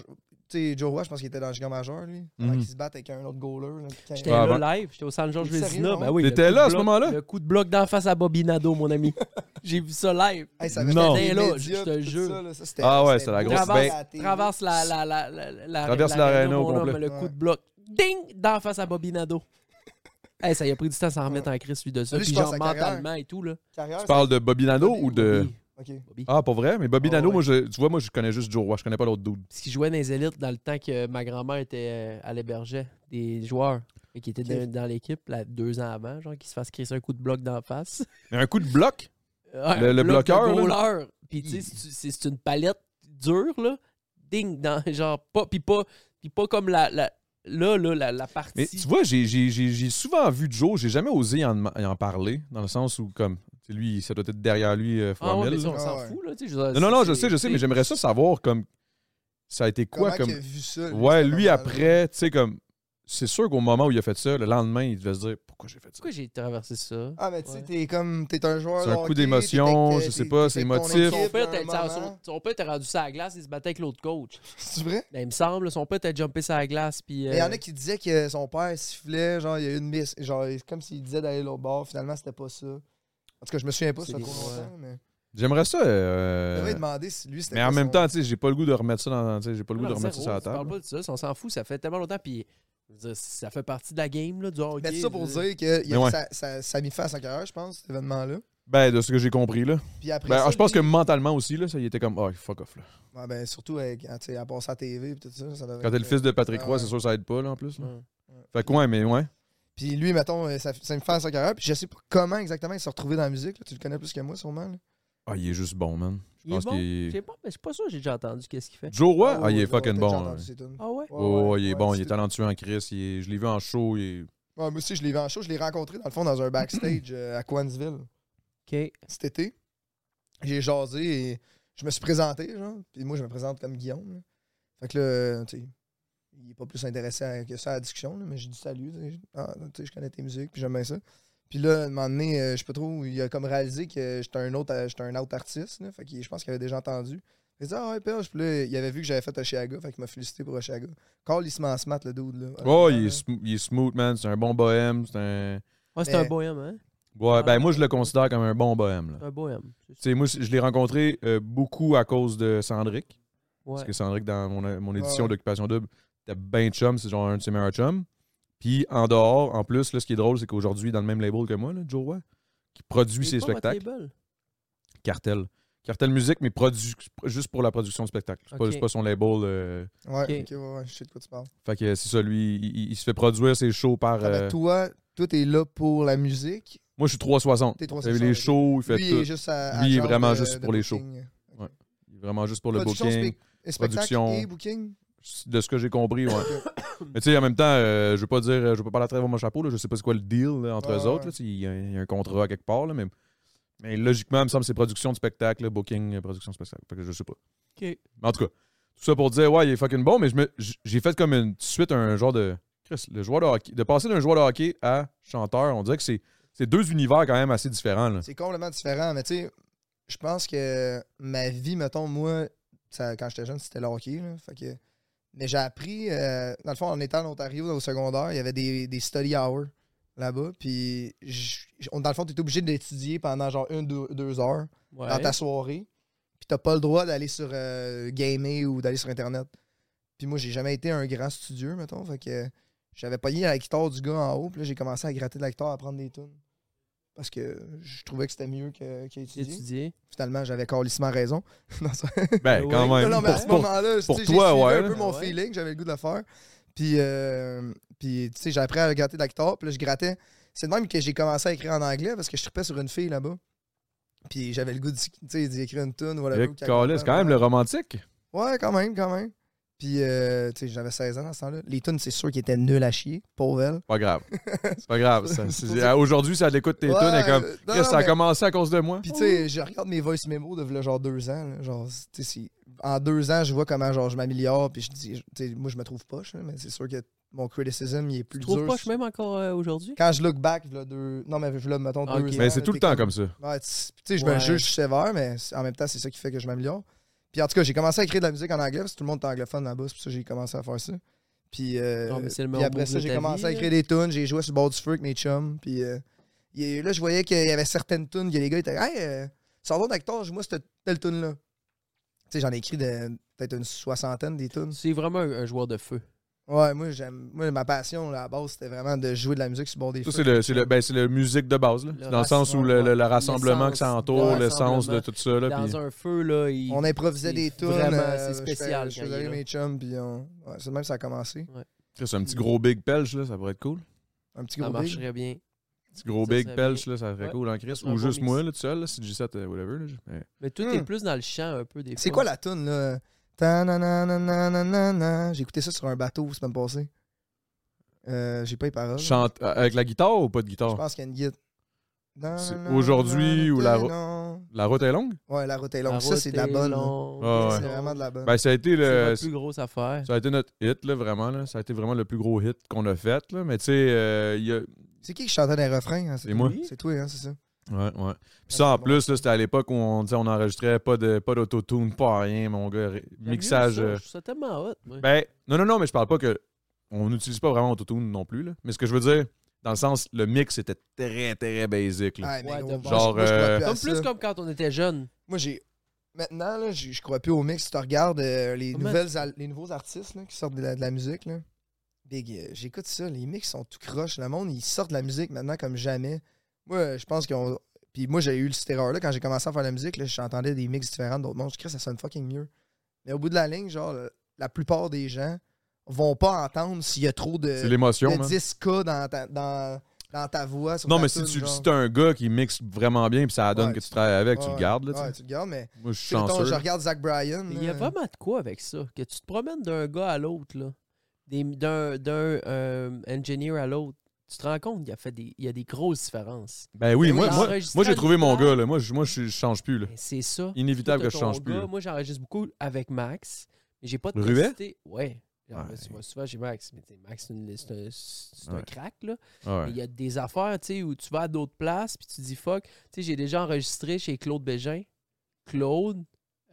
C: Tu sais, Joe Roy, je pense qu'il était dans le gigant majeur, lui. Avant
B: Mhm.
C: qu'il se batte avec un autre goaler. là, quand-
D: J'étais
B: Ah,
D: là live, j'étais au San Georges
C: Sérieux, hein?
D: Vézina.
C: non?
D: Ben oui,
B: T'étais
D: le coup
B: là,
D: de
B: à ce
D: bloc-
B: moment-là?
D: Le coup de bloc d'en face à Bobinado, mon
C: <laughs>
D: ami. J'ai vu ça live.
C: Hey, ça avait
B: ben, Non.
C: fait des
D: J'étais là,
C: médias,
D: je te
C: puis tout
D: jure.
C: ça, là, ça, c'était-
B: Ah ouais,
C: c'était
B: c'est la
C: beau.
B: grosse
D: Traverse,
C: à télé.
D: traverse la, la, la, la, la-
B: Traverse
D: la-
B: l'aréna au
D: mon homme,
B: complet.
D: Le coup de bloc, ding, d'en face à Bobinado. hey, ça y a pris du temps à s'en remettre en crise, lui, de ça.
C: Lui,
D: Puis
C: je pense
D: genre
C: à carrière.
D: mentalement et tout, là.
C: Carrière,
B: Tu parles de Bobby Nano ou de.
D: Bobby,
C: Ok.
D: Bobby.
B: Ah, pas vrai? Mais Bobby
D: Ah,
B: Nano,
D: ouais.
B: moi, je, tu vois, moi, je connais juste Joe Roy, je connais pas l'autre dude.
D: Parce qu'il jouait dans les élites dans le temps que ma grand-mère était euh, à l'hébergeait des joueurs et qui étaient
C: Ok.
D: dans, dans l'équipe là, deux ans avant, genre, qui se fasse crisser un coup de bloc d'en face. <laughs>
B: Mais un coup de bloc?
D: Ouais,
B: Le-
D: un
B: le
D: bloc de
B: bloqueur, là.
D: goaler. Puis tu sais, c'est- c'est <laughs> c'est une palette dure, là. Ding, dans, genre, pas, puis pas, puis pas comme la, la- là, là, la, la partie.
B: Mais tu vois, j'ai- j'ai j'ai- j'ai souvent vu Joe, j'ai jamais osé en, y en parler, dans le sens où, comme, tu sais, lui, ça doit être derrière lui, euh, fois
D: ah, ouais,
B: mille,
D: mais ça,
B: là.
D: on s'en
C: Ah ouais.
D: fout, là. tu sais, je veux dire,
B: Non, non, non,
D: c'est-
B: je sais, je sais,
D: c'est-
B: mais j'aimerais ça savoir, comme, ça a été quoi,
C: Comment
B: comme.
C: qu'il a vu ça?
B: Ouais,
C: ce
B: lui,
C: moment-là?
B: après, tu sais, comme, c'est sûr qu'au moment où il a fait ça, le lendemain, il devait se dire, pourquoi j'ai fait ça?
D: Pourquoi j'ai traversé ça?
C: Ah, mais tu sais,
D: Ouais.
C: t'es comme. T'es un joueur.
B: C'est un
C: de
B: coup
C: hockey,
B: d'émotion,
C: t'es avec-
B: je sais
C: t'es-
B: pas,
C: t'es
B: c'est
C: avec ton
B: émotif.
C: équipe <laughs>
D: Son père,
C: à un
D: t'as- t'as-
C: moment.
D: son, son père était rendu sur la glace, il se battait avec l'autre coach.
C: C'est vrai?
D: Ben, il me semble, son père était jumpé sur la glace. Puis,
C: Mais il y en
D: euh,
C: a qui disaient que son père sifflait, genre, il y a eu une miss. Genre, c'est comme s'il disait d'aller l'autre bord. Finalement, c'était pas ça. En tout cas, je me souviens pas,
D: C'est
C: ça fait
D: des-
C: trop longtemps. Mais...
B: J'aimerais ça. euh,
C: J'avais demandé si lui, c'était.
B: mais en
C: quoi
B: même
C: son-
B: temps, tu sais, j'ai pas le goût de remettre ça dans. tu sais, J'ai pas le
D: non,
B: goût de
D: non,
B: remettre ça
D: zéro,
B: sur la
D: tu parles
B: table.
D: pas de ça, on s'en fout, ça fait tellement longtemps. Puis, je veux dire, ça fait partie de la game, là, du hockey.
C: Mais Ben, c'est ça pour
D: je veux
C: dire que il y
B: Mais
C: a-
B: ouais.
C: ça, ça, ça a mis fin à son carrière, je pense, cet événement-là.
B: Ben, de ce que j'ai compris, là.
C: Puis après.
B: Ben,
C: ça,
B: ah, je pense que
C: lui-
B: mentalement aussi, là, ça, il était comme, oh, fuck off, là.
C: Ouais, ben, surtout, avec, quand, tu sais, à passer à la TV et tout ça. ça devait
B: Quand t'es le
C: être-
B: fils de Patrick Roy,
C: Ouais.
B: c'est sûr, ça aide pas, là, en plus. là.
D: Ouais.
B: Fait que, ouais, mais ouais.
C: Puis lui, mettons, euh, ça, ça me fait à sa carrière. Puis je sais pas comment exactement il s'est retrouvé dans la musique. là. Tu le connais plus que moi, sûrement. là.
B: Ah, il est juste bon, man. Je
D: Il est
B: pense
D: bon? Je
B: qu'il
D: sais
B: est.
D: pas, mais je suis pas sûr que j'ai déjà entendu qu'est-ce qu'il fait.
B: Joe Roy,
C: Ah,
B: ah, il
C: oui,
B: est
C: oui,
B: fucking
C: t'as déjà
B: bon.
C: entendu
B: ouais.
C: ces tunes.
D: Ah ouais?
C: Ouais,
B: Oh,
C: ouais,
B: il est
C: ouais,
B: bon,
C: c'est
B: il est
C: tout.
B: talentueux en Chris. il est- Je l'ai vu en show. il est-
C: Ouais, moi aussi, je l'ai vu en show. Je l'ai rencontré, dans le fond, dans un backstage euh, à Quansville
D: Ok.
C: cet été. J'ai jasé et je me suis présenté, genre. Puis moi, je me présente comme Guillaume. là. Fait que là, tu sais, il est pas plus intéressé à- que ça à la discussion, là, mais j'ai dit salut. tu sais. Ah, tu sais, je connais tes musiques, puis j'aime bien ça. Puis là, à un moment donné, euh, je sais pas trop, il a comme réalisé que j'étais un autre, euh, j'étais un autre artiste, là. Fait que je pense qu'il avait déjà entendu. Il a dit Ah ouais, Perge, puis là, il avait vu que j'avais fait Oshiaga, fait qu'il m'a félicité pour Oshiaga. Call il se met en smart, le dude, là.
B: Oh, il est, sm- il est smooth, man. C'est un bon bohème. C'est un.
D: Ouais, c'est
C: Mais-
D: un bohème, hein?
B: Ouais, ben, moi, je le considère comme un bon bohème, là.
D: C'est un bohème. c'est sûr.
B: Tu sais, moi, je l'ai rencontré euh, beaucoup à cause de Sandrick.
D: Ouais.
B: Parce que Sandrick, dans mon, mon édition
C: Ouais.
B: d'Occupation Double, t'as ben chum, c'est genre un de ses meilleurs chums. Puis en dehors, en plus, là, ce qui est drôle, c'est qu'aujourd'hui, dans le même label que moi, là, Joe Roy, qui produit ses
D: C'est pas votre
B: spectacles,
D: label?
B: Cartel. Cartel Musique, mais produit, juste pour la production de spectacle. C'est pas,
D: Ok.
B: c'est pas son label. euh,
C: Ouais,
D: Ok.
C: ok, ouais, ouais, je sais de quoi tu parles.
B: fait que c'est ça, lui, il, il- il se fait produire ses shows par.
C: Ah ben,
B: euh,
C: toi, toi, t'es là pour la musique.
B: Moi, je suis 360.
C: T'es
B: T'as vu
C: 360,
B: les
C: ok.
B: shows, il fait
C: Lui, il
B: tout.
C: est juste à- à
B: Lui, il est
C: genre
B: vraiment
C: de-
B: juste
C: de
B: pour les
C: booking.
B: Il est Vraiment juste pour le
C: Production,
B: booking.
C: spec- spectacle
B: production.
C: et booking.
B: De ce que j'ai compris, ouais.
C: <coughs>
B: Mais tu sais, en même temps, euh, je veux pas dire, euh, je veux pas parler à travers mon chapeau, là, je sais pas c'est quoi le deal là, entre
C: Ouais,
B: eux
C: ouais.
B: autres. là, tu sais, Il y, a- il y a un contrat à quelque part, là, mais, mais logiquement, il me semble que c'est production de spectacle, là, booking, euh, production de spectacle. Fait que je sais pas.
D: Ok.
B: Mais en tout cas, tout ça pour dire, ouais, il est fucking bon, mais je me- j- j'ai fait comme une tout de suite un genre de. Chris, le joueur de hockey. De passer d'un joueur de hockey à chanteur, on dirait que c'est c'est deux univers quand même assez différents.
C: <laughs>
B: là.
C: C'est complètement différent, mais tu sais, je pense que ma vie, mettons, moi, ça- quand j'étais jeune, c'était le hockey. là, fait que- mais j'ai appris, euh, dans le fond, en étant en Ontario, au secondaire, il y avait des, des study hours là-bas. Puis, j- j- on- dans le fond, tu étais obligé d'étudier pendant genre une, deux, deux heures
D: Ouais.
C: dans ta soirée. Puis, t'as pas le droit d'aller sur euh, gamer ou d'aller sur Internet. Puis, moi, j'ai jamais été un grand studieux, mettons. Fait que j'avais pogné la guitare du gars en haut. Puis là, j'ai commencé à gratter de la guitare, à prendre des tunes. Parce que je trouvais que c'était mieux que- qu'à
D: J'ai
C: étudier.
D: étudié.
C: Finalement, j'avais carlissement raison. <laughs> Non, ça-
B: Ben,
D: Ouais.
B: quand même.
C: non, non, mais à
B: Pour-
C: ce
B: pour-
C: moment-là, tu sais,
B: pour
C: j'ai
B: toi,
C: suivi
B: ouais.
C: un peu mon
D: Ouais.
C: feeling, j'avais le goût de le faire. Puis, euh, puis tu sais, j'ai appris à gratter de la guitare, puis là, je grattais. C'est de même que j'ai commencé à écrire en anglais parce que je trippais sur une fille là-bas. Puis j'avais le goût d'y- tu sais, d'y écrire une tune. Voilà,
B: Rick Carles, Eh, c'est quand même le romantique.
C: Ouais, quand même, quand même. Puis, euh, tu sais, j'avais 16 ans à ce temps-là. Les tunes, c'est sûr qu'ils étaient nuls à chier, pauvre elle.
B: Pas
D: <laughs>
B: grave. C'est pas grave. ça.
C: C'est
B: C'est-
C: pour ça-
B: Aujourd'hui, ça l'écoute tes
C: Ouais,
B: tunes, elle est comme.
C: euh, non,
B: Chris, ça a
C: mais-
B: commencé à cause de moi.
C: Puis tu sais, je regarde mes voice memos de v'là genre deux ans. là, genre, tu sais, si- en deux ans, je vois comment genre je m'améliore. Puis je dis, je- tu sais, moi je me trouve poche, là, mais c'est sûr que mon criticism il est plus
D: Tu
C: dur.
D: trouves pas, je suis même encore euh, aujourd'hui?
C: Quand je look back, v'là deux, non mais v'là, mettons
D: Ah, ok.
C: deux ans.
B: Mais Ben, c'est tout le temps comme ça.
C: ça. Ouais, tu tu sais, je me
D: Ouais.
C: juge sévère, mais c- en même temps, c'est ça qui fait que je m'améliore. Puis en tout cas, j'ai commencé à écrire de la musique en anglais parce que tout le monde est anglophone là-bas, c'est pour ça que j'ai commencé à faire ça. Puis, euh,
D: Non, mais c'est le
C: puis
D: meilleur
C: après
D: move
C: ça,
D: de
C: j'ai
D: ta
C: commencé
D: vie,
C: à
D: là.
C: écrire des tunes, j'ai joué sur le bord du feu avec mes chums. Puis euh, et là, je voyais qu'il y avait certaines tunes que les gars étaient Hey, euh, sors donc d'acteur, joue-moi cette telle tune-là. Tu sais, j'en ai écrit de- peut-être une soixantaine des tunes.
D: C'est vraiment un, un joueur de feu.
C: Ouais, moi, j'aime. Moi, ma passion, là, à la base, c'était vraiment de jouer de la musique sur le bord des
B: Ça,
C: feux.
B: c'est le, c'est le- ben, c'est le musique de base, là.
D: Le
B: C'est dans le sens où le, le- le rassemblement
D: le
B: que ça
D: sens
B: entoure,
D: du
B: le sens de
D: rassemblement.
B: tout ça. Là,
D: Dans
B: puis-
D: un feu, là, il...
C: On improvisait
D: c'est
C: des tunes.
D: vraiment-
C: euh,
D: c'est spécial
C: Je
D: quand il est
C: faisais
D: là.
C: mes chums, puis on... ouais, c'est de même que ça a commencé.
B: Chris, un petit gros big pelch, là, ça pourrait être cool.
C: Un petit
D: ça
C: groupe.
D: marcherait bien.
B: Petit gros
D: Ça
B: big
D: serait
B: pelch, là, ça serait
D: Ouais.
B: cool en Chris.
D: serait un
B: Ou
D: bon
B: juste
D: mix.
B: moi, là, tout seul, là, CG7, euh, whatever. là, je- mais-
D: Mais tout
C: Hmm.
D: est plus dans le champ un peu des
C: C'est
D: fois.
C: quoi la tune là? Ta-na-na-na-na-na-na-na. J'ai écouté ça sur un bateau la semaine passée. Euh, j'ai pas les paroles.
B: Chante euh, avec la guitare ou pas de
C: Je
B: guitare?
C: pense qu'il y a une guide. Non,
B: C'est
C: non, non,
B: aujourd'hui
C: non,
B: ou la
C: non,
B: ro-
C: non.
B: La route est longue?
C: Ouais, la route est
D: La
C: longue. Ça,
D: route
C: c'est de la
D: est
C: bonne. là.
D: longue.
B: Ah,
C: C'est
B: ouais.
C: vraiment de la bonne.
B: Ben, ça a été
D: C'est
B: le.
D: la plus grosse affaire.
B: Ça a été notre hit, là, vraiment. Là. Ça a été vraiment le plus gros hit qu'on a fait. Là. Mais tu sais, euh, il y a...
C: C'est qui qui chantait les refrains? hein?
B: C'est moi.
C: C'est toi, hein, c'est ça.
B: Ouais, ouais. Puis ça, en
C: c'est bon.
B: plus, là, c'était à l'époque où on disait on n'enregistrait pas de pas d'autotune, pas rien, mon gars. Ré-
D: J'aime mieux
B: Mixage.
D: ça,
B: euh,
D: Je trouve ça tellement hot. moi.
B: Ben, non, non, non, mais je parle pas que. On n'utilise pas vraiment autotune non plus, là. Mais ce que je veux dire, dans le sens, le mix était très, très basic, là.
C: Ah, mais
D: Ouais,
C: gros,
D: de
C: moi, je-
B: genre,
C: moi, je crois
B: euh,
C: plus à
D: comme
C: Ben, ça.
D: plus comme quand on était jeune.
C: Moi, j'ai. Maintenant, là, je je crois plus au mix. Si tu regardes euh, les,
D: Comment-
C: nouvelles al- les nouveaux artistes là, qui sortent de la, de la musique, là. Big, euh, j'écoute ça. Les mix sont tout croche. Le monde, ils sortent de la musique maintenant comme jamais. Moi, euh, je pense qu'on. Puis moi, j'ai eu cette erreur-là. Quand j'ai commencé à faire la musique, là, j'entendais des mix différents d'autres mondes. Je crée ça sonne fucking mieux. Mais au bout de la ligne, genre, le- la plupart des gens vont pas entendre s'il y a trop de,
B: C'est l'émotion,
C: de
B: man.
C: 10K dans ta, dans, dans ta voix. sur
B: Non,
C: ta
B: mais si
C: tune,
B: tu
C: genre.
B: si t'as un gars qui mixe vraiment bien, puis ça donne
C: Ouais,
B: que tu
C: tu-
B: travailles avec, tu le
C: Ouais,
B: gardes, là, tu sais.
C: ouais, tu le gardes, mais.
B: Moi, je suis
C: Tu sais, mettons,
B: chanceux.
C: je regarde Zach Bryan.
D: Mais Il y a
C: euh,
D: vraiment de quoi avec ça? Que tu te promènes d'un gars à l'autre, là. Des- D'un d'un, euh, engineer à l'autre. Tu te rends compte qu'il y a fait des, il y a des grosses différences.
B: Ben oui,
D: Mais
B: moi,
D: oui,
B: moi,
D: l'enregistrement
B: moi, j'ai trouvé mon
D: du plan.
B: gars, là. Moi, je, moi, je je change plus, là.
D: Ben, C'est ça.
B: Inévitable
D: Toi,
B: que
D: t'as
B: je
D: ton
B: change plus,
D: gars.
B: là.
D: Moi, j'enregistre beaucoup avec Max, mais j'ai pas de
B: Ruet?
D: capacité. Ouais. Genre,
B: Ouais.
D: Tu vois, souvent j'ai Max, mais t'sais, Max, c'est une- c'est un, c'est un
B: Ouais.
D: crack, là.
B: Ah
D: Mais
B: ouais.
D: Il y a des affaires, tu sais, où tu vas à d'autres places, puis tu dis fuck. Tu sais, j'ai déjà enregistré chez Claude Bégin. Claude,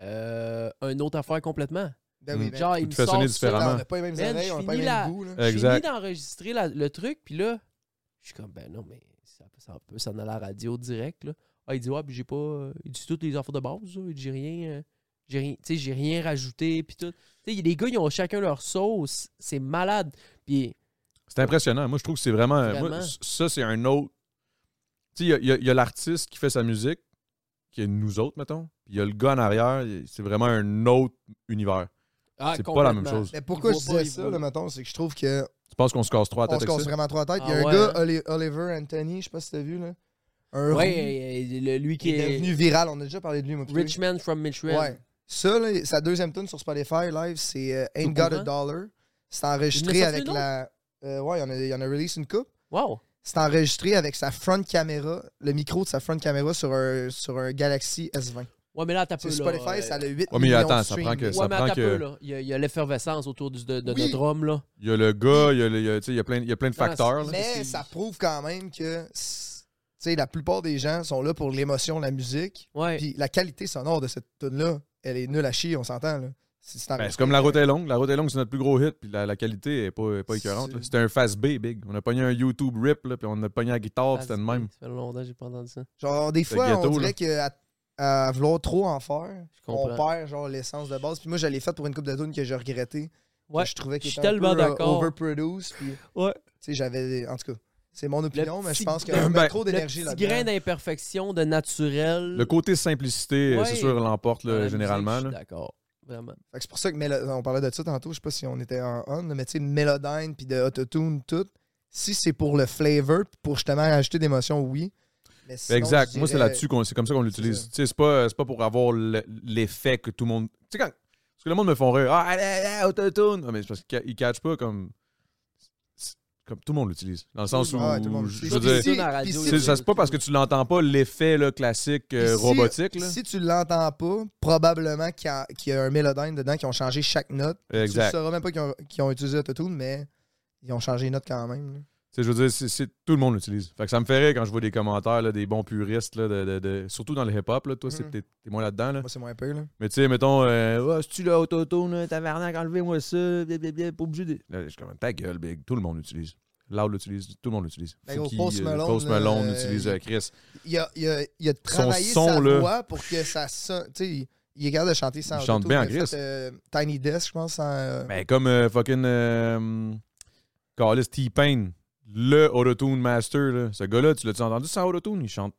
D: euh, une autre affaire complètement.
C: Ben oui,
B: Mm.
C: ben,
D: Genre, il Euh,
B: Tout
D: me
B: te fait
D: sort
B: sonner
D: tout
C: putain,
D: ça
B: différemment.
C: On n'a pas les mêmes
D: Man,
C: oreilles, on n'a
D: Ben, je
C: pas les
D: finis
C: mêmes
D: la-
C: goûts. là.
D: J'ai
B: Exact.
D: fini d'enregistrer la- le truc, puis là, je suis comme, ben non, mais ça, peut- ça peut s'en aller à la radio direct, là. Ah, il dit, ouais, puis j'ai pas. euh, Il dit toutes les affaires de base, là. Il dit, j'ai rien. euh, j'ai rien, tu sais, j'ai rien rajouté, puis tout. Tu sais, les gars, ils ont chacun leur sauce. C'est malade. Puis,
B: C'est impressionnant. Moi, je trouve que c'est vraiment. moi,
D: Vraiment.
B: c- ça, c'est un autre. Tu sais, il y a- il y a, il y a l'artiste qui fait sa musique, qui est nous autres, mettons. Puis il y a le gars en arrière, il- c'est vraiment un autre univers.
D: ah,
B: C'est pas la même
D: complètement.
B: chose.
C: Mais pourquoi
D: Il
C: je
D: voit pas,
C: disais
D: il
C: ça,
D: voit.
C: là, mettons, c'est que je trouve que
B: Tu penses qu'on se casse trois
C: on
B: têtes
C: se
B: avec
C: casse
B: Ah, ça?
C: vraiment trop la tête. Il y a
D: Ah
C: un
D: ouais,
C: gars,
D: hein?
C: Oli- Oliver Anthony, je sais pas si t'as vu, là. Un roux
D: Ouais, euh, le- lui
C: qui
D: qui
C: est devenu
D: est.
C: viral. On a déjà parlé de lui, moi. puis
D: Rich Man from
C: toi.
D: Michigan.
C: Ouais. Ça, là, sa deuxième tune sur Spotify live, c'est euh, Ain't
D: Tout
C: Got a
D: courant?
C: Dollar. C'est
D: hein? Il en a
C: enregistré
D: sorti
C: avec
D: une
C: la. euh, ouais, il y en a- il y en a release une coupe.
D: Wow.
C: C'est enregistré avec sa front caméra, le micro de sa front caméra sur un, sur un Galaxy S20.
D: Ouais, mais là, t'as peu.
C: Sur
D: là,
C: Spotify,
D: euh,
C: ça a le 8
B: Ouais, mais
C: millions
B: attends, ça
C: de streams.
B: prend que-
D: Ouais, mais
B: prend
D: attends
B: que-
D: peu, là. Il y a- il y a l'effervescence autour du- de, de
C: Oui.
D: notre homme, là.
B: Il y a le gars, il y a, le- il y a- tu sais, il y a plein, il y a plein de
D: Non,
B: facteurs. là.
D: Parce que-
C: Mais ça prouve quand même que c'est- tu sais, la plupart des gens sont là pour l'émotion, la musique.
D: Ouais.
C: Puis la qualité sonore de cette tune là elle est nulle à chier, on s'entend. là. C'est c'est
B: Ben,
C: enregistré
B: c'est comme la route
C: avec-
B: est longue. La route est longue, c'est notre plus gros hit. Puis la, la qualité est pas, est pas écœurante. là.
C: C'est-
B: C'était un fast B, big. On a pogné un YouTube rip, là, puis on a pogné la guitare, puis Oh, c'était le même.
D: Ça fait longtemps que j'ai pas entendu ça.
C: Genre, des fois,
B: ghetto,
C: on
B: là.
C: dirait qu'à à vouloir trop en faire,
D: Je comprends.
C: on perd genre l'essence de base. Puis moi, je l'ai faite pour une coupe de tunes que j'ai regretté.
D: Ouais,
C: que je trouvais
D: je
C: qu'elle
D: suis
C: était un
D: tellement
C: peu, euh,
D: d'accord.
C: overproduced. Puis, tu
D: Ouais.
C: sais, j'avais. En tout cas, c'est mon opinion, mais je
D: petit- <coughs>
C: pense qu'on
B: Ben,
C: met trop
D: Le
C: d'énergie
D: petit grain
C: là-dedans.
D: d'imperfection, de naturel.
B: Le côté simplicité, euh,
D: Ouais.
B: c'est sûr, l'emporte là,
D: Dans la musique,
B: généralement.
D: je suis
B: là.
D: D'accord. Vraiment.
C: Fait que C'est pour ça que Mélo- on parlait de ça tantôt, je sais pas si on était en on, mais tu sais, Melodyne puis de Autotune, tout. Si c'est pour le flavor, puis pour justement ajouter d'émotion, oui. Mais sinon,
B: exact.
C: je
B: Moi, c'est
C: dirais-
B: là-dessus qu'on, c'est comme ça qu'on l'utilise.
C: ça.
B: Tu sais, c'est pas, c'est pas pour avoir le- l'effet que tout le monde. Tu sais, quand. Parce que le monde me font rire. Ah, allez, allez, autotune. Ah, mais c'est parce qu'ils catchent pas comme. c'est- Comme tout le monde l'utilise. Dans le sens où.
C: Ah, Ouais, tout le monde
B: je
C: l'utilise.
B: veux
C: Puis
B: dire, euh,
C: si-
D: Autotune à la
C: puis
D: radio,
C: si-
B: c'est, ça, c'est pas parce que tu l'entends pas l'effet là, classique euh,
C: puis si-
B: robotique. Là.
C: Si tu l'entends pas, probablement qu'il y a- qu'il y, a un Melodyne dedans qui ont changé chaque note.
B: exact.
C: Tu ne sauras même pas qu'ils ont, qu'ils ont utilisé Autotune, mais ils ont changé les notes quand même. là.
B: Tu sais, je veux dire, c'est, c'est- tout le monde l'utilise. Fait que ça me fait rire quand je vois des commentaires là, des bons puristes, là, de, de- de- surtout dans le hip-hop. Là. Toi, c'est,
C: Mhm.
B: t'es, t'es moins là-dedans. Là.
C: Moi, c'est moins peu. Là.
B: Mais tu sais, mettons, euh, Ah, c'est-tu le autotone, tavernac, enlevez-moi ça, blablabla, pas obligé de. Là, je suis comme, ta gueule, big, tout le monde l'utilise. Loud l'utilise, tout le monde l'utilise.
C: Ben, gros,
B: Fouki,
C: Post
B: euh,
C: Malone,
B: Post Malone
C: euh,
B: utilise euh, Chris.
C: Il a, il a, il a travaillé
B: son,
C: sa
B: là.
C: voix pour que ça sonne. Tu sais, il- il est capable de chanter sans
B: Il chante
C: autotune,
B: bien,
C: il a
B: Chris.
C: fait, euh, Tiny Desk, je pense, sans. euh,
B: Ben, comme euh, fucking. Euh, Carlis T-Pain, le autotune master, là. Ce gars-là, tu l'as-tu entendu sans autotune? Il chante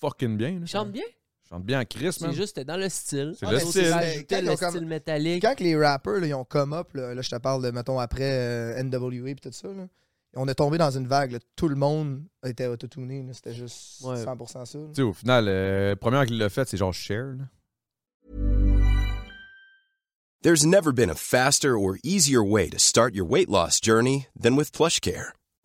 B: fucking bien. là.
D: Il chante bien.
B: Il chante bien en Chris,
D: C'est
B: man.
D: juste, c'était dans le style.
B: C'est
D: Ah,
B: le
D: mais
B: style.
D: Ils rajoutaient
C: Quand ils
D: le
C: ont comme-
D: style métallique.
C: Quand que les rappers là, ils ont come up, là, là, je te parle de, mettons, après euh, NWA et tout ça, là, on est tombé dans une vague. là, tout le monde était autotuné. là, C'était juste
D: Ouais.
C: 100% ça. là.
B: Tu sais, au final, euh, première qu'il l'a fait, c'est genre Cher, là.
E: There's never been a faster or easier way to start your weight loss journey than with PlushCare.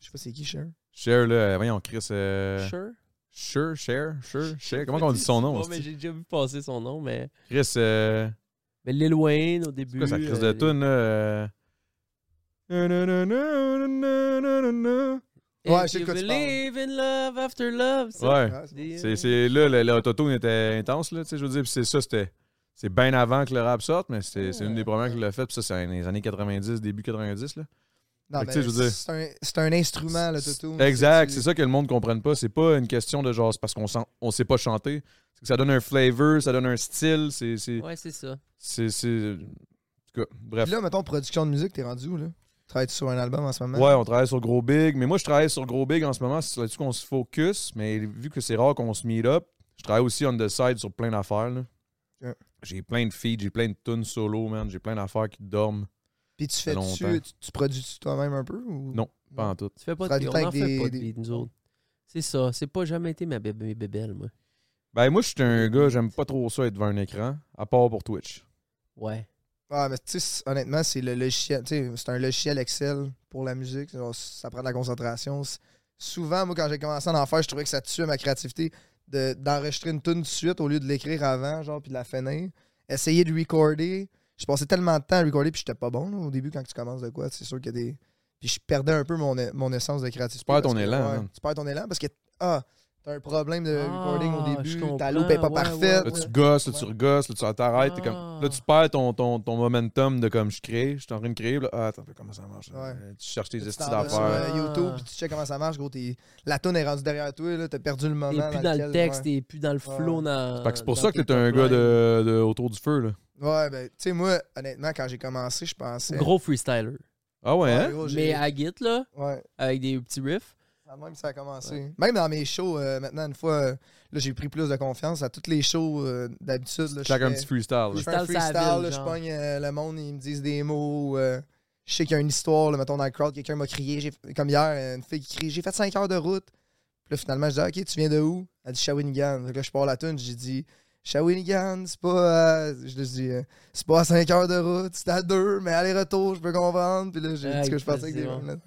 C: Je sais pas c'est qui, Cher.
B: Cher, là, voyons, Chris. Euh...
D: Sure.
B: Sure, Cher, Sure, Cher. Comment on dit son nom?
D: Bon, mais
B: hostie?
D: j'ai déjà vu passer son nom, mais.
B: Chris. Euh...
D: Mais Lil Wayne au
B: C'est
D: début.
B: quoi sa crise
D: euh,
B: de toune, là? euh? Nananananananana.
D: If
C: Ouais, je sais de quoi
D: you
C: tu parles.
D: believe in love after love. ça.
B: Ouais.
C: Ah, c'est bon.
D: Des-
B: C'est, c'est là, le- l'autotune était intense, là, tu sais, je veux dire, puis c'est ça, c'était... C'est bien avant que le rap sorte, mais c'est, c'est une des premières qu'il l'a fait, puis ça, c'est dans les années 90, début 90, là.
C: Non,
B: Fait que, tu sais,
C: mais
B: je veux dire-
C: c'est un, c'est un instrument, le toto.
B: Exact,
C: Tu-
B: c'est ça que le monde ne comprenne pas. C'est pas une question de genre, c'est parce qu'on sent, on sait pas chanter. C'est que ça donne un flavor, ça donne un style, c'est... c'est,
D: Ouais, c'est ça.
B: c'est, c'est- En tout cas, bref.
C: Puis là, mettons, production de musique, t'es rendu où, là? Travailles-tu sur un album en ce moment?
B: Ouais, on travaille sur Gros Big. Mais moi, je travaille sur Gros Big en ce moment. C'est là-dessus qu'on se focus. Mais vu que c'est rare qu'on se meet up, je travaille aussi on the side sur plein d'affaires. là.
C: Ok.
B: J'ai plein de feeds, j'ai plein de tunes solo, man. J'ai plein d'affaires qui dorment.
C: Puis tu
B: Ça fait
C: fais-tu,
B: longtemps.
C: tu, tu produis-tu toi-même un peu? Ou...
B: Non, pas en tout.
D: Tu fais pas
C: Ça
D: de beat,
C: détecte
D: on en fait
C: des-
D: pas de
C: des-
D: beat, nous autres. C'est ça, c'est pas jamais été ma bébé, mes bébelles, moi.
B: Ben, moi, je suis un gars, j'aime pas trop ça être devant un écran, à part pour Twitch.
D: Ouais.
C: Ah, mais tu sais, c'est- honnêtement, c'est le logiciel. tu sais, C'est un logiciel Excel pour la musique. C'est genre, ça prend de la concentration. C'est- Souvent, moi, quand j'ai commencé à en faire, je trouvais que ça tuait ma créativité de- d'enregistrer une tune de suite au lieu de l'écrire avant, genre, puis de la finir. Essayer de recorder. Je passais tellement de temps à recorder, puis j'étais pas bon là, au début quand tu commences de quoi. C'est sûr qu'il y a des. Puis je perdais un peu mon, mon essence de
B: Tu
C: créativité.
B: perds ton
C: parce que,
B: élan, hein.
C: ouais,
B: man.
C: Tu perds ton élan parce que. Ah, t'as un problème de
D: Ah,
C: recording
D: je
C: au début.
D: comprends,
C: Ta loupe est pas
D: ouais,
B: Là,
C: parfaite.
D: ouais,
B: tu gosses, là, tu regosses, là, tu t'arrêtes. t'es comme...
D: Ah.
B: Là, tu perds ton, ton, ton momentum de comme je crée, je suis en train de créer. puis là, ah, attends, un peu, comment ça marche? là?
C: Ouais.
B: Tu cherches tes
C: Tu
B: estis
C: t'en vas
B: d'affaires.
C: sur euh, YouTube,
D: Ah.
C: puis tu sais comment ça marche, gros. t'es- La toune est rendue derrière toi, là, t'as perdu le moment.
D: T'es plus dans le
C: lequel-
D: texte,
C: Ouais,
D: t'es plus dans le flow. Dans,
B: Fait que c'est pour
D: dans
B: ça que
D: tes
B: t'es un
D: top
B: gars
D: lines.
B: de, de autour du feu, là.
C: Ouais, ben, tu sais, moi, honnêtement, quand j'ai commencé, je pensais.
D: Gros freestyler.
B: Ah ouais,
C: Ouais,
B: hein?
C: gros, j'ai-
D: Mais à Git, là,
C: Ouais,
D: avec des petits riffs.
C: quand même, ça a commencé. Même dans mes shows, euh, maintenant, une fois, euh, là, j'ai pris plus de confiance. À toutes les shows, euh, d'habitude, là, je
B: Claque un
C: fais-
B: petit freestyle.
C: je
B: là.
C: fais un
D: Freestyle, ça
C: freestyle,
D: la ville,
C: là, je
D: genre.
C: pogne euh, le monde, ils me disent des mots. euh, je sais qu'il y a une histoire, là, mettons, dans le crowd, quelqu'un m'a crié, j'ai- comme hier, une fille qui crie J'ai fait 5 heures de route. Puis là, finalement, je dis Ok, tu viens de où Elle dit Shawinigan. Donc là, je pars la tune, j'ai dit Shawinigan, c'est pas. à- Je lui dis euh, C'est pas à 5 heures de route, c'est à 2, mais aller-retour, je peux comprendre. Puis là, j'ai
D: Ah,
C: dit que
D: il
C: je partais avec
D: faisait,
C: des
D: ouais.
C: vannes.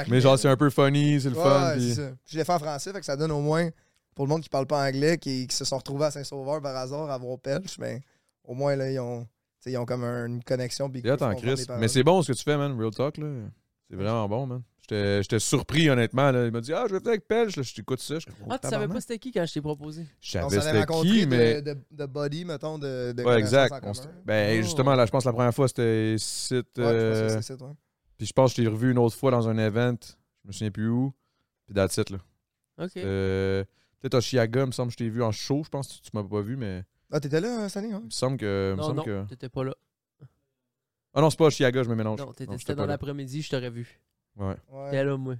B: Mais
C: arrivait,
B: genre,
C: là.
B: c'est un peu funny, c'est le
C: Ouais,
B: fun.
C: ouais,
B: puis-
C: c'est ça. Je l'ai fait en français, fait que ça donne au moins, pour le monde qui parle pas anglais, qui, qui se sont retrouvés à Saint-Sauveur par hasard à Vaux-Pelche, mais au moins, là, ils ont, tu sais, ils ont comme un- une connexion. puis ils
B: Et là,
C: peuvent
B: t'en
C: comprendre les
B: Chris.
C: paroles.
B: Mais c'est bon ce que tu fais, man. Real talk, là. C'est vraiment bon, man. J'étais j'étais surpris, honnêtement. Là. Il m'a dit, ah, je vais faire avec Pelch. là. Je t'écoute ça. Je suis comme, oh,
D: Ah, tu savais
B: tabarnak.
D: pas c'était qui quand je t'ai proposé?
B: Je
C: On
B: savais
C: s'avait
B: c'était
C: rencontré
B: qui,
C: de,
B: mais.
C: de, de body, mettons, de, de
B: Ouais,
C: connaissances
B: exact.
C: en
B: On
C: commun.
B: s'était- ben,
D: Oh.
B: justement, là, je pense que la première fois, c'était ici.
C: Ouais, je pense
B: euh,
C: que c'est ça, toi.
B: Puis je pense que je t'ai revu une autre fois dans un event. Je me souviens plus où. Puis that's it, là.
D: Ok.
B: Euh, Peut-être à Chiaga, il me semble que je t'ai vu en show. Je pense que tu- tu m'as pas vu, mais
C: Ah, t'étais là euh, cette année, hein?
B: il me semble que. il me
D: non,
B: semble
D: non,
B: que...
D: t'étais pas là.
B: Ah non, c'est pas à Chiaga, je me mélange.
D: Non, t'étais
B: j'étais
D: c'était dans
B: pas là.
D: l'après-midi, je t'aurais vu.
B: Ouais.
D: T'étais
C: Ouais.
D: là, moi.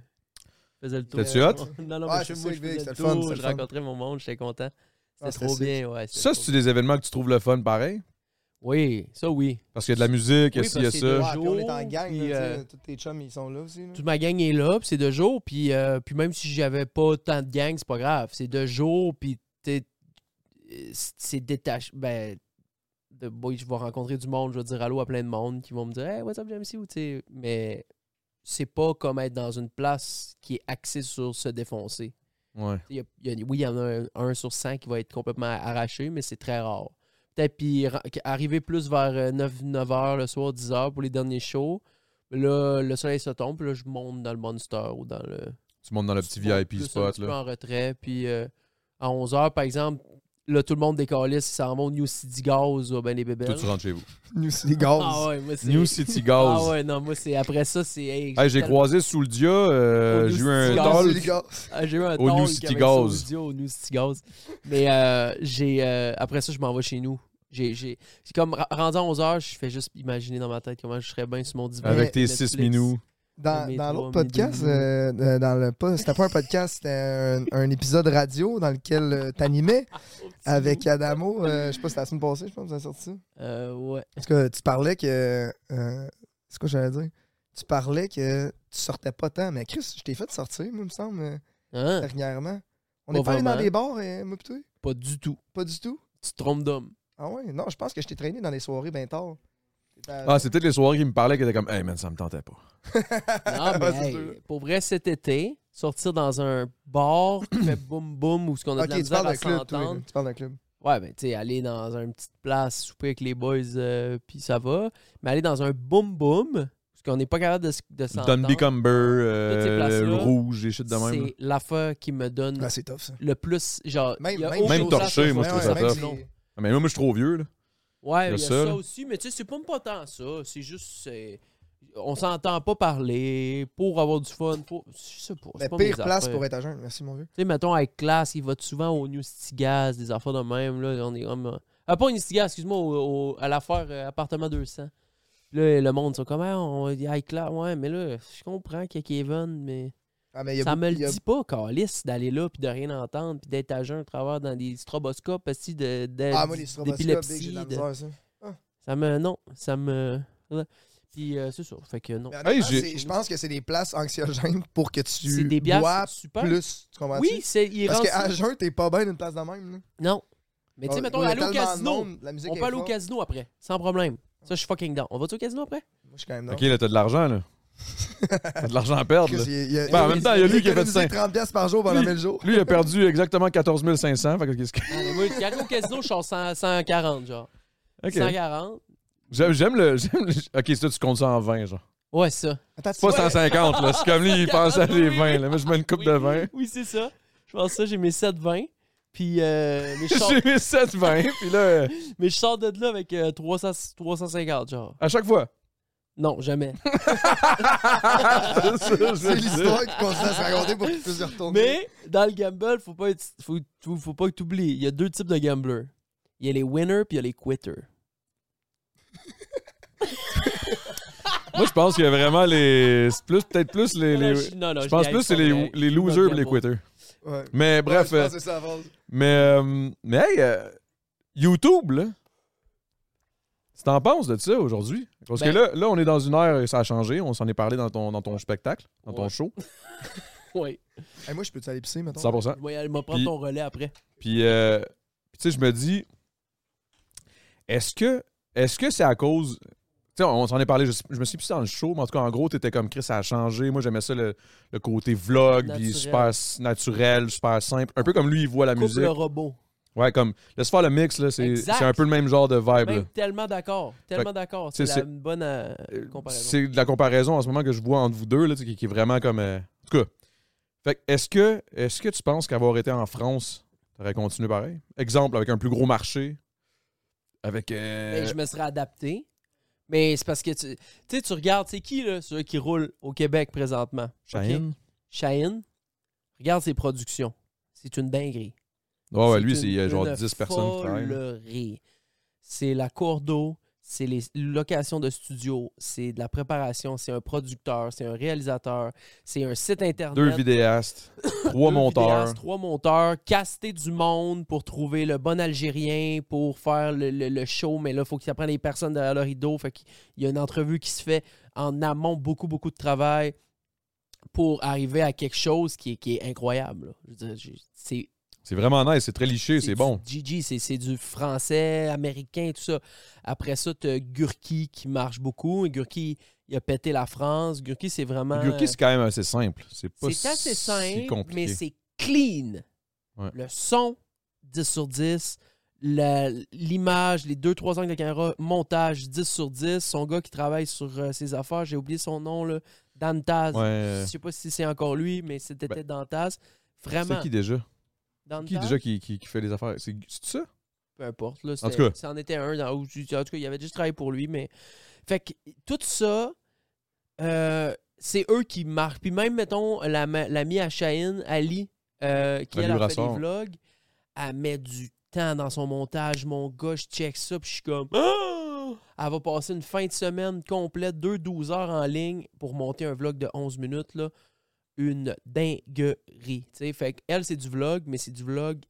D: Je faisais le tour.
B: T'es-tu hot?
D: <laughs> Non, non,
C: Ouais,
D: mais je,
C: c'est
D: moi,
C: ça,
D: je
C: Vic,
D: faisais
C: c'était
D: le
C: le fun,
D: tour,
C: c'était
D: je
C: le fun.
D: rencontrais mon monde, j'étais content. C'était
C: Ah,
D: trop
C: c'était
D: bien, ouais. c'était
B: Ça,
D: trop
B: c'est
D: bien.
B: des événements que tu trouves le fun, pareil.
D: Oui, ça, oui.
B: Parce qu'il y a de la musique,
D: Oui,
B: il y a ci, il y a
D: parce que c'est
B: ça.
C: Ouais, puis on est en gang,
D: Puis,
C: là, tu
D: euh,
C: sais, tous tes chums, ils sont là aussi. là.
D: Toute ma gang est là, puis c'est de jour, puis, euh, puis même si j'avais pas tant de gang, c'est pas grave. C'est de jour, puis t'es- euh, c'est détaché. Ben, de, boy, je vais rencontrer du monde, je vais dire allô à plein de monde qui vont me dire Hey, what's up, JMC? Ou, tu sais, mais c'est pas comme être dans une place qui est axée sur se défoncer.
B: Ouais.
D: Il y a- il y a- oui, il y en a un, un sur 100 qui va être complètement arraché, mais c'est très rare. euh, Peut-être puis ra- qu- arriver plus vers 9, 9h le soir, 10h pour les derniers shows. Mais Là, le soleil se tombe, puis là, je monte dans le Monster ou dans le.
B: Tu montes dans le petit VIP
D: plus Un
B: spot,
D: petit peu
B: là.
D: en retrait, puis euh, à 11h, par exemple, là, tout le monde décalisse, ils s'en vont au New City Gaz ou ben les bébés.
B: Toi, tu rentres chez vous.
C: Nous, c'est des gaz.
D: Ah ouais, moi, c'est.
B: New City
D: Ah
B: Gaz.
D: ouais, non, moi, c'est. Après ça, c'est. hey,
B: Hey, j'ai
D: tellement-
B: croisé sous le dia, euh,
D: Au
B: j'ai eu
D: New
B: un
D: City Gaz.
C: Gaz,
B: doll.
C: c'est des gaz.
D: Ah, J'ai eu un
B: Au
D: tol
B: New
D: qui
B: City
D: avait
B: Gaz.
D: ça au studio, au New City Gaz. Mais euh, j'ai, euh, après ça, je m'en vais chez nous. J'ai, j'ai, c'est comme ra- rendu à 11h, je fais juste imaginer dans ma tête comment je serais bien sur mon divan.
B: Avec tes
D: Netflix. Ah
B: six minous.
C: Dans,
D: Mes
C: dans
D: trois,
C: l'autre
D: mes
C: podcast,
D: deux.
C: euh, euh, dans le pas- c'était pas un podcast, c'était un, un épisode radio dans lequel
D: <laughs>
C: euh, t'animais avec Adamo. euh, je sais pas, c'était la semaine passée, je pense, que vous avez sorti ça.
D: Euh, ouais.
C: Parce que tu parlais que. euh, c'est quoi j'allais dire? Tu parlais que tu sortais pas tant. Mais Chris, je t'ai fait sortir, moi, il me semble, euh,
D: Hein?
C: dernièrement. On
D: Pas
C: est pas allé dans
D: vraiment.
C: des bars, euh, moi, pis toi?
D: Pas du tout.
C: Pas du tout.
D: Tu te trompes
C: <laughs>
D: d'homme.
C: Ah ouais? Non, je pense que je t'ai traîné dans des soirées bien tard. T'étais à-
B: Ah,
C: <laughs>
B: c'est peut-être les soirées qui me parlaient qui étaient comme, hey man, ça me tentait pas.
D: Non, mais
C: Ouais, Ah, c'est
D: hey,
C: sûr.
D: pour vrai, cet été, sortir dans un bar qui
C: <clears throat>
D: fait boum boum ou ce qu'on a
C: Ok,
D: de la
C: tu parles
D: misère à
C: d'un club, toi. là.
D: s'entendre.
C: Tu parles d'un club.
D: Ouais, ben, tu sais, aller dans une petite place, souper avec les boys, euh, puis ça va. Mais aller dans un boum boum, parce qu'on n'est pas capable de, s- de s'entendre.
B: Dunby Cumber,
D: Toutes ces places-là,
B: euh, Rouge, des shit de même. là.
D: C'est l'affaire qui me donne
C: Ah, c'est tough, ça.
D: le plus. Genre,
C: Même-
D: y a
C: même-
D: autre
B: Même
D: chose à
B: torché,
D: faire.
B: moi, je trouve
C: Ouais,
B: ça
C: ouais, même
B: tough.
C: si-
B: Ah, Mais moi, moi, je suis trop vieux, là.
D: Ouais,
B: Il y a
D: il y a
B: ça,
D: ça,
B: là.
D: aussi, mais tu sais, c'est pas, pas tant ça. C'est juste. c'est- On s'entend pas parler pour avoir du fun. Pour... Je sais pas.
C: La pire place pour être à jeun. Merci, mon vieux.
D: Tu sais, mettons, avec classe, il va souvent au New City Gas, des affaires de même. Là, on est comme. euh, Ah, pas au New City Gas, excuse-moi, au- au- à l'affaire euh, appartement 200. Là, le monde, ils sont comme, ah, on high class. Ouais, mais là, je comprends qu'il y a Kevin, mais.
C: Ah, mais il y a
D: Ça me
C: beaucoup-
D: le
C: il y a-
D: dit pas, Calis, d'aller là puis de rien entendre puis d'être à jeun à travers dans des stroboscopes aussi de, de-
C: Ah, moi, les stroboscopes, dès que j'ai
D: d'épilepsie.
C: de la
D: de-
C: misère, ça.
D: Ça me. Non, ça me. Puis euh, c'est ça. Fait que non.
C: Mais
B: Hey,
C: honnêtement,
B: j'ai-
C: c'est- Je pense que c'est des places anxiogènes pour que
D: C'est
C: tu
D: des bières
C: bois
D: super.
C: plus. Tu comprends?
D: Oui, c'est. il
C: Parce
D: rend-
C: qu'à jeun, t'es pas bien d'une place de même. là.
D: Non. Mais tu sais,
C: Ah,
D: mettons,
C: il y a
D: aller au
C: tellement de
D: casino.
C: monde, la musique
D: On
C: est
D: peut aller au
C: forte.
D: casino après, sans problème. Ça, je suis fucking down. On va-tu au casino après?
C: Moi, je suis quand
D: Ah
C: même
B: Ok,
C: d'accord.
B: là, t'as de l'argent,
D: <laughs>
B: là. T'as de l'argent à perdre, là. Ben, en même temps, il y a lui qui a fait ça.
C: 30 piastres par jour pendant
B: Lui-
C: 1000 jours.
B: Lui, il a perdu exactement 14 500. Fait que qu'est-ce
D: <laughs>
B: que-
D: Ah, mais moi, quand je vais au casino, je suis en 100 140, genre.
B: Ok.
D: 140.
B: J'aime j'aime le, <laughs> j'aime le- Ok, ça, tu comptes ça en 20, genre.
D: Ouais, ça.
C: Attends,
B: C'est pas 150, là. C'est comme lui, il pense à des 20, là. Moi, je mets une coupe
D: Oui,
B: de 20.
D: <laughs> Oui, c'est ça. Je pense ça, j'ai mes 7-20. Puis, euh,
B: <laughs>
D: mais je sors-
B: J'ai mis 720, puis là, euh,
D: Mais je sors de là avec euh, 300, 350, genre.
B: à chaque
D: <laughs>
B: fois. <laughs>
D: Non, jamais.
B: Ça, je
C: C'est
B: le dis.
C: l'histoire qu'on continue à se raconter pour qu'il puisse y retourner.
D: Mais dans le gamble, faut pas être, faut, faut, faut pas que tu oublies. Il y a deux types de gamblers. Il y a les winners puis il y a les quitters.
B: Moi, je pense qu'il y a vraiment les. c'est plus- Peut-être plus les.
D: Non,
B: les-
D: je- non, non,
B: je
D: je
B: pense
D: dis,
B: plus
D: hey,
B: c'est
D: c'est
B: les,
D: vrai.
B: les
D: Je suis
B: losers
D: pas
B: et les
D: gamble.
B: quitters.
C: Ouais.
B: Mais
C: Ouais,
B: bref.
C: je pense
B: euh,
C: que c'est ça la phrase.
B: mais, euh, mais hey, euh, YouTube, là. Tu t'en penses de ça aujourd'hui? Parce
D: Ben-
B: que là, là, on est dans une ère, ça a changé. On s'en est parlé dans ton, dans ton spectacle, dans ton
D: Ouais.
B: show.
D: Oui.
C: Hey, Moi, je peux-tu aller pisser, maintenant?
B: 100%.
D: Ouais, elle m'a prendre
B: Puis-
D: ton relais après.
B: Puis, euh, puis tu sais, je me dis, est-ce que est-ce que c'est à cause. Tu sais, on s'en est parlé, je, je me suis plus dans le show, mais en tout cas, en gros, t'étais comme Chris, ça a changé. Moi, j'aimais ça, le, le côté vlog, puis
D: Naturel.
B: super s- naturel, super simple. Un peu comme lui, il voit la
D: Coupe
B: musique.
D: le robot.
B: Ouais, comme, laisse faire le mix, là, c'est
D: Exact.
B: c'est un peu le même genre de vibe. là.
D: Même Ben, tellement d'accord. Tellement d'accord. C'est
B: c'est-
D: la
B: c'est-
D: bonne euh, comparaison.
B: C'est de la comparaison en ce moment que je vois entre vous deux, là, tu sais, qui, qui est vraiment comme. euh, En tout cas, fait que est-ce que, est que tu penses qu'avoir été en France, tu aurais continué pareil Exemple, avec un plus gros marché, avec. euh,
D: Ben, je me serais adapté. Mais c'est parce que tu, tu sais, tu regardes, c'est qui là, ceux qui roulent au Québec présentement?
B: Cheyenne.
D: Ok. Cheyenne, regarde ses productions. C'est une dinguerie.
B: Ouais, ouais,
D: C'est
B: lui, c'est il y a
D: une-
B: genre
D: une
B: 10 personnes qui travaillent. là.
D: folerie. C'est la cour d'eau, c'est les locations de studio, c'est de la préparation, c'est un producteur, c'est un réalisateur, c'est un site internet.
B: Deux vidéastes, trois
D: Deux
B: monteurs.
D: vidéastes, trois monteurs, caster du monde pour trouver le bon Algérien, pour faire le, le- le show, mais là, il faut qu'ils apprennent les personnes derrière leur rideau. Fait qu'il y a une entrevue qui se fait en amont, beaucoup, beaucoup de travail pour arriver à quelque chose qui est, qui est incroyable. là. Je veux dire, j'ai- c'est
B: C'est vraiment nice, c'est très liché, c'est
D: du
B: bon.
D: Gigi, c'est c'est du français, américain, tout ça. Après ça, tu Gurki qui marche beaucoup. Gurki, il a pété la France. Gurki, c'est vraiment. euh,
B: Gurki, c'est quand même assez simple. C'est pas
D: C'est assez
B: si
D: simple, mais
B: compliqué.
D: c'est clean.
B: Ouais.
D: Le son, 10 sur 10. la- l'image, les deux, trois angles de caméra, montage 10 sur 10. Son gars qui travaille sur euh, ses affaires, j'ai oublié son nom, là, Dantaz.
B: Ouais.
D: Je sais pas si c'est encore lui, mais c'était
B: Ben,
D: Dantaz. Vraiment. hein?
B: C'est qui déjà?
D: Dantaz?
B: Qui déjà qui, qui, qui fait les affaires? C'est c'est ça?
D: peu importe. Là,
B: En
D: c'était-
B: tout cas.
D: c'en était un. Dans, ou- en tout cas, il avait juste travaillé pour lui. Mais... Fait que tout ça, euh, c'est eux qui marquent. Puis même, mettons, la, ma- l'amie à Chahine, Ali, euh, qui
B: Ali
D: elle, a fait des
B: Brassard.
D: vlogs, elle met du temps dans son montage. Mon gars, je check ça, puis je suis comme... <gasps> Ah! Elle va passer une fin de semaine complète, 2-12 heures en ligne pour monter un vlog de 11 minutes. Là. Une dinguerie. tu sais. Fait que elle, c'est du vlog, mais c'est du vlog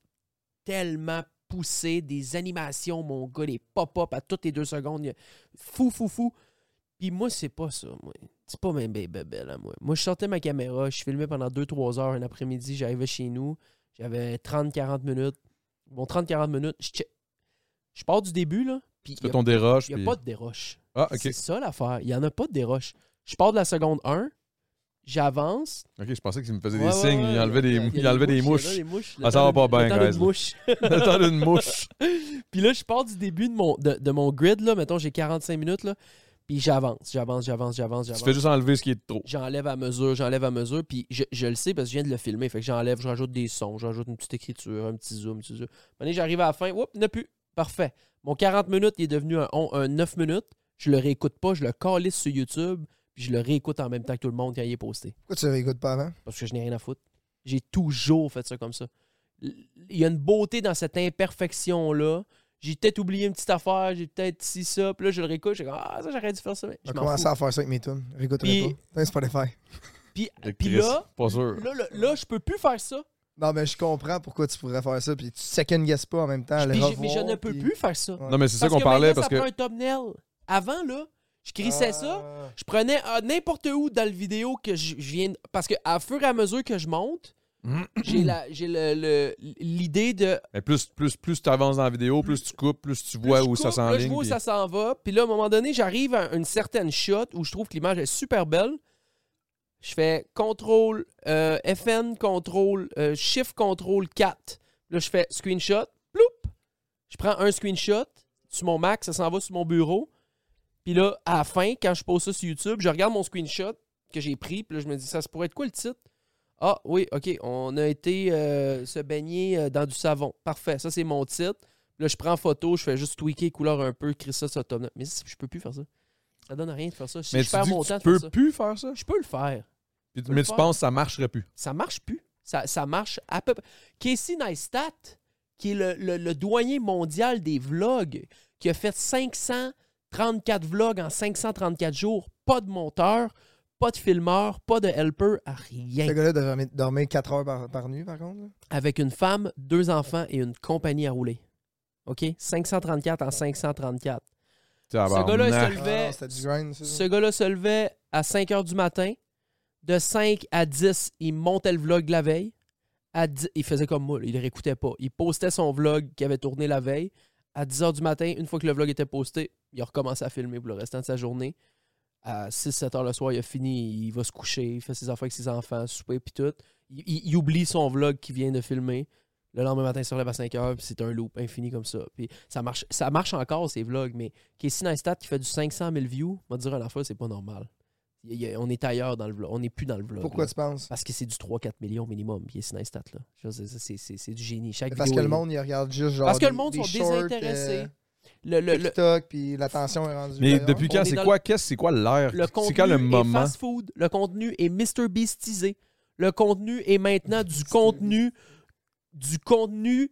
D: tellement poussé, des animations, mon gars, des pop-up à toutes les deux secondes. il y a- Fou, fou, fou. Puis moi, c'est pas ça, moi. C'est pas même bébé belle à moi. Moi, je sortais ma caméra, je filmais pendant 2-3 heures un après-midi, j'arrivais chez nous, j'avais 30-40 minutes. Bon, 30-40 minutes, je, check- je pars du début, là. Puis
B: Tu
D: il
B: fais
D: n'y a,
B: ton déroche.
D: il y a
B: puis-
D: pas de déroche.
B: Ah, ok.
D: C'est ça l'affaire. Il n'y en a pas de déroche. Je pars de la seconde 1, j'avance.
B: Ok, je pensais qu'il me faisait
D: Ouais,
B: des
D: ouais,
B: signes.
D: ouais,
B: il enlevait des, il enlevait des
D: Il y en a
B: mouches.
D: des mouches.
B: Ah, ça va pas bien,
D: guys.
B: guys. <laughs>
D: mouche.
B: Le temps d'une
D: <laughs>
B: mouche.
D: Puis là, je pars du début de mon, de, de mon grid, là. Mettons, j'ai 45 minutes, là. Puis j'avance, j'avance, j'avance, j'avance,
B: Tu
D: j'avance.
B: fais juste enlever ce qui est de trop.
D: J'enlève à mesure, j'enlève à mesure. Puis je, je le sais parce que je viens de le filmer. Fait que j'enlève, je rajoute des sons, j'ajoute une petite écriture, un petit zoom, un petit zoom. Maintenant, j'arrive à la fin. Oups, n'a plus. Parfait. Mon 40 minutes, il est devenu un, on- un 9 minutes. Je le réécoute pas, je le calisse sur YouTube. Puis je le réécoute en même temps que tout le monde quand il est posté.
C: Pourquoi tu réécoutes pas avant?
D: Parce que je n'ai rien à foutre. J'ai toujours fait ça comme ça. L- Il y a une beauté dans cette imperfection-là. J'ai peut-être oublié une petite affaire, j'ai peut-être ci, ça, puis là, je le réécoute, je dis, ah, ça, j'aurais dû faire ça. mais
C: J'ai
D: je m'en
C: commencé
D: fous.
C: à faire ça avec mes tunes. Réécoute
D: Puis-
C: pas. T'as un Spotify.
D: Puis,
B: Avec
D: puis
B: Chris,
D: là,
B: Pas sûr.
D: là, là, là, je peux plus faire ça.
C: Non, mais je comprends pourquoi tu pourrais faire ça. Puis tu second guess pas en même temps. le
D: Puis j'ai- mais
C: revoir,
D: je ne peux
C: puis-
D: plus faire ça.
B: Non, mais c'est ça
D: Parce
B: qu'on
D: que
B: parlait
D: maintenant,
B: parce
D: ça prend
B: que.
D: un thumbnail. Avant, là, je crissais ça,
C: Ah.
D: je prenais euh, n'importe où dans le vidéo que je je viens. de- Parce que à fur et à mesure que je monte,
B: Hum.
D: j'ai la- j'ai le- le- l'idée de
B: Mais plus, plus, plus tu avances dans la vidéo, plus tu coupes, plus tu vois
D: Là, je
B: où ça
D: coupe, là, je
B: s'enligne.
D: vois où
B: puis-
D: ça s'en va. Puis là, à un moment donné, j'arrive à une certaine shot où je trouve que l'image est super belle. Je fais CTRL euh, FN, CTRL euh, Shift, CTRL 4. Là, je fais screenshot. Ploup! Je prends un screenshot sur mon Mac, ça s'en va sur mon bureau. Puis là, à la fin, quand je pose ça sur YouTube, je regarde mon screenshot que j'ai pris. Puis là, je me dis, ça se pourrait être quoi le titre? Ah oui, OK, on a été euh, se baigner euh, dans du savon. Parfait, ça c'est mon titre. Là, je prends photo, je fais juste tweaker couleur un peu, créer ça sur le thumbnail. Mais je peux plus faire ça. Ça donne rien de faire ça. Si
B: Mais
D: je
B: tu
D: perds
B: dis
D: mon
B: que
D: temps
B: tu
D: de
B: peux
D: faire ça.
B: plus faire ça.
D: Je peux le faire.
B: Puis-
D: peux le
B: mais tu
D: faire.
B: penses que ça marcherait plus.
D: Ça marche plus. Ça, ça marche à peu près. Casey Neistat, qui est le, le- le doyen mondial des vlogs, qui a fait 534 vlogs en 534 jours, pas de monteur, pas de filmeur, pas de helper, rien.
C: Ce gars-là devrait dormir 4 heures par, par nuit, par contre. là.
D: avec une femme, deux enfants et une compagnie à rouler. OK? 534 en 534.
B: Tabarnak.
D: gars-là, il se le-
C: Ah,
D: Levait-
C: non, C'était du grind, ça.
D: Ce gars-là se levait à 5 heures du matin. De 5 à 10, il montait le vlog de la veille. À 10 il faisait comme moi, là, il ne réécoutait pas. Il postait son vlog qu'il avait tourné la veille. À 10 heures du matin, une fois que le vlog était posté, il a recommencé à filmer pour le restant de sa journée. À 6-7 heures le soir, il a fini, il va se coucher, il fait ses affaires avec ses enfants, souper puis tout. Il, il- il oublie son vlog qu'il vient de filmer. Le lendemain matin, il se relève à 5 heures, puis c'est un loop infini comme ça. Puis ça marche, ça marche encore, ces vlogs, mais Casey Neistat qui fait du 500 000 views, on va dire un affaire, c'est pas normal. Il y a- on est ailleurs dans le vlog, on n'est plus dans le vlog.
C: Pourquoi
D: là.
C: tu penses?
D: Parce que c'est du 3-4 millions minimum, Casey Neistat, là. Je veux dire, c'est- C'est c'est du génie. Chaque
C: Parce
D: vidéo
C: que le
D: est-
C: monde, il regarde juste genre.
D: Parce que le
C: des-
D: monde
C: des
D: sont
C: shorts, euh,
D: désintéressés. Le, le, le,
C: TikTok, puis l'attention est rendue.
B: Mais
C: ailleurs.
B: depuis
D: On
B: quand
D: est
B: C'est
D: dans
B: quoi qu'est-ce C'est quoi l'air
D: le
B: Euh, C'est
D: contenu
B: quand le
D: est
B: moment
D: fast-food, le contenu est Mr. Beastisé, le contenu est maintenant du contenu, du contenu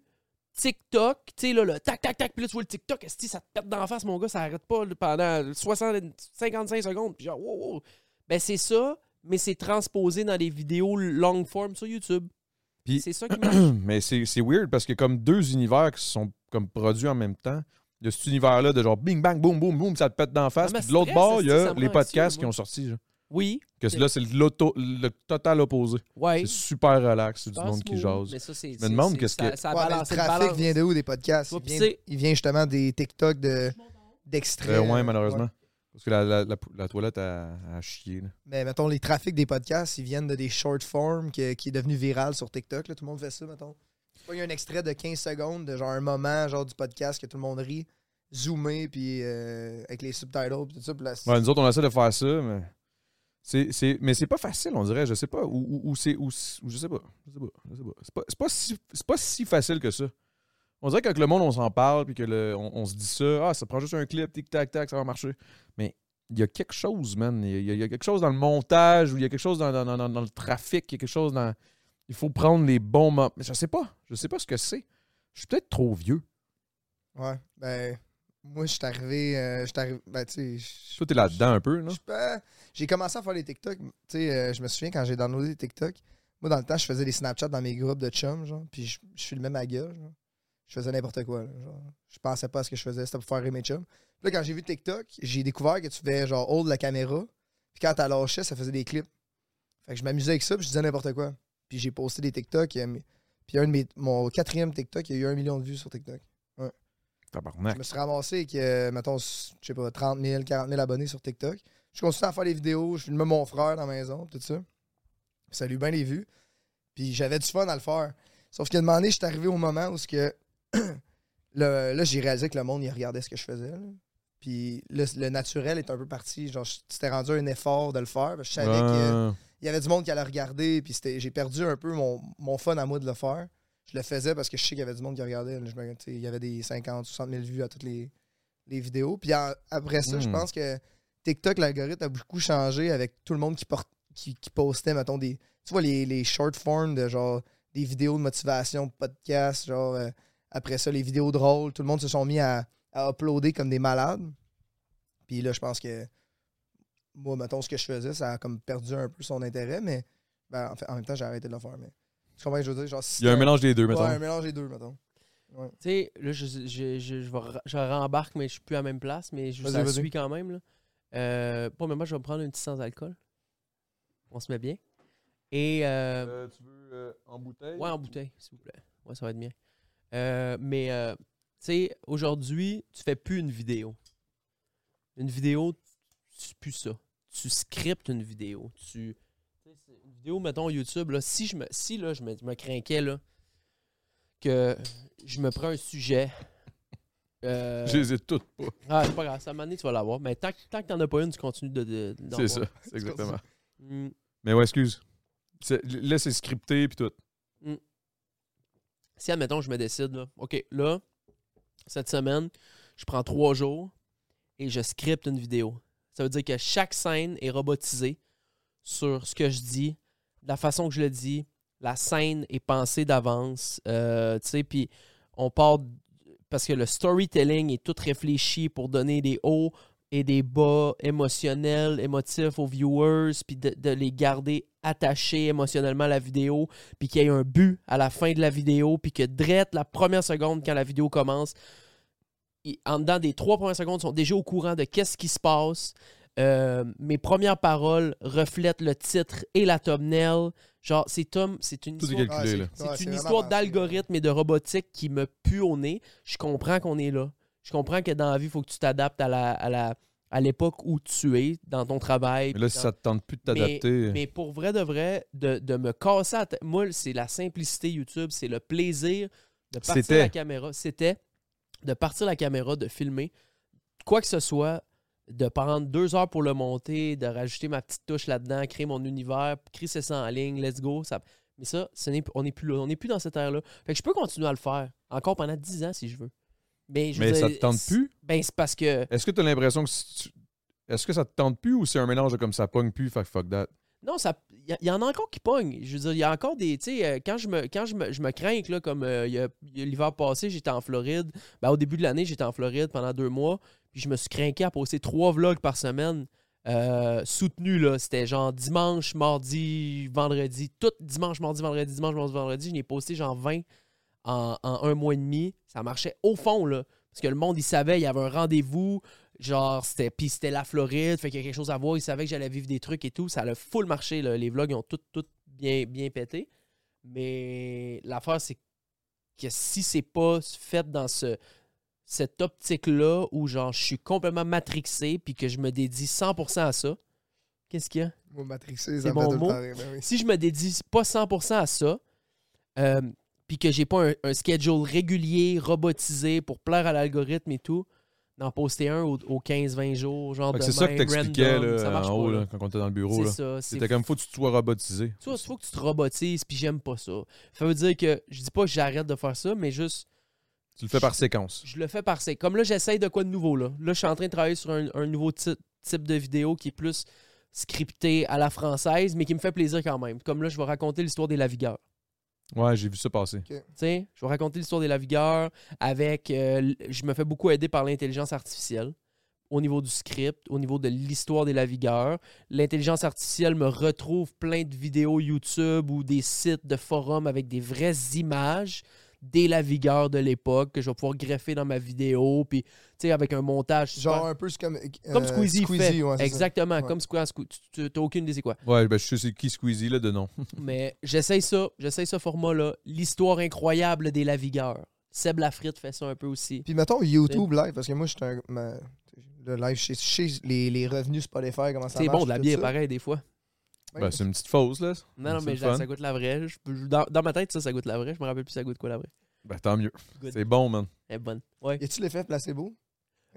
D: TikTok, tu sais, là, le tac, tac, tac, puis là, tu vois le TikTok, esti, ça te pète d'en face, mon gars, ça arrête pas là, pendant 60, 55 secondes, puis genre, wow, wow. Ben, c'est ça, mais c'est transposé dans des vidéos long form sur YouTube.
B: Puis-
D: C'est ça qui marche.
B: <clears throat> Mais c'est c'est weird parce que comme deux univers qui sont comme produits en même temps. Il y a cet univers-là de genre bing bang boum boum boum ça te pète d'en face.
D: mais
B: Puis de l'autre
D: stress,
B: bord, il y
D: ça, ça
B: a
D: me
B: les
D: rend
B: podcasts
D: anxieux,
B: qui
D: moi.
B: ont sorti. genre.
D: Oui,
B: Que
D: C'est-
B: là, c'est l'auto- le total opposé.
D: ouais.
B: C'est super relax, c'est du monde qui
D: Passe-moi.
B: jase.
D: Mais ça, c'est-
B: me
D: c'est-
B: demande
D: c'est-
B: qu'est-ce
D: ça-
B: que-
D: ça a
C: Ouais, mais
D: balancé,
C: le
D: le
C: trafic
D: balance.
C: vient de où des podcasts? Il
D: Toi, pis
C: vient,
D: c'est-
C: il vient justement des TikTok de- d'extraits.
B: Euh, ouais, malheureusement.
C: Ouais.
B: Parce que la, la, la, la toilette a, a chié. là.
C: Mais mettons, les trafics des podcasts, ils viennent de des short forms que- qui est devenu viral sur TikTok. là. Tout le monde fait ça, mettons. Pas, il y a un extrait de 15 secondes, de genre un moment, genre du podcast que tout le monde rit, zoomé, puis euh, avec les subtitles, puis tout ça. puis là, c'est-
B: Ouais, nous autres, on essaie de faire ça, mais. C'est, c'est, mais c'est pas facile, on dirait. Je sais pas. Ou, ou- ou c'est. Ou, c- ou je sais pas. Je sais pas. je sais pas. C'est, pas, c'est, pas si, c'est pas si facile que ça. On dirait que avec le monde, on s'en parle, puis que le- on, on se dit ça. Ah, ça prend juste un clip, tic-tac-tac, ça va marcher. Mais il y a quelque chose, man. Il y a- il y, a- il y a quelque chose dans le montage, ou il y a quelque chose dans, dans- dans- dans- dans le trafic, il y a quelque chose dans. Il faut prendre les bons moments. Mais je sais pas. Je sais pas ce que c'est. Je suis peut-être trop vieux.
C: Ouais, ben, moi, je suis arrivé, euh, je suis arrivé, ben, tu sais, je-
B: Toi, t'es là-dedans un peu,
C: Je
B: non?
C: suis pas- J'ai commencé à faire les TikTok. Tu sais, euh, je me souviens quand j'ai downloadé les TikTok, moi, dans le temps, je faisais des Snapchats dans mes groupes de chums, genre, puis je, je filmais ma gueule, genre. Je faisais n'importe quoi, là, genre. Je pensais pas à ce que je faisais, c'était pour faire rire mes chums. Puis là, quand j'ai vu TikTok, j'ai découvert que tu fais genre hold la caméra, puis quand t'as lâché, ça faisait des clips. Fait que je m'amusais avec ça, puis je disais n'importe quoi. Puis j'ai posté des TikTok, euh, mais- puis un de mes, mon quatrième TikTok, il y a eu un million de vues sur TikTok. Je
B: Tabarnak.
C: me suis ramassé avec, euh, mettons, s- je sais pas, 30 000, 40 000 abonnés sur TikTok. Je continue à faire des vidéos, je filmais mon frère dans la maison, tout ça. Puis Ça lui bien les vues. Puis j'avais du fun à le faire. Sauf qu'à un moment donné, je suis arrivé au moment où ce que <clears throat> le- là, j'ai réalisé que le monde, il regardait ce que je faisais. là. Puis le, le naturel est un peu parti. Genre, je- c'était rendu un effort de le faire. parce que Je savais que
B: Ah.
C: il y avait du monde qui allait regarder, puis c'était- j'ai perdu un peu mon, mon fun à moi de le faire. Je le faisais parce que je sais qu'il y avait du monde qui regardait. Je me- tu sais, il y avait des 50, 60 000 vues à toutes les, les vidéos. Puis en- après ça, je
B: Mm.
C: pense que TikTok, l'algorithme a beaucoup changé avec tout le monde qui, porte, qui, qui postait, mettons, des. Tu vois, les, les short forms de genre des vidéos de motivation, podcast, genre euh, après ça, les vidéos drôles. Tout le monde se sont mis à, à uploader comme des malades. Puis là, je pense que moi, mettons, ce que je faisais, ça a comme perdu un peu son intérêt, mais ben, en, fait, en même temps, j'ai arrêté de le faire. Mais tu comprends ce que je veux dire? Genre, si
B: Il y a un
C: c'était-
B: mélange des deux,
C: Ouais,
B: mettons.
C: un mélange des deux, mettons.
D: Tu sais, là, je, je, je, je, vais re- je rembarque, mais je suis plus à la même place, mais je
C: Vas-y,
D: ça
C: vas-y.
D: suit quand même. Là. Euh, bon, mais moi, je vais me prendre un petit sans alcool. On se met bien. Et. euh,
B: tu veux en bouteille?
D: Ouais, en bouteille, s'il vous plaît. Ouais, ça va être bien. Euh, mais, euh, tu sais, aujourd'hui, tu fais plus une vidéo. Une vidéo, c'est plus ça. Tu scriptes une vidéo. Tu... tu sais, c'est Une vidéo, mettons, YouTube, là, si je me, si, là, je me, je me crainquais, là, que je me prends un sujet...
B: <laughs>
D: euh,
B: J'hésite toutes pas.
D: ah, c'est pas grave, ça, à un moment donné, tu vas l'avoir. Mais tant, que- tant que t'en as pas une, tu continues de... de- d'en
B: C'est ça,
D: voir.
B: <laughs> c'est exactement.
D: Mm.
B: Mais ouais, excuse. C'est- Là, c'est scripté puis tout.
D: si admettons je me décide là, ok là cette semaine je prends trois jours et je scripte une vidéo ça veut dire que chaque scène est robotisée sur ce que je dis la façon que je le dis la scène est pensée d'avance euh, tu sais puis on part d- parce que le storytelling est tout réfléchi pour donner des hauts et des bas émotionnels, émotifs aux viewers, puis de, de les garder attachés émotionnellement à la vidéo, puis qu'il y ait un but à la fin de la vidéo, puis que drette la première seconde quand la vidéo commence, ils- en dedans des trois premières secondes, ils sont déjà au courant de qu'est-ce qui se passe. Euh, mes premières paroles reflètent le titre et la thumbnail. Genre, c'est Tom, c'est une
B: Tout est
D: histoire-
B: calculé, là.
C: ouais,
D: c'est une
C: vraiment
D: histoire
C: pensé.
D: d'algorithme et de robotique qui me pue au nez. Je comprends qu'on est là. Je comprends que dans la vie, il faut que tu t'adaptes à la, à la- à l'époque où tu es, dans ton travail.
B: Mais là,
D: puis
B: si
D: dans-
B: ça te tente plus de
D: mais-
B: t'adapter.
D: Mais, pour vrai de vrai, de, de me casser à tête. Moi, c'est la simplicité YouTube, c'est le plaisir de partir
B: C'était.
D: la caméra. C'était de partir la caméra, de filmer quoi que ce soit, de prendre deux heures pour le monter, de rajouter ma petite touche là-dedans, créer mon univers, créer ça en ligne, let's go. Ça... Mais ça, ce n'est- on n'est plus là. On n'est plus dans cette ère-là. Fait que je peux continuer à le faire encore pendant 10 ans si je veux. Mais, je veux
B: Mais ça
D: dire,
B: te tente
D: c'est-
B: plus?
D: Ben, c'est parce que.
B: Est-ce que tu as l'impression que si tu- est-ce que ça te tente plus ou c'est un mélange de comme ça pogne plus, fuck fuck that?
D: Non, ça, il y, en a encore qui pognent. Je veux dire, il y a encore des, tu sais, euh, quand je me, quand je me, je me crains, là, comme euh, il y a- il y a l'hiver passé, j'étais en Floride. Ben, au début de l'année, j'étais en Floride pendant deux mois, puis je me suis craqué à poster trois vlogs par semaine. euh, soutenus, là, c'était genre dimanche, mardi, vendredi, tout dimanche, mardi, vendredi, dimanche, mardi, vendredi, je n'ai posté genre 20 en, en un mois et demi. Ça marchait au fond, là, parce que le monde, il savait, il y avait un rendez-vous, Genre, c'était. Puis c'était la Floride, fait qu'il y a quelque chose à voir. Ils savaient que j'allais vivre des trucs et tout. Ça a full marché, là. Les vlogs, ils ont tout, tout bien, bien pété. Mais l'affaire, c'est que si c'est pas fait dans ce, cette optique-là où, genre, je suis complètement matrixé puis que je me dédie 100% à ça, qu'est-ce qu'il y a?
C: Moi, matrixé,
D: C'est
C: ça me
D: mon
C: fait tout le
D: mot.
C: temps rire, ben oui.
D: Si je me dédie pas 100% à ça, euh, puis que j'ai pas un, un schedule régulier, robotisé pour plaire à l'algorithme et tout, d'en poster un aux au 15-20 jours, genre
B: Fait que
D: demain,
B: C'est ça que t'expliquais
D: Ah, ben random, ça
B: là,
D: marche
B: en
D: pas,
B: haut
D: là.
B: là, quand on était dans le bureau.
D: C'est
B: là.
D: ça. c'est
B: C'était comme faut que tu te sois robotisé.
D: tu vois, faut que tu te robotises, puis j'aime pas ça. Ça veut dire que je dis pas que j'arrête de faire ça, mais juste,
B: Tu le fais par séquence.
D: je le fais par c'est. Comme là, j'essaye de quoi de nouveau, là. Là, je suis en train de travailler sur un, un nouveau ty- type de vidéo qui est plus scripté à la française, mais qui me fait plaisir quand même. Comme là, je vais raconter l'histoire des lavigueurs.
B: Ouais, j'ai vu ça passer.
D: Tu sais, je vais raconter l'histoire des lavigueurs avec... euh, l- je me fais beaucoup aider par l'intelligence artificielle au niveau du script, au niveau de l'histoire des lavigueurs. L'intelligence artificielle me retrouve plein de vidéos YouTube ou des sites de forums avec des vraies images des lavigueurs de l'époque que je vais pouvoir greffer dans ma vidéo, puis, tu sais, avec un montage... super-
C: Genre un peu comme. euh,
D: comme Squeezie, fait.
C: ouais, c'est ça.
D: Exactement,
C: Ouais.
D: comme Squeezie. Tu n'as aucune idée c'est quoi.
B: Ouais, ben je sais c'est qui Squeezie là de nom.
D: Mais j'essaye ça, j'essaye ce format-là. L'histoire incroyable des lavigueurs. Seb Lafrite fait ça un peu aussi.
C: Puis mettons YouTube live, parce que moi, je suis un. ma- le live, je sais- je sais les, les revenus Spotify, comment ça
D: C'est
C: marche.
D: bon de la
C: tout
D: bière
C: ça.
D: pareil des fois.
C: Ouais,
B: Ben, c'est une petite fausse là.
D: Non, non,
B: C'est
D: mais
B: le
D: genre,
B: fun.
D: ça goûte la vraie. Je peux- dans, dans ma tête, ça, ça goûte la vraie. Je me rappelle plus ça goûte quoi la vraie.
B: Ben tant mieux.
D: Good.
B: C'est bon, man.
D: Elle est bonne. Ouais.
C: Y a-tu l'effet placebo?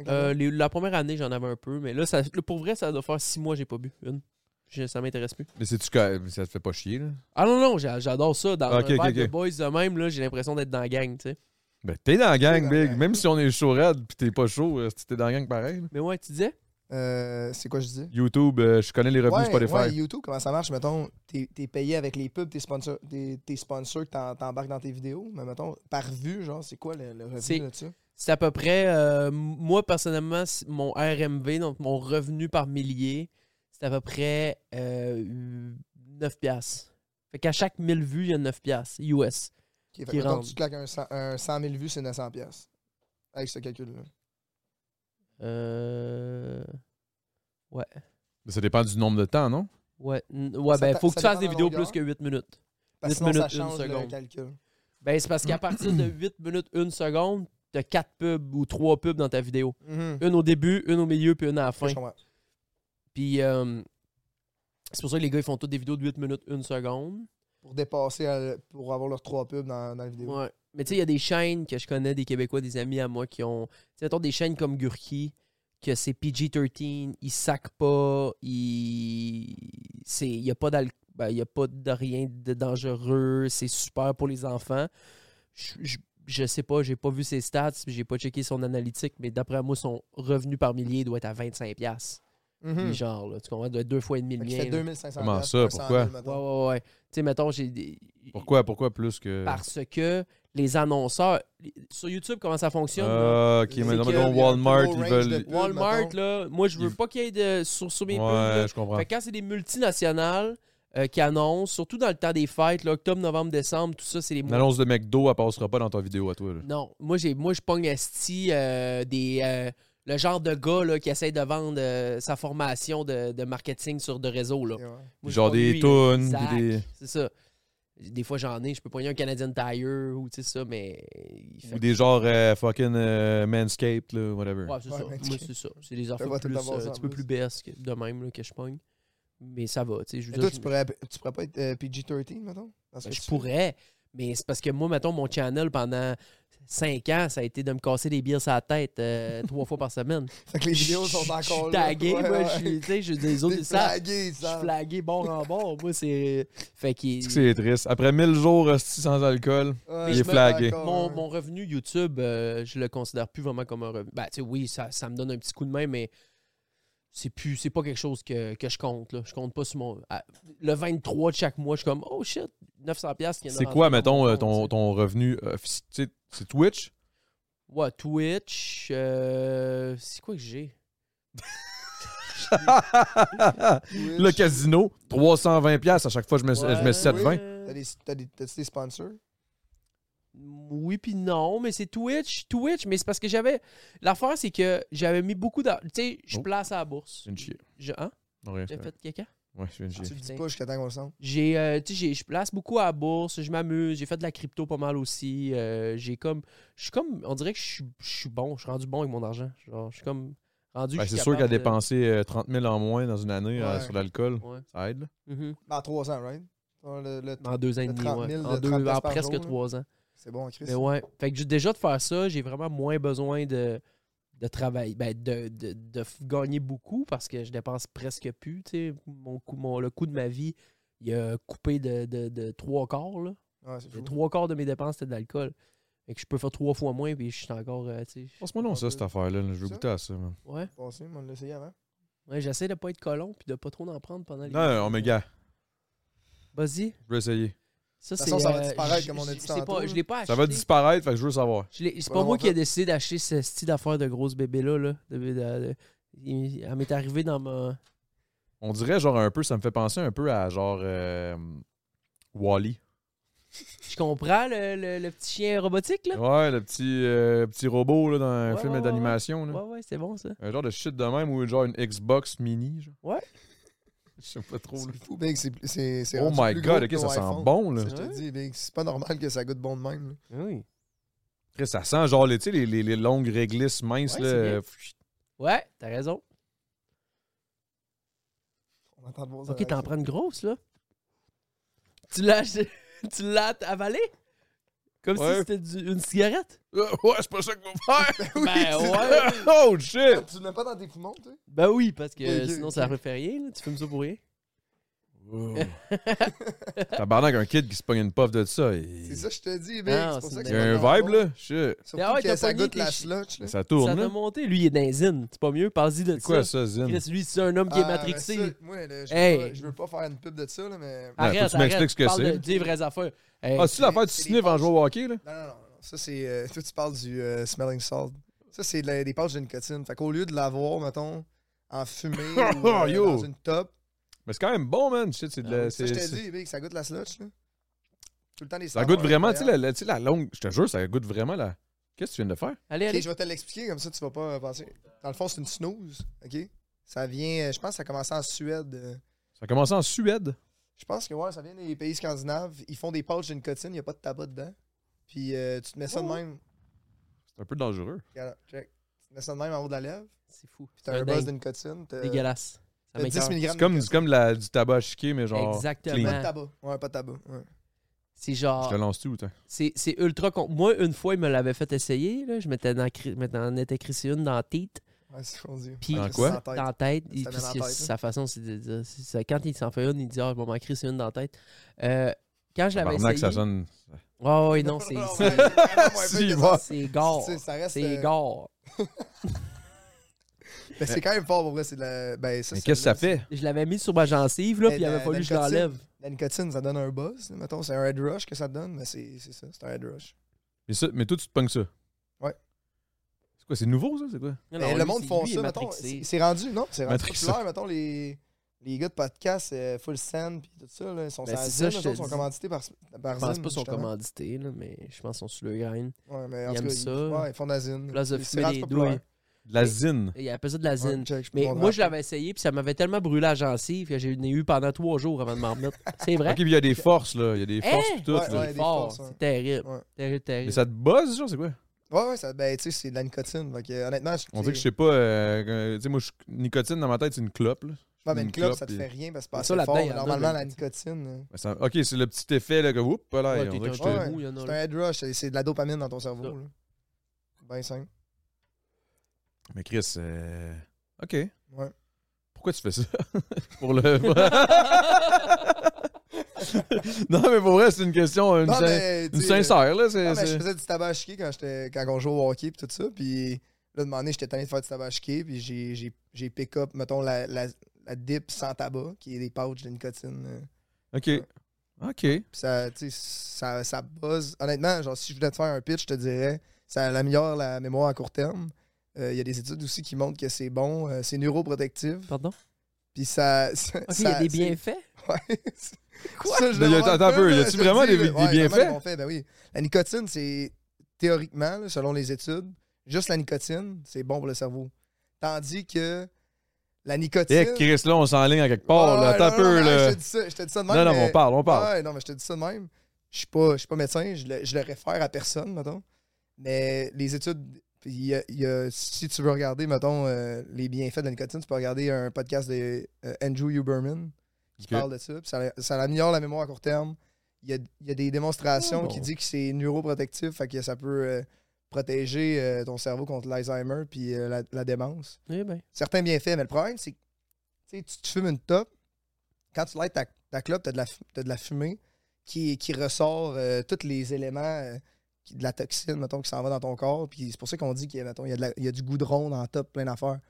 D: Euh, les- la première année, j'en avais un peu, mais là, ça, là, pour vrai, ça doit faire six mois que j'ai pas bu une. Je- ça m'intéresse plus.
B: Mais c'est-tu que ça te fait pas chier là?
D: Ah non, non, j'a- j'adore ça. Dans
B: Ok,
D: un
B: ok,
D: vibe de
B: ok.
D: boys de même, là, j'ai l'impression d'être dans la gang, tu sais.
B: Ben t'es dans la gang,
C: dans la
B: Big.
C: gang.
B: Même si on est chaud raide pis t'es pas chaud, euh, t'es dans la gang pareil. là.
D: Mais ouais, tu disais?
C: Euh, c'est quoi je dis?
B: YouTube, euh, je connais les revenus
C: Ouais,
B: Spotify.
C: ouais, YouTube, comment ça marche? Mettons, t'es es payé avec les pubs, tes sponsors, tes, tes sponsors que t'en- t'embarques dans tes vidéos. Mais mettons, par vue, genre, c'est quoi le, le
D: C'est-
C: revenu de ça?
D: C'est à peu près, euh, moi personnellement, c- mon RMV, donc mon revenu par millier, c'est à peu près euh, 9 piastres. Fait qu'à chaque 1000 vues, il y a 9 piastres US.
C: Ok,
D: qui
C: fait que mettons,
D: rentre.
C: tu claques un, cent- un 100 000 vues, c'est 900 pièces Avec ce calcul-là.
D: Euh,
B: Ça dépend du nombre de temps, non?
D: ouais, n- ouais
C: Ça
D: ben
C: dé-
D: faut que
C: ça
D: tu fasses
C: dépend
D: des
C: de la
D: vidéos plus
C: longueur.
D: que 8 minutes.
C: Parce que
D: 10
C: sinon, ça
D: minutes, une
C: change euh, le
D: seconde.
C: calcul.
D: Ben c'est parce qu'à partir de 8 minutes 1 seconde, t'as 4 pubs ou 3 pubs dans ta vidéo.
C: Mhm.
D: Une au début, une au milieu, puis une à la fin.
C: Je comprends.
D: Puis euh, c'est pour ça que les gars, ils font toutes des vidéos de 8 minutes 1 seconde.
C: Pour dépasser, à- pour avoir leurs trois pubs dans, dans la vidéo.
D: Ouais. Mais tu sais, il y a des chaînes que je connais, des Québécois, des amis à moi qui ont. Tu sais, mettons des chaînes comme Gurki, que c'est PG-13, ils sacent pas, ils. c'est- Il n'y a pas d'al- ben, il y a pas de rien de dangereux, c'est super pour les enfants. Je, je, je sais pas, j'ai pas vu ses stats, puis j'ai pas checké son analytique, mais d'après moi, son revenu par millier doit être à 25$.
C: Mhm.
D: Puis Genre, là, tu comprends, doit être deux fois et demi le
C: Fait que
D: mien.
C: c'était
D: là.
C: 2500
B: Comment
C: piastres
B: ça?
C: pour un 100 000,
B: Pourquoi?
D: Ouais,
C: mettons.
D: ouais, ouais. Tu sais, mettons, j'ai. des-
B: Pourquoi, pourquoi plus que.
D: parce que les annonceurs sur YouTube comment ça fonctionne là?
B: Ah, ok,
C: C'est
B: mais non, mettons,
D: que- il y a un
B: Walmart,
C: plus
B: ils
C: gros range
B: veulent.
C: de-
D: Walmart
C: mettons.
D: là moi je veux
B: Il-
D: pas qu'il y ait de sur, sur mes pubs, là.
B: Ouais, je comprends.
D: Fait que quand c'est des multinationales euh, qui annoncent surtout dans le temps des fêtes là, octobre novembre décembre tout ça c'est les
B: Une
D: mois
B: annonce de McDo, elle passera pas dans ta vidéo à toi. là.
D: non moi j'ai moi je pogne esti euh, des euh, le genre de gars là, qui essaie de vendre euh, sa formation de, de marketing sur de réseau là
C: Et ouais.
D: Moi, je
B: Genre
D: pogne
B: des
D: lui, là.
B: tounes, puis
D: Zach,
B: des-
D: c'est ça des fois j'en ai je peux pogner un Canadian Tire ou tu sais ça mais il fait
B: Ou des genres euh, fucking euh, Manscaped, là, whatever.
D: Ouais, c'est
C: Ouais,
D: ça.
C: mais
D: Moi,
C: tu-
D: c'est ça. C'est des
C: vas
D: affaires
C: tout
D: plus,
C: avoir
D: euh,
C: ça
D: un
C: en
D: petit peu
C: plus.
D: plus BS que de même là, que je pogne. Mais ça va, tu sais. Je veux
C: Et
D: dire,
C: toi, tu
D: je-
C: pourrais, tu pourrais pas être euh, PG-13, mettons? Parce
D: ben,
C: que
D: je
C: tu-
D: pourrais, mais c'est parce que moi, mettons, mon channel pendant 5 ans, ça a été de me casser des bières sur la tête
C: <laughs>
D: euh, trois fois par semaine.
C: Fait que les vidéos sont
D: Je suis
C: encore là.
D: tagué,
C: Ouais,
D: moi,
C: ouais.
D: je suis- tu sais, je des autres,
C: T'es
D: ils savent.
C: flagué, ils
D: Je suis
C: savent.
D: flagué bord en bord. Moi, c'est. Fait qu'il-
B: Est-ce que c'est triste? Après 1000 jours hostie, sans alcool,
C: Ouais,
B: il
C: je
B: est
C: me
B: flagué.
C: d'accord,
D: mon,
C: ouais.
D: mon revenu YouTube, euh, je le considère plus vraiment comme un revenu. Ben, tu sais, oui, ça, ça me donne un petit coup de main, mais c'est plus c'est pas quelque chose que, que je compte. Là. Je compte pas sur mon. à- le 23 de chaque mois, je suis comme, oh shit, 900$ piastres qui vient de
B: c'est
D: rentrer
B: quoi,
D: dans mon
B: mettons, euh,
D: compte,
B: ton,
D: tu
B: ton revenu euh, offici- tu sais, C'est Twitch?
D: <laughs> sais. Ouais, Twitch. euh, c'est quoi que j'ai
B: le casino, 320$ piastres à chaque fois, je mets, je mets 7,20.
D: Euh,
C: T'as des, t'as des, t'as-tu des sponsors?
D: Oui, puis non, mais c'est Twitch. Twitch, mais c'est parce que j'avais. L'affaire, c'est que j'avais mis beaucoup d'argent. Tu sais, je
B: Oh.
D: place à la bourse.
B: Je viens de chier.
D: Je, hein?
B: Non, rien, c'est
D: J'ai
B: vrai.
D: fait caca? Ah,
B: Ouais, je viens de
C: Tu
B: chier.
C: le dis
D: putain.
C: pas jusqu'à temps qu'on le sente.
D: J'ai, euh, tu sais, j'ai- je place beaucoup à la bourse, je m'amuse, j'ai fait de la crypto pas mal aussi. euh, j'ai comme, je suis comme, on dirait que je suis- je suis bon, je suis rendu bon avec mon argent. Genre, je suis comme rendu.
B: Ben,
D: je suis
B: c'est sûr qu'à
D: capable de-
B: dépenser euh, 30 000 en moins dans une année euh,
C: Ouais.
B: sur l'alcool,
D: Ouais.
B: ça aide. là.
D: Mhm.
C: Ben, à 300, right? Dans le- le-
D: En deux ans et
C: De
D: demi,
C: 30
D: ouais.
C: 000,
D: En,
C: de
D: deux,
C: 30
D: en
C: par
D: presque
C: jour, là.
D: trois ans.
C: C'est bon, Chris.
D: Mais ouais. Fait que ju- déjà de faire ça, j'ai vraiment moins besoin de, de travailler, ben de, de- de f- gagner beaucoup parce que je dépense presque plus. tu sais. Mon, coût- mon, le coût de ma vie, il a coupé de, de- de trois quarts. Là.
C: Ouais, c'est
D: Les
C: fou.
D: trois quarts de mes dépenses, c'était de l'alcool. Fait que je peux faire trois fois moins, puis je suis encore. euh, tu sais,
B: Passe-moi non ça, cette affaire-là. là. Je veux
C: Ça?
B: goûter à ça. man.
D: ouais.
C: Passé, mais on l'a essayé avant.
D: ouais J'essaie de pas être colon, puis de pas trop en prendre pendant les.
B: Non, non, non, mais gars,
D: Vas-y.
B: je veux essayer.
D: Ça,
C: toute
D: c'est.
C: façon, ça va
D: euh,
C: disparaître,
D: je-
C: comme on a
D: je-
C: dit
D: je sais
C: tantôt,
D: pas- Je l'ai pas acheté.
B: Ça va disparaître, fait que je veux savoir.
D: Je l'ai- C'est
C: Pas
D: pas moi
C: longtemps.
D: qui ai décidé d'acheter ce style d'affaires de grosse bébé-là. Là. De- de- de- il- Elle m'est arrivée dans ma.
B: On dirait genre un peu, ça me fait penser un peu à genre euh, Wally.
D: Je comprends le, le- le petit chien robotique, là.
B: Ouais, le petit, euh, petit robot là, dans un
D: Ouais,
B: film
D: ouais, ouais,
B: d'animation. là.
D: Ouais, ouais, c'est bon, ça.
B: Un genre de shit de même ou genre une Xbox mini. Genre.
D: Ouais.
B: <laughs> Je sais pas trop. là.
C: C'est fou, Big. C'est, c'est, c'est
B: Oh
C: rendu
B: my
C: plus
B: god,
C: gros
B: ok,
C: que
B: ça
C: nos
B: sent
C: iPhones.
B: bon là.
C: Ça, Je te dis, Big, c'est pas normal que ça goûte bon de même. là.
D: Oui.
B: Après, ça sent genre les, tu sais, les, les, les longues réglisses minces
D: Ouais,
B: là.
D: c'est bien.
B: euh, pff,
D: Ouais, t'as raison.
C: On attend de voir
B: Euh,
C: ça.
D: Ok, t'en prends une grosse, là. Tu l'as acheté- <laughs> tu l'as avalé? Comme
B: Ouais.
D: si c'était du- une cigarette?
B: euh, ouais, c'est pas ça que vous
C: <laughs>
B: faire.
D: Ben
C: c'est
D: ouais.
B: oh shit!
C: Tu le mets pas dans tes poumons, tu sais?
D: Ben oui, parce que
C: Ok,
D: sinon,
C: ok.
D: ça refait rien. là. Tu fumes ça
B: <laughs>
D: pour rien.
B: Oh,
C: <laughs>
B: Tabarnak, un kid qui se pogne une puff de ça. Il...
C: C'est ça, que je te dis, Big.
D: Non,
C: c'est pour
D: c'est
C: ça que
B: il y a
C: ça
B: un
C: goûte
B: vibe
C: bon.
B: là. Shit.
C: Surtout
D: Ah ouais,
C: que
D: t'as
C: ça
D: pogné
C: goûte la
D: tes-
C: slotch. là.
B: Ça
D: ça
B: tourne
D: t'a
B: là.
D: monté. Lui, il est dans les zines. C'est pas mieux. Pense-y de
B: C'est quoi ça,
D: ça.
B: Zin?
D: Chris, lui, c'est un homme qui est
C: Ah, ben
D: matrixé.
C: ça, moi, là, je,
D: Hey.
C: veux pas, je veux pas faire une pub de ça, là, mais.
B: Ouais, ben, faut que
D: Arrête,
B: tu m'expliques
D: arrête.
B: ce que
D: Parle
B: c'est.
D: de- Des vraies affaires. Hey,
B: Ah, c'est-tu l'affaire du
C: c'est des
B: sniff en
C: punches.
B: jouant au hockey là?
C: Non, non, non. non. Ça, c'est. euh, <laughs> toi, tu parles du euh, smelling salt. Ça, c'est de la- des patchs de nicotine. Fait qu'au lieu de l'avoir, mettons,
B: <laughs>
C: en fumée ou euh,
B: Oh, Yo.
C: dans une top,
B: Mais c'est quand même bon, man. Shit, c'est de la.
C: Ah ça, je
B: c'est-
C: te
B: c'est-
C: dis, mec, ça goûte la slotch, là. Tout le temps, les
B: Ça goûte vraiment, tu sais, la, la- tu sais, la longue. Je te jure, ça goûte vraiment la. Qu'est-ce que tu viens de faire?
D: Allez,
C: Ok,
D: allez.
C: je vais te l'expliquer, comme ça, tu vas pas euh, penser. Dans le fond, c'est une snooze, OK? Ça vient. euh, Je pense que ça a commencé en Suède. euh,
B: Ça a commencé en Suède.
C: Je pense que ouais, ça vient des pays scandinaves. Ils font des patchs de nicotine, il n'y a pas de tabac dedans. Puis euh, tu te mets ça de même.
B: C'est un peu dangereux.
C: Regarde, check. Tu te mets ça de même en haut de la lèvre.
D: C'est fou.
C: Puis t'as
D: C'est
C: un
D: dingue.
C: buzz de nicotine. T'as
D: <laughs>
C: t'as
D: Dégueulasse. Ça
C: 10
D: m'écoeure.
C: mg
B: C'est comme, c'est comme la, du tabac chiqué, mais genre.
D: Exactement.
C: Pas de
B: clean.
C: tabac. Ouais, pas de tabac. ouais.
D: C'est
B: Je
D: genre.
B: te lance tout, toi.
D: C'est c'est ultra. con- Moi, une fois, il me l'avait fait essayer. Là. Je m'étais en, cri- m'étais en étais crissé une dans la tête.
C: Ouais, c'est ce qu'on dit.
D: Puis,
B: En
C: Ouais,
B: quoi?
C: c'est
D: Dans la tête.
C: Ça
D: il-
C: met
D: parce
C: dans
D: que
C: la tête,
D: sa façon, c'est de dire. c'est ça. Quand il s'en fait une, il dit Ah, je vais m'en crisser une dans la tête. Euh, quand je l'avais
B: Tabarnak, ça
D: essayé.
B: sonne.
D: Ouais, ouais, non,
C: <laughs>
D: c'est.
C: Ouais,
D: c'est-
C: vraiment moins
B: Si,
C: pire que
B: ouais.
C: ça.
D: C'est gore.
C: C'est- ça reste,
D: C'est
C: euh,
D: gore.
C: Mais c'est quand même fort pour vrai. C'est de la. Ben, ça,
B: Mais
C: c'est-
B: qu'est-ce que ça fait?
D: Je l'avais mis sur ma gencive, là,
C: Mais
D: puis il
C: la-
D: avait fallu
C: la
D: que je l'enlève.
C: La nicotine, ça donne un buzz. là, Mettons, c'est un head rush que ça te donne, mais c'est c'est ça. C'est un head rush.
B: Mais, ça, mais toi, tu te pognes ça.
C: Ouais.
B: C'est quoi? C'est nouveau, ça? C'est quoi?
D: Non,
C: Mais
D: non,
C: Ben, le
D: lui,
C: monde
D: c'est-
C: font
D: lui, il
C: ça,
D: est
C: mettons.
D: matrixé.
C: C'est c'est rendu, non? C'est rendu
B: Matrixé.
C: populaire, mettons, les, les gars de podcast, euh, Full Send, puis tout ça, là, ils sont
D: Ben,
C: sur
D: c'est
C: Zyn,
D: ça, je
C: eux
D: te
C: autres, sont
D: dis.
C: commandités par, par
D: Je pense
C: Zyn,
D: pas son
C: justement.
D: commandité, là, mais je pense qu'on sur le grain.
C: Ouais, mais en
D: Ils
C: tout
D: aiment
C: cas,
D: ça.
C: Ils, ouais, ils font de la zine.
D: Place de
C: C'est
D: fumer
C: rendu
D: les
C: populaire.
D: douilles.
B: De la zine.
D: Il appelle ça de la
C: hein. Ouais,
D: zine.
C: check, je peux
D: mais
C: te
D: moi, je
C: montrer
D: l'avais essayé, puis ça m'avait tellement brûlé la gencive que j'ai eu pendant trois jours avant de m'en remettre. C'est vrai?
B: Ok, puis il y a des forces, là. Il y a des
D: Hein?
B: forces, pis tout.
C: Ouais,
B: là.
C: ouais.
D: C'est
C: des
D: fort.
C: forces, ouais.
D: C'est terrible.
C: Ouais.
D: Terrible,
B: Mais
D: terrible.
B: ça te buzz, genre, c'est quoi?
C: Ouais, ouais, ça, ben, tu sais, c'est de la nicotine. Fait que, euh, honnêtement, je.
B: On dirait que je sais pas. euh, euh, tu sais, moi, je- nicotine dans ma tête, c'est une clope, là.
C: Ouais, mais une
B: une
C: clope,
B: clope,
C: ça te
B: puis-
C: fait rien parce que
D: Mais
C: c'est
D: ça,
C: pas assez
D: là-dedans,
C: fort.
D: il y en a
C: Normalement,
D: de
C: la
D: la
C: nicotine. euh,
B: Ben, ça- Ok, c'est le petit effet, là, que whoop, voilà.
D: Ouais,
B: on
D: t'es
B: dirait que je
D: un
B: te-
C: Ouais, hein.
D: trou, il y en a
C: C'est
D: là.
C: un head rush, c'est c'est de la dopamine dans ton cerveau.
D: Ça.
C: là. Ben simple.
B: Mais Chris, euh, OK.
C: Ouais.
B: Pourquoi tu fais ça? <laughs> pour le. non, mais pour vrai, c'est une question. euh, Une,
C: Non,
B: sin-
C: mais, tu
B: une
C: sais, euh,
B: sincère, là. C'est,
C: Non, Ah, mais je
B: c'est-
C: faisais du tabac chiqué quand, j'étais- quand on jouait au hockey puis tout ça. Puis là, demandé, j'étais tanné de faire du tabac chiqué. Puis j'ai- j'ai- j'ai pick up, mettons, la, la, la dip sans tabac, qui est des pouches de nicotine. euh.
B: OK. OK.
C: Puis ça, tu sais, ça, ça buzz. Honnêtement, genre, si je voulais te faire un pitch, je te dirais, ça améliore la mémoire à court terme. Euh, Il y a des études aussi qui montrent que c'est bon, euh, c'est neuroprotectif.
D: Pardon?
C: Puis ça. ça-
D: Ok, il y
C: ça-
D: a des
C: c'est-
D: bienfaits.
C: <laughs> Ouais.
D: Quoi?
C: Ça, je le
B: Mais y a-
C: vois
B: attends un peu,
C: là,
B: y a-tu
C: je te
B: vraiment des-
C: dis, là,
B: des
C: ouais,
B: bienfaits?
C: vraiment des bienfaits, ben oui. La nicotine, c'est théoriquement, là, selon les études, juste la nicotine, c'est bon pour le cerveau. Tandis que la nicotine.
B: Eh, Chris, là, on s'enligne à quelque part,
C: Ah,
B: là.
C: ouais,
B: T'as
C: non, non,
B: peu,
C: non,
B: là.
C: Je te dis ça, je te dis ça de même.
B: Non, non,
C: mais-
B: on parle, on parle.
C: Ouais, non, mais je te dis ça de même. Je suis pas, je suis pas médecin, je le, je le réfère à personne, mettons. Mais les études, il y a- il y a- si tu veux regarder, mettons, euh, les bienfaits de la nicotine, tu peux regarder un podcast de euh, Andrew Huberman qui
B: Ok.
C: parle de ça. puis ça. Ça améliore la mémoire à court terme. il y a, il y a des démonstrations
B: Ah,
C: qui
B: bon.
C: disent que c'est neuroprotectif, fait que ça peut euh, protéger euh, ton cerveau contre l'Alzheimer puis euh, la, la démence.
D: Eh ben,
C: Certains bienfaits, mais le problème, c'est que tu sais, tu te fumes une top, quand tu lightes ta, ta clope, tu as, de la fumée qui, qui ressort euh, tous les éléments euh, qui- de la toxine, mettons, qui s'en va dans ton corps. Puis c'est pour ça qu'on dit qu'il y, a, mettons, il y a de la- il y a du goudron dans la top, plein d'affaires.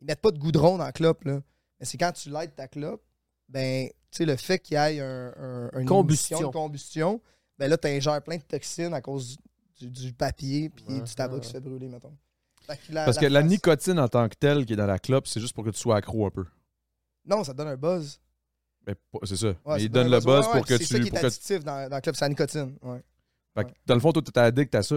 C: Ils mettent pas de goudron dans la clope, là. Mais c'est quand tu lightes ta clope, ben, tu sais, le fait qu'il y ait un, un- une
D: Combustion.
C: émission de combustion, ben là, tu ingères plein de toxines à cause du, du papier puis du tabac qui se fait brûler, mettons. Fait que
B: Parce que la
C: face-
B: nicotine en tant que telle qui est dans la clope, c'est juste pour que tu sois accro un peu.
C: Non, ça te donne un buzz.
B: Mais pas- c'est ça.
C: Ouais,
B: Mais
C: ça
B: ils donnent
C: un
B: le
C: Ouais,
B: buzz
C: ouais,
B: pour que
C: c'est ça
B: tu.
C: qui est
B: pour que-
C: addictif dans, dans le club, c'est la nicotine. Ouais.
B: Fait que Dans le fond, toi, t'es addict à ça.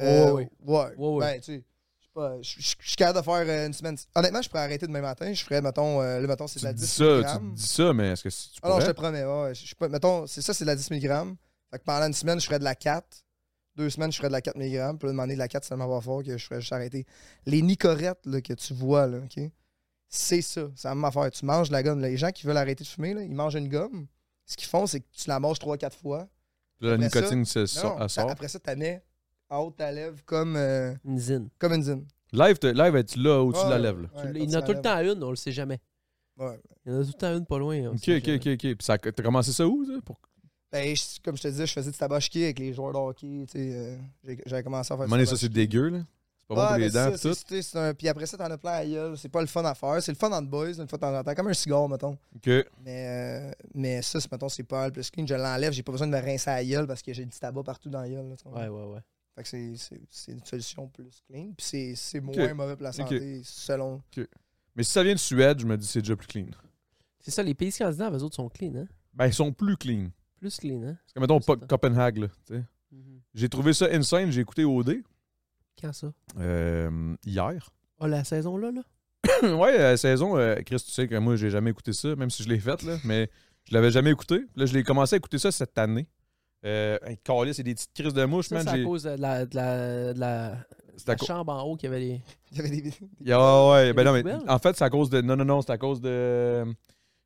C: Euh,
D: ouais.
C: ouais.
D: Ouais, ouais.
C: Ben, tu sais, je sais pas, je- je- je suis capable de faire euh, une semaine. Honnêtement, je pourrais arrêter demain matin. Je ferais, mettons, euh, là, mettons, c'est
B: Tu
C: de la
B: te
C: 10
B: dis ça, tu te
C: milligrammes.
B: dis ça, mais est-ce que si tu
C: Ah non, je
B: pourrais?
C: te promets. ouais, ouais, je suis pas, mettons, c'est ça, c'est de la 10 mg. Fait que pendant une semaine, je ferais de la 4. Deux semaines, je ferais de la 4 mg. Puis là, demander de la 4, c'est tellement pas fort que je ferais juste arrêter. Les nicorettes là, que tu vois, là, OK? C'est ça. C'est la même affaire. Tu manges de la gomme. là. Les gens qui veulent arrêter de fumer, là, ils mangent une gomme. Ce qu'ils font, c'est que tu la manges 3-4 fois.
B: La
C: après ça-
B: nicotine, c'est
C: Non,
B: ça.
C: non,
B: elle sort.
C: Après ça, t'en mets en haut de ta lèvre comme, euh,
D: une zine.
C: comme une zine.
B: Live, t'es- live, es-tu là ou tu
C: Ouais,
B: la lèves? là?
C: ouais,
D: Tu
C: comme
D: l'as- il y
C: ça,
D: en a tout
C: la
D: le temps une, on le sait jamais.
C: lèvre. Ouais.
D: Il y en a tout le temps une pas loin. on le
B: Ok,
D: sait
B: ok,
D: jamais.
B: ok, ok. Puis ça- t'as commencé ça où? ça, Pour...
C: Ben, je- comme je te disais, je faisais du tabachki avec les joueurs de hockey. tu sais, euh, j'ai- J'avais commencé à
B: À un
C: faire
B: moment donné,
C: du
B: ça, c'est
C: tabaski.
B: dégueu, là. C'est pas bon
C: Ouais,
B: pour
C: mais
B: les
C: c'est
B: dents,
C: ça,
B: pis
C: c'est-
B: tout.
C: c'est- c'est un- Puis après ça, t'en as plein à la gueule. C'est pas le fun à faire. C'est le fun entre boys, une fois de temps en temps, comme un cigare, mettons.
B: Ok.
C: Mais, euh, mais ça, c'est- mettons, c'est pas le plus clean. Je l'enlève, j'ai pas besoin de me rincer à la gueule parce que j'ai du tabac partout dans la gueule. là, tu comprends?
D: Ouais, ouais, ouais.
C: Fait que c'est- c'est c'est une solution plus clean. Puis c'est- c'est moins
B: Ok.
C: mauvais pour la santé,
B: <laughs>
C: selon. <laughs>
B: Mais si ça vient de Suède, je me dis c'est déjà plus clean.
D: C'est ça, les pays scandinaves, eux autres sont clean, hein?
B: Ben, ils sont plus clean.
D: Plus clean, hein?
B: C'est comme, mettons,
D: C'est
B: pas
D: ça. Mm-hmm.
B: Copenhague, là. tu sais. J'ai trouvé ça insane. J'ai écouté OD
D: Quand ça?
B: euh, hier. <clears throat>
D: Ah, la saison-là, là?
B: ouais, la saison, euh, Chris, tu sais que moi, j'ai jamais écouté ça, même si je l'ai faite, là, mais je l'avais jamais écouté. Là, je l'ai commencé à écouter ça cette année. Euh, hey, câlisse, c'est des petites crises de mouche,
D: Ça,
B: man.
D: c'est à
B: j'ai-
D: cause de la, de la, de la,
B: c'est à
D: la
B: cau-
D: chambre en haut qu'il y avait les...
C: Il y avait des-
B: Ah ouais, ben
D: des
B: non, mais
D: poubelles?
B: en fait, c'est à cause de. Non, non, non, c'est à cause de.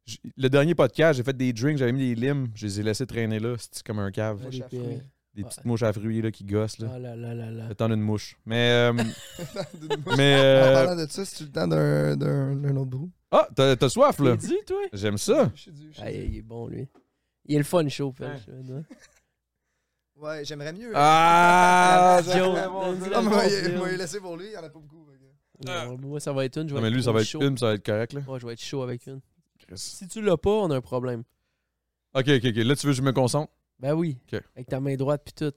B: j- Le dernier podcast, j'ai fait des drinks, j'avais mis des limes, je les ai laissés traîner là, c'était comme un cave.
C: Mouches à
D: les-
C: fruits.
B: Des
D: ouais.
B: petites mouches à fruits là, qui gossent, là.
D: Ah là là
B: <laughs>
D: là là.
B: Le temps d'une mouche. Mais. euh, <laughs>
D: <laughs>
C: D'une mouche.
B: mais.
C: En
B: euh,
C: parlant de ça, c'est tout le temps d'un- d'un d'un autre brou.
B: Ah, t'as t'as soif,
D: T'es
B: là.
D: dû, toi?
B: J'aime ça.
C: Je suis dû, je suis
D: Ah,
C: dû.
D: il est bon, lui. Il est le fun show, Pel.
C: Ouais, j'aimerais mieux. <laughs>
B: Ah,
D: La Joe. Donne-y la
C: Ah, mais moi,
D: réponse,
C: il-
D: Joe.
C: moi, il est laissé pour lui, il y en a pas beaucoup. fait que-
D: Non, Moi, ça va être une. je vais
B: Ah. Non, mais lui, ça va être
D: chaud.
B: une, ça va être correct, là.
D: Moi, je vais être chaud avec une.
B: Chris.
D: Si tu l'as pas, on a un problème.
B: Ok, ok, ok. Là, tu veux que je me concentre?
D: Ben oui.
B: Ok.
D: Avec ta main droite puis tout.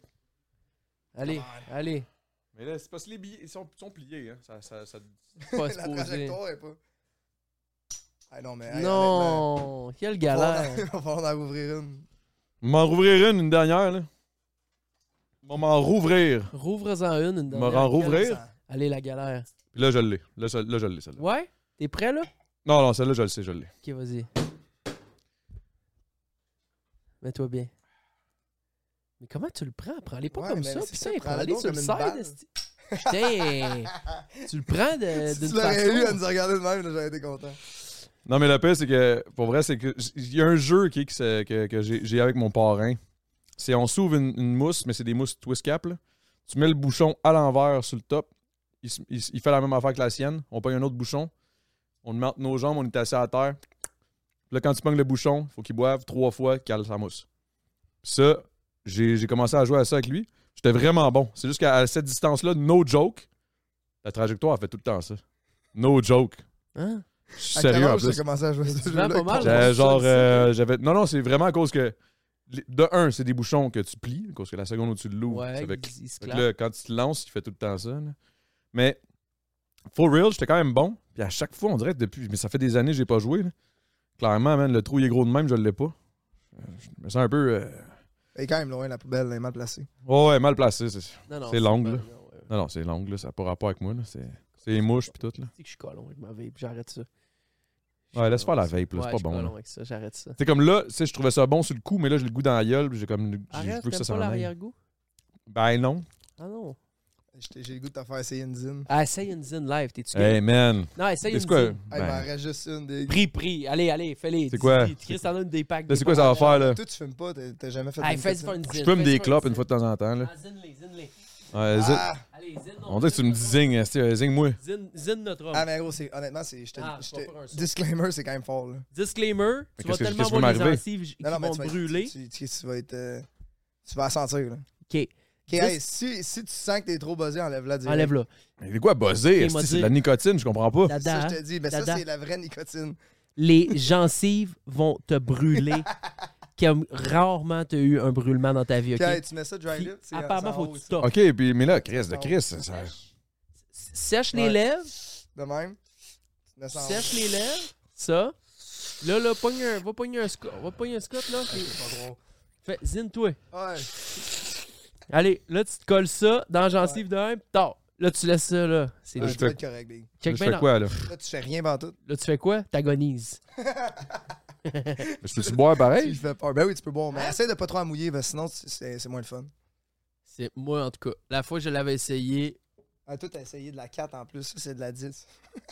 D: Allez, allez.
B: Mais là, c'est parce que les billets, ils sont, pliés, hein. Ça, ça,
D: Pas se
C: <laughs> <laughs> La
D: poser.
C: trajectoire est pas. Ah non, mais. hey, honnêtement,
D: Non, quelle
C: il va falloir-
D: galère.
C: <laughs> Il va falloir en rouvrir une.
B: M'en rouvrir une, une dernière, là. Bon, m'en rouvrir.
D: Rouvre-en une, une
B: M'en
D: dernière.
B: rend rouvrir.
D: Allez, la galère.
B: Puis là, je l'ai. Là, ça- là, je l'ai, celle-là.
D: Ouais? T'es prêt, là?
B: Non, non, celle-là, je le sais, je l'ai.
D: Ok, vas-y. Mets-toi bien. Mais comment tu le prends? Prends-les pas
C: Ouais,
D: comme
C: mais
D: ça.
C: c'est ça,
D: Putain, prends-les
C: prends-les
D: sur le
C: donc
D: side.
C: comme une balle.
D: esti. Putain!
C: <laughs>
D: tu le prends de-
C: Si
D: Euh, d'une
C: tu l'aurais eu à
D: façon...
C: nous regarder de même, là, j'aurais été content.
B: Non, mais le pire, c'est que, pour vrai, c'est que j- il y a un jeu qui, qui se- que, que j'ai j'ai avec mon parrain. C'est on s'ouvre une, une mousse, mais c'est des mousses twist cap. là. Tu mets le bouchon à l'envers sur le top. Il, se- il se- il fait la même affaire que la sienne. On pogne un autre bouchon. On le met entre nos jambes, on est assis à terre. Puis Là, quand tu pognes le bouchon, faut qu'il boive trois fois, cale sa mousse. Puis ça, j'ai j'ai commencé à jouer à ça avec lui. J'étais vraiment bon. C'est juste qu'à à cette distance-là, no joke, la trajectoire elle fait tout le temps ça. No joke.
D: Hein?
B: Je suis
C: À quel
B: sérieux en
C: âge
B: plus.
C: t'as commencé à jouer à ce
D: Tu
C: jeu-là?
D: vends pas mal.
B: J'avais
D: Ouais,
B: genre,
D: ça,
B: euh, j'avais. Non, non, c'est vraiment à cause que. les- De un, c'est des bouchons que tu plies, parce que la seconde où tu le l'ouvres,
D: Ouais,
B: ça fait.
D: il, il
B: Fait
D: se
B: que
D: claque.
B: là, quand tu te lances, tu fais tout le temps ça. là. Mais, for real, j'étais quand même bon. Puis à chaque fois, on dirait que depuis. Mais ça fait des années que j'ai pas joué. là. Clairement, man, le trou il est gros de même, je l'ai pas. Euh, Je me sens un peu. euh,
C: Elle est quand même loin, la poubelle, elle est mal placée.
B: ouais, ouais, mal placé. c'est-
D: Non, non,
B: c'est l'ongle,
D: pas-
B: là.
D: non, ouais, ouais.
B: Non, non, c'est long, là. Ça n'a pas rapport avec moi, là. C'est c'est les mouches, puis tout, là.
D: Tu sais que je suis colon avec ma vape, j'arrête ça. Je suis
B: Ouais, laisse faire
D: colon
B: la
D: avec ça.
B: vape, là.
D: Ouais,
B: C'est
D: je
B: pas
D: suis
B: bon,
D: colon
B: là.
D: avec ça, j'arrête ça.
B: C'est comme là, tu sais, je trouvais ça bon sur le coup, mais là, j'ai le goût dans la gueule, puis j'ai comme. je
D: Arrête,
B: veux que ça
D: t'aimes pas
B: s'en aille.
D: l'arrière-goût?
B: Ben non.
D: Ah non.
C: J'ai j'ai le goût de te faire essayer une zine.
D: Ah, essaye une zine live, t'es-tu
B: Hey, man.
D: Non, essaye une
B: Eh, C'est quoi?
D: zine.
C: Hey, ben,
B: Ben,
C: reste juste une des.
D: Pris, pris. Allez, allez, fais-les.
B: C'est quoi?
D: Dis- Chris, t'en as une des packs.
B: là,
D: des
B: Ben, c'est quoi
D: packs.
B: ça va faire, là?
C: Toi, tu fumes pas, t'as t'as jamais fait
D: Allez,
C: de
D: fais
C: nicotine.
D: faire une zine.
B: Je fume
D: fais-y
B: des
D: faire
B: clopes
D: zine.
B: une fois de temps en temps, là. Ah.
D: Ah, Zine-les, zine-les.
B: Ouais, zin-
D: Allez, zine.
B: On dirait que tu me dis zing, esti, euh, zing-moi.
D: Zine, zine notre homme.
C: Ah, mais gros, c'est- honnêtement, c'est. je te-
D: Ah,
C: je
D: c'est pas
C: te-
D: pour un saut.
C: Disclaimer, c'est quand même fort, là.
D: Disclaimer,
B: Mais
D: tu vas
B: qu'est-ce que-
D: tellement
B: qu'est-ce qui
D: voir
B: m'est
D: les
B: arrivé?
D: gencives qui vont
C: tu vas-
D: brûler.
C: Tu, tu- tu vas être. euh, tu vas la sentir, là.
D: OK,
C: Ok, hey, si, si tu sens que t'es trop buzzé, enlève-la direct.
D: enlève-la.
B: Mais c'est quoi, buzzer?
D: Ok,
B: esti,
D: m'a
B: C'est
D: dit-
B: de la nicotine, je comprends pas.
C: C'est ça, je
D: Dada,
C: te dis. Mais ça,
D: dada.
C: c'est la vraie nicotine.
D: les gencives vont te brûler <laughs> comme rarement tu as eu un brûlement dans ta vie. OK?
C: Puis, hey, tu mets ça dry
D: Puis,
C: up. c'est-
D: apparemment,
C: c'est en
D: faut
C: haut,
D: que tu
C: ça.
D: toffes.
B: Ok, puis, mais là, Chris, de Chris, ça. ça-
D: Sèche
C: Ouais.
D: les lèvres.
C: De même. Tu mets ça en
D: Sèche
C: haut.
D: les lèvres. Ça. Là, là, pogne un, va pogner un scot. Va pogner un scot, là. puis- Fais, zine-toi.
C: Ouais.
D: Allez, là, tu te colles ça dans la gencive de même. tard. Là, tu laisses ça, là. C'est
C: Ouais,
D: là.
C: tu vas être correct, big.
D: Check
B: je
D: bien
B: fais
D: dans-
B: quoi, là?
C: Là, tu fais rien avant tout.
D: Là, tu fais quoi? T'agonises.
B: Je peux-tu boire pareil?
D: <laughs>
C: Tu fais peur. Ben oui, tu peux boire,
D: Hein?
C: mais essaie de pas trop en mouiller, parce que sinon, tu- c'est c'est moins le fun.
D: C'est moi, en tout cas. La fois que je l'avais essayé,
C: Ah, toi, t'as essayé de la 4 en plus. Ça, c'est de la 10.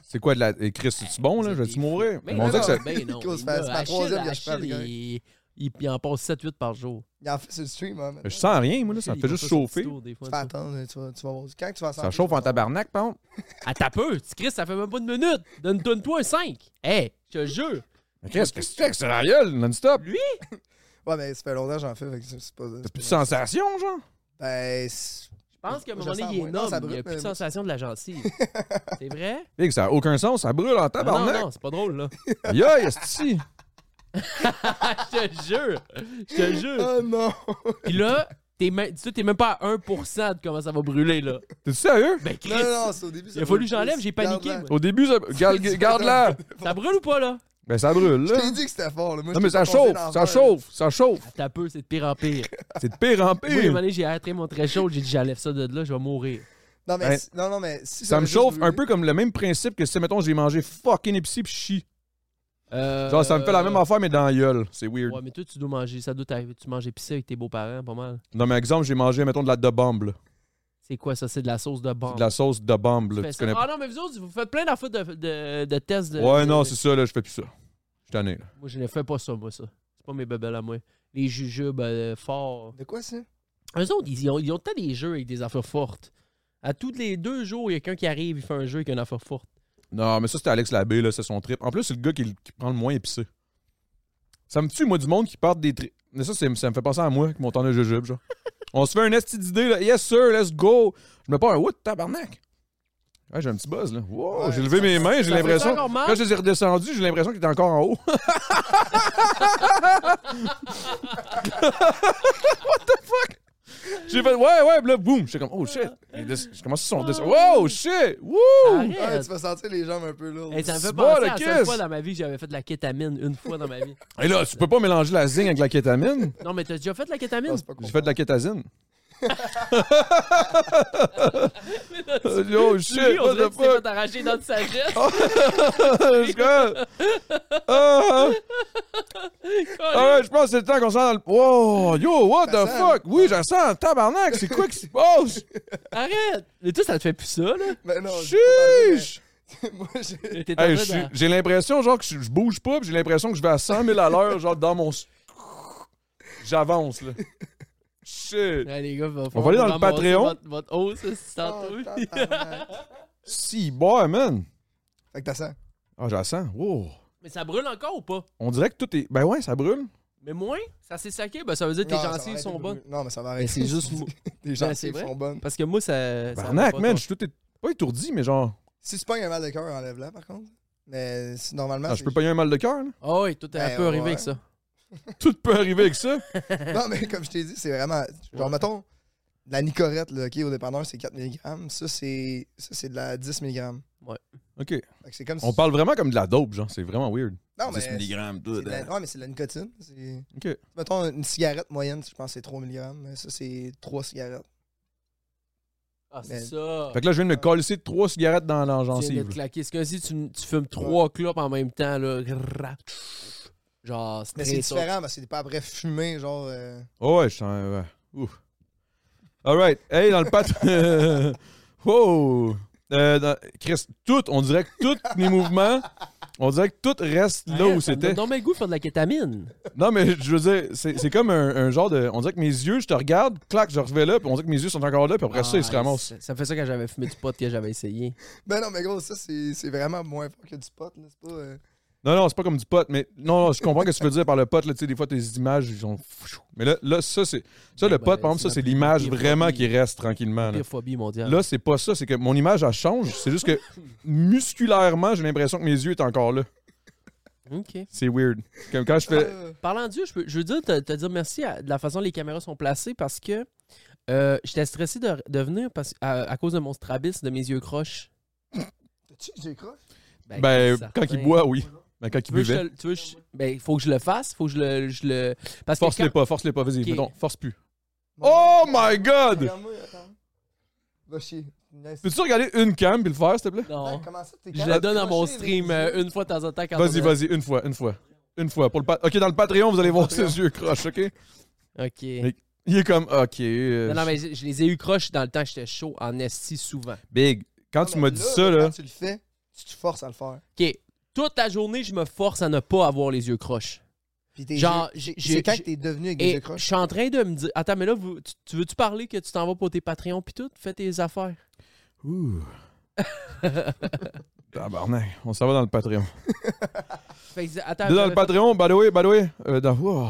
B: C'est quoi de la. eh, Chris, c'est-tu bon, là? Je vais-tu mourir?
D: Mais
B: On
D: non,
B: dirait que ça.
D: ben non.
C: Cause
D: il
C: c'est
D: l'a,
C: ma troisième
D: Achille,
C: que je prends, le
D: Achille,
C: gars.
D: il, il- il en passe 7-8 par jour.
C: Il en fait sur le stream, hein. maintenant.
B: Je sens rien, moi, là. Ça me
D: Achille,
B: fait
D: il
B: juste
D: fait son petit
B: chauffer.
D: tour, des fois,
C: Tu
D: tu
C: vas
D: vois.
C: attendre, tu vas, tu vas voir. Quand tu vas
B: Ça
C: sentir,
B: chauffe
C: tu vas
B: en tabarnak, par contre.
D: Ah, t'as peu. Tu Chris, ça fait même pas une minute. Donne- Donne-toi un 5. Hé, je te jure.
B: Mais Chris, qu'est-ce que tu fais avec ça, la gueule, non-stop?
D: Lui?
C: Ouais, mais ça fait longtemps que j'en fais, fait que c'est c'est pas.
B: T'as plus de sensation, genre?
C: Ben, c'est-
D: Je pense qu'à un
C: Moi,
D: moment
C: je sens
D: donné, il est
C: moins. Non,
D: énorme.
C: ça
D: Il n'y a
C: brûle,
D: plus de
C: mais-
D: sensation de la <laughs> gencive. C'est vrai?
B: Hey, Eh, que ça n'a aucun sens, ça brûle en
D: Ah non,
B: tabarnak.
D: non, c'est pas drôle, là. <laughs>
B: Yo, esti.
D: je te jure. Je te jure.
C: Oh non!
D: Puis là, t'es même, tu sais, t'es même pas à 1% de comment ça va brûler, là.
B: T'es-tu sérieux?
D: Ben, Chris,
C: Non, non, c'est au début.
D: il a fallu que j'enlève, j'ai paniqué. moi.
B: Au début, ça.
D: <laughs>
B: Garde- Garde-la!
D: Ça brûle ou pas, là?
B: Ben, ça brûle,
C: Je
B: là.
C: t'ai dit que c'était fort, là. Moi,
B: Non,
C: je
B: mais
C: t'ai pas
B: ça
C: conseillé
B: chauffe,
C: d'en
B: ça
C: faire, là.
B: chauffe, ça chauffe.
D: T'as peu, c'est de pire en pire.
B: C'est de pire en
D: Moi, à un moment
B: pire.
D: donné, j'ai attrayé mon très chaud, j'ai dit j'enlève ça de là, je vais mourir.
C: Non, mais,
B: Ben,
C: si- non, non, mais si
B: Ça
C: avait
B: me
C: juste
B: chauffe un
C: brûlé-
B: peu comme le même principe que si, mettons, j'ai mangé fucking épicé pis chi.
D: Euh,
B: Genre, ça me fait la même
D: euh,
B: affaire, mais dans la gueule. C'est weird.
D: Ouais, mais toi, tu dois manger, ça doit t'arriver. Tu manges épicé avec tes beaux-parents, pas mal.
B: Non, mais exemple, j'ai mangé, mettons, de la de bombe, là.
D: C'est quoi ça? C'est de la sauce de bombe.
B: De la sauce de bombe,
D: Tu
B: là.
D: fais
B: Tu
D: ça.
B: connais
D: Ah non, mais vous autres, vous faites plein d'affaires de, de, de tests. De,
B: Ouais,
D: de-
B: non, c'est ça, là, je fais plus ça. Je t'en ai, là.
D: Moi, je ne fais pas ça, moi, ça. C'est pas mes bébelles à moi. Les jujubes euh, forts.
C: De quoi, ça?
D: Ah, Eux autres, ils ont, ils ont tant des jeux avec des affaires fortes. À tous les deux jours, il y a quelqu'un qui arrive, il fait un jeu avec une affaire forte.
B: Non, mais ça, c'était Alex Labbé, là, c'est son trip. En plus, c'est le gars qui, qui prend le moins épicé. Ça me tue, moi, du monde qui part des trips. Mais ça, c'est- ça me fait penser à moi, avec mon temps de jujube,
D: <laughs>
B: genre. On se fait un esti d'idée, là. Yes, sir, let's go. Je me pars un what, tabarnak. Ouais, j'ai un petit buzz, là. Wow,
C: Ouais,
B: j'ai levé mes mains, j'ai
D: ça fait
B: l'impression.
D: encore mal?
B: Quand je les ai redescendus, j'ai l'impression qu'il était encore en haut. <laughs> what the fuck? J'ai fait, ouais, ouais, puis là, boum. J'étais comme, oh shit. Et des- Je commence à son redescendre. Wow, shit. Wouh!
C: Ouais,
D: Arrête!
C: tu vas sentir les jambes un peu lourdes.
D: Hey, Eh, ça me fait
B: c'est
D: penser
B: bon, le
D: à la seule
B: kiss.
D: fois dans ma vie que j'avais fait de la kétamine, une fois dans ma vie.
B: Et là, tu peux pas mélanger la zing avec la kétamine?
D: Non, mais t'as déjà fait de la kétamine?
C: Non, c'est pas
B: J'ai
C: compliqué.
B: fait de la kétazine.
D: <laughs>
B: Euh, Yo, shit,
D: Lui, on
B: what
D: dirait
B: the
D: que tu t'es fait
B: fuck?
D: arracher dans
B: <laughs>
D: de sagesse.
B: Ah, Je crois- Ah, ah, ouais, je pense que c'est le temps qu'on sent dans le. Wow, yo, what the
C: sent.
B: fuck? Oui, je sens un tabarnak, c'est quoi qui se
D: <laughs>
B: passe?
D: Arrête! Mais toi, ça te fait plus ça, là?
C: Mais Ben non, j'ai pas
B: Chiche!
C: mangé, mais- <laughs> Moi, j'ai.
D: T'es en
B: Hey,
D: train
B: je suis-
D: de-
B: j'ai l'impression, genre, que je je bouge pas, puis j'ai l'impression que je vais à 100 000 à l'heure, genre, dans mon. s- J'avance, là. Shit!
D: Ouais, les gars, va
B: va aller dans le
D: ramasser
B: Patreon.
D: Votre, votre hausse, c'est <laughs> tantôt.
C: Oh, tabarnak.
B: Si, boy, man!
C: Fait que t'as ça.
B: Ah, je la sens. Wow!
D: mais ça brûle encore ou pas?
B: On dirait que tout est. Ben ouais, ça brûle.
D: Mais moins, ça s'est saqué, ben ça veut dire que tes
C: Non, ça va
D: gencives
C: arrêter
D: sont
C: de
D: bonnes.
C: brûler. Non, mais ça va
D: Mais
C: arrêter.
D: c'est
B: <laughs>
D: juste mou.
C: Les
D: Ben, c'est
C: gencives
D: vrai.
C: sont bonnes.
D: Parce que moi, ça. ça
B: Barnac,
D: va pas
B: man,
D: tant.
B: je suis tout é- pas étourdi, mais genre.
C: Si tu pognes un mal de cœur, enlève-la par contre. Mais si- normalement.
B: Ah, je peux pas y avoir un mal de cœur, là.
D: Ah oui, tout est un
C: Ben,
D: peu arrivé
C: ouais.
D: avec ça.
B: <laughs> Tout peut arriver avec ça.
C: pas. Non, mais comme je t'ai dit, c'est vraiment. Genre, mettons, de la Nicorette, là, OK, au dépanneur, c'est 4 mg. Ça, c'est ça, c'est de la 10 mg.
B: OK. Ah,
C: Fait que c'est comme si.
B: On parle vraiment comme de la dope, genre. C'est vraiment weird.
C: Non, mais.
B: 10 mg,
C: c'est
B: tout.
C: de la- Ouais, mais c'est de la nicotine. C'est-
B: OK.
C: Mettons, une cigarette moyenne, je pense que c'est 3 mg. Mais ça, c'est 3 cigarettes.
D: Ah, c'est
C: Mais-
D: ça.
B: Fait que là, je viens de me coller trois cigarettes dans la
D: tu viens de
B: gencive.
D: te
B: là.
D: claquer. C'est comme si tu, tu fumes trois clopes en même temps, là. Grrrra. Genre, c'est
C: Mais
D: très
C: c'est
D: ça.
C: différent parce que c'est pas après fumé, genre. euh,
B: Oh, ouais, je sens. ouais. Ouf. All right. Hey, dans le pat. <laughs> wow! Euh, dans- Chris, tout, on dirait que tous les mouvements, on dirait que tout reste là où c'était.
D: Non, mais le goût de faire de la kétamine.
B: Non, mais je veux dire, c'est c'est comme un, un genre de. On dirait que mes yeux, je te regarde, clac, je revais là, puis on dirait que mes yeux sont encore là, puis après ça, ils se
D: Ah,
B: ramassent.
D: ça, ça me fait ça quand j'avais fumé du pot que j'avais essayé.
C: Ben non, mais gros, ça, c'est c'est vraiment moins fort que du pot, là. C'est pas. euh,
B: Non, non, c'est pas comme du pot, mais non, non, je comprends ce que tu veux dire par le pot. Là, tu sais, des fois, tes images, ils sont. Mais là, là ça, c'est. Ça, le
D: Ben,
B: pot, par exemple,
D: c'est
B: ça,
D: ma
B: c'est
D: plus-
B: l'image
D: pire
B: vraiment
D: phobie.
B: qui reste tranquillement. Là,
D: Pire phobie mondiale.
B: Là, c'est pas ça, c'est que mon image, elle change. C'est juste que musculairement, j'ai l'impression que mes yeux sont encore là.
D: OK.
B: C'est weird. Comme quand je fais.
C: Ah,
D: Parlant de Dieu, je, peux- je veux dire, te, te dire merci à- de la façon dont les caméras sont placées parce que euh, j'étais stressé de, de venir parce, à, à cause de mon strabisme, de mes yeux croches.
C: T'as-tu des croches?
B: Ben,
D: c'est
B: quand
D: certain.
B: il boit, oui. Ben, quand il
D: Tu veux, que je
B: buvait.
D: te- tu veux que je- ben, faut que je le fasse, faut que je le. Je le parce que
B: Force-les
D: quand-
B: pas, force-les pas. Vas-y,
D: Ok.
B: mettons, force plus. Oh my god!
C: Regarde-moi, attends. Va chier. Nice.
B: Peux-tu regarder une cam puis le faire, s'il te plaît?
D: Non.
C: Ben, Comment ça, t'es
D: Je
C: capable
D: le
C: de
D: donne à mon
C: crocher,
D: stream
C: là,
D: euh, une fois de temps en temps. quand
B: Vas-y,
D: on a-
B: vas-y, une fois, une fois. Une fois. Pour le pat- Ok, dans le Patreon, vous allez voir
C: Patreon.
B: ses yeux croches, ok?
D: Ok.
B: Mais- Il est comme, ok. euh,
D: Non, non, mais je, je les ai eu croches dans le temps, j'étais chaud en esti souvent.
B: Big. Quand
C: Non,
B: tu
C: Ah, mais
B: m'as dit
C: là,
B: ça, là.
C: Quand tu le fais, tu te forces à le faire.
D: Ok. Toute la journée, je me force à ne pas avoir les yeux croches.
C: Puis tes
D: Genre,
C: yeux-
D: j'ai- j'ai-
C: c'est quand
D: j'ai-
C: que t'es devenu avec des
D: Et
C: yeux
D: je
C: croches.
D: suis en train de me dire. Attends, mais là, vous- tu, tu veux-tu parler que tu t'en vas pour tes Patreons pis tout? Fais tes affaires.
B: Ouh. <laughs> Tabarnak. On s'en va dans le Patreon.
D: Fait que, attends,
B: Dans
D: euh,
B: le Patreon, by the way, by the way. euh, dans oh,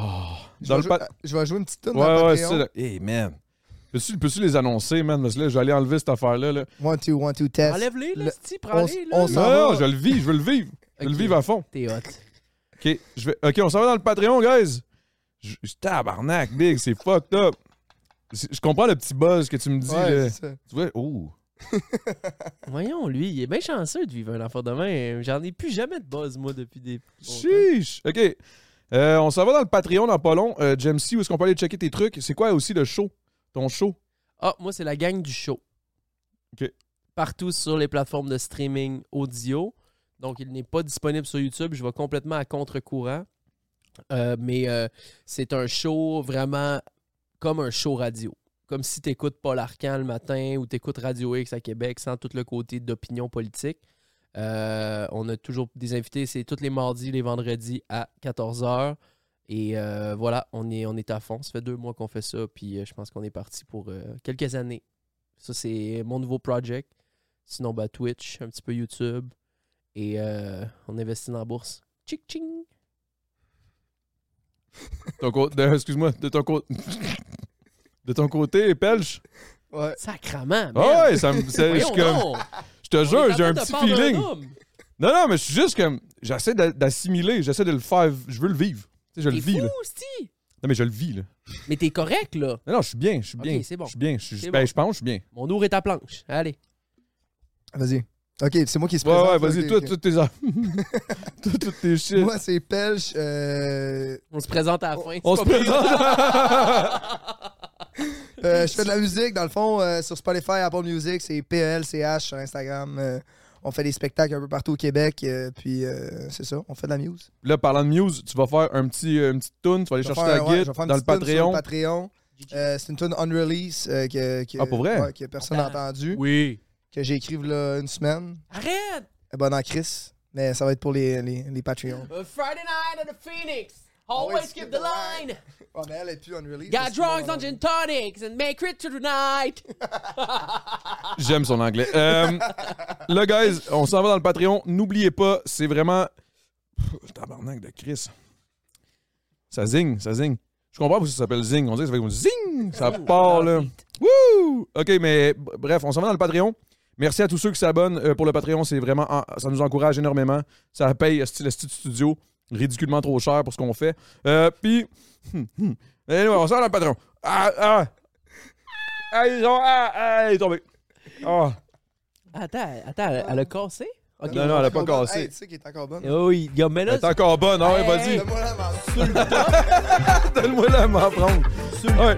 C: Je
B: dans
C: vais
B: le
C: jouer-
B: Patreon.
C: Je vais jouer une petite tune dans
B: Ouais,
C: le
B: ouais, c'est
C: Patreon.
B: ça. Hey, man. Peux-tu peux-tu les annoncer, man? Parce que là, je vais aller enlever cette affaire-là. Là.
C: One, two, one, two, test.
D: Enlève-les, là,
C: Le-
D: c'ti, prends-les, là.
C: on
B: Non,
C: s'en va.
B: non, je le vis, je veux le vivre. Je veux
D: Ok.
B: le vivre à fond.
D: T'es hot.
B: OK, je vais... ok, on s'en va dans le Patreon, guys. Je... je- Tabarnak, big, c'est fucked up. C'est- Je comprends le petit buzz que tu me dis. là.
C: Ouais, c'est ça.
B: Tu vois, oh.
D: Voyons, lui, il est bien chanceux de vivre un enfant de main. J'en ai plus jamais de buzz, moi, depuis des.
B: Chiche! OK. Euh, on s'en va dans le Patreon dans pas long. Euh, Jamesy, où est-ce qu'on peut aller checker tes trucs? C'est quoi aussi le show? Ton show?
D: Ah, moi, c'est la gang du show.
B: Ok.
D: Partout sur les plateformes de streaming audio. Donc, il n'est pas disponible sur YouTube. Je vais complètement à contre-courant. Euh, mais euh, c'est un show vraiment comme un show radio. Comme si tu écoutes Paul Arcan le matin ou tu écoutes Radio X à Québec sans tout le côté d'opinion politique. Euh, on a toujours des invités. C'est tous les mardis, les vendredis à 14h. Et euh, voilà, on est, on est à fond. Ça fait deux mois qu'on fait ça, puis euh, je pense qu'on est parti pour euh, quelques années. Ça, c'est mon nouveau project. Sinon, bah, Twitch, un petit peu YouTube. Et euh, on investit dans la bourse. Tchik tching!
B: Ton cô- de- Excuse-moi, de ton côté. <laughs> De ton côté, Pelch?
C: Ouais.
D: Sacrament, man!
B: Ah ouais, ça
D: <laughs>
B: me. c'est- Je
D: Voyons
B: suis comme-
D: donc!
B: je te
D: On est
B: jure,
D: en
B: j'ai un
D: train de
B: petit
D: perdre
B: feeling.
D: homme.
B: Non, non, mais je suis juste comme. J'essaie d'a- d'assimiler, j'essaie de le faire. Je veux le vivre. Tu sais, je le
D: T'es
B: vis,
D: fou,
B: là.
D: c'ti!
B: Non, mais je le vis, là.
D: Mais t'es correct, là!
B: Non, non, je suis bien, je suis
D: Ok,
B: bien.
D: c'est bon.
B: Je suis bien, je, suis-
D: C'est
B: ben,
D: bon.
B: je pense, que je suis bien.
D: Mon ours est à planche. Allez!
C: Vas-y. Ok, c'est moi qui se
B: Ouais,
C: présente.
B: ouais,
C: là,
B: vas-y,
C: ok,
B: toi,
C: ok.
B: toutes tes... <laughs> Tout- toutes tes shit.
C: Moi, c'est Pelch. euh,
D: On se présente à la fin.
B: On se
D: c'est pas pire.
B: présente...
C: Euh, je fais de la musique, dans le fond, euh, sur Spotify, Apple Music, c'est E PLCH sur Instagram. Euh, on fait des spectacles un peu partout au Québec, euh, puis euh, c'est ça, on fait de la muse.
B: Là, parlant de Muse, tu vas faire un petit, euh, une petite tune, tu vas aller
C: Je vais
B: chercher
C: faire
B: ta
C: un- ouais,
B: guide
C: je vais faire une
B: dans le
C: petite tune
B: Patreon.
C: sur le Patreon. Euh, c'est une tune unrelease euh, que, que-
B: Ah, pour vrai?
C: ouais, que personne n'a entendu,
D: Oui!
C: que j'ai écrit là, une semaine.
D: Arrête!
C: Eh Ben, en Chris, mais ça va être pour les, les, les Patreons.
D: A Friday night at the Phoenix!
C: Always
D: Always
C: skip
D: skip the
C: the line.
D: line!
C: Ouais, Ah, mais elle est plus unrelease.
D: Got
C: parce que tout le
D: drugs
C: monde en
D: on
C: a-
D: gin tonics and make it to tonight.
B: J'aime son anglais. Euh, là, guys, on s'en va dans le Patreon. N'oubliez pas, c'est vraiment... Pff, Tabarnak de Chris. Ça zigne, ça zigne. Je comprends pourquoi ça s'appelle zing. On dirait que ça fait comme zing. Ça part, là. Wouh! OK, mais b- bref, on s'en va dans le Patreon. Merci à tous ceux qui s'abonnent euh, pour le Patreon. C'est vraiment... en- Ça nous encourage énormément. Ça paye euh, style style studio. Ridiculement trop cher pour ce qu'on fait. Euh, Puis... Anyway, on s'en va dans le Patreon. Ah! Ah! Ah! ils ont- ah, ah, il est tombé. Ah!
D: Attends, attends, elle- elle a cassé? Ok.
B: Non, non, elle a pas
C: Encore bonne.
B: cassé.
C: Hey, tu sais qu'elle est encore bonne.
D: Oh, oui, gars, mais là,
B: Elle est encore bonne. Ah ouais, vas-y.
C: Donne-moi la main.
B: Donne-moi la main à prendre. Ouais.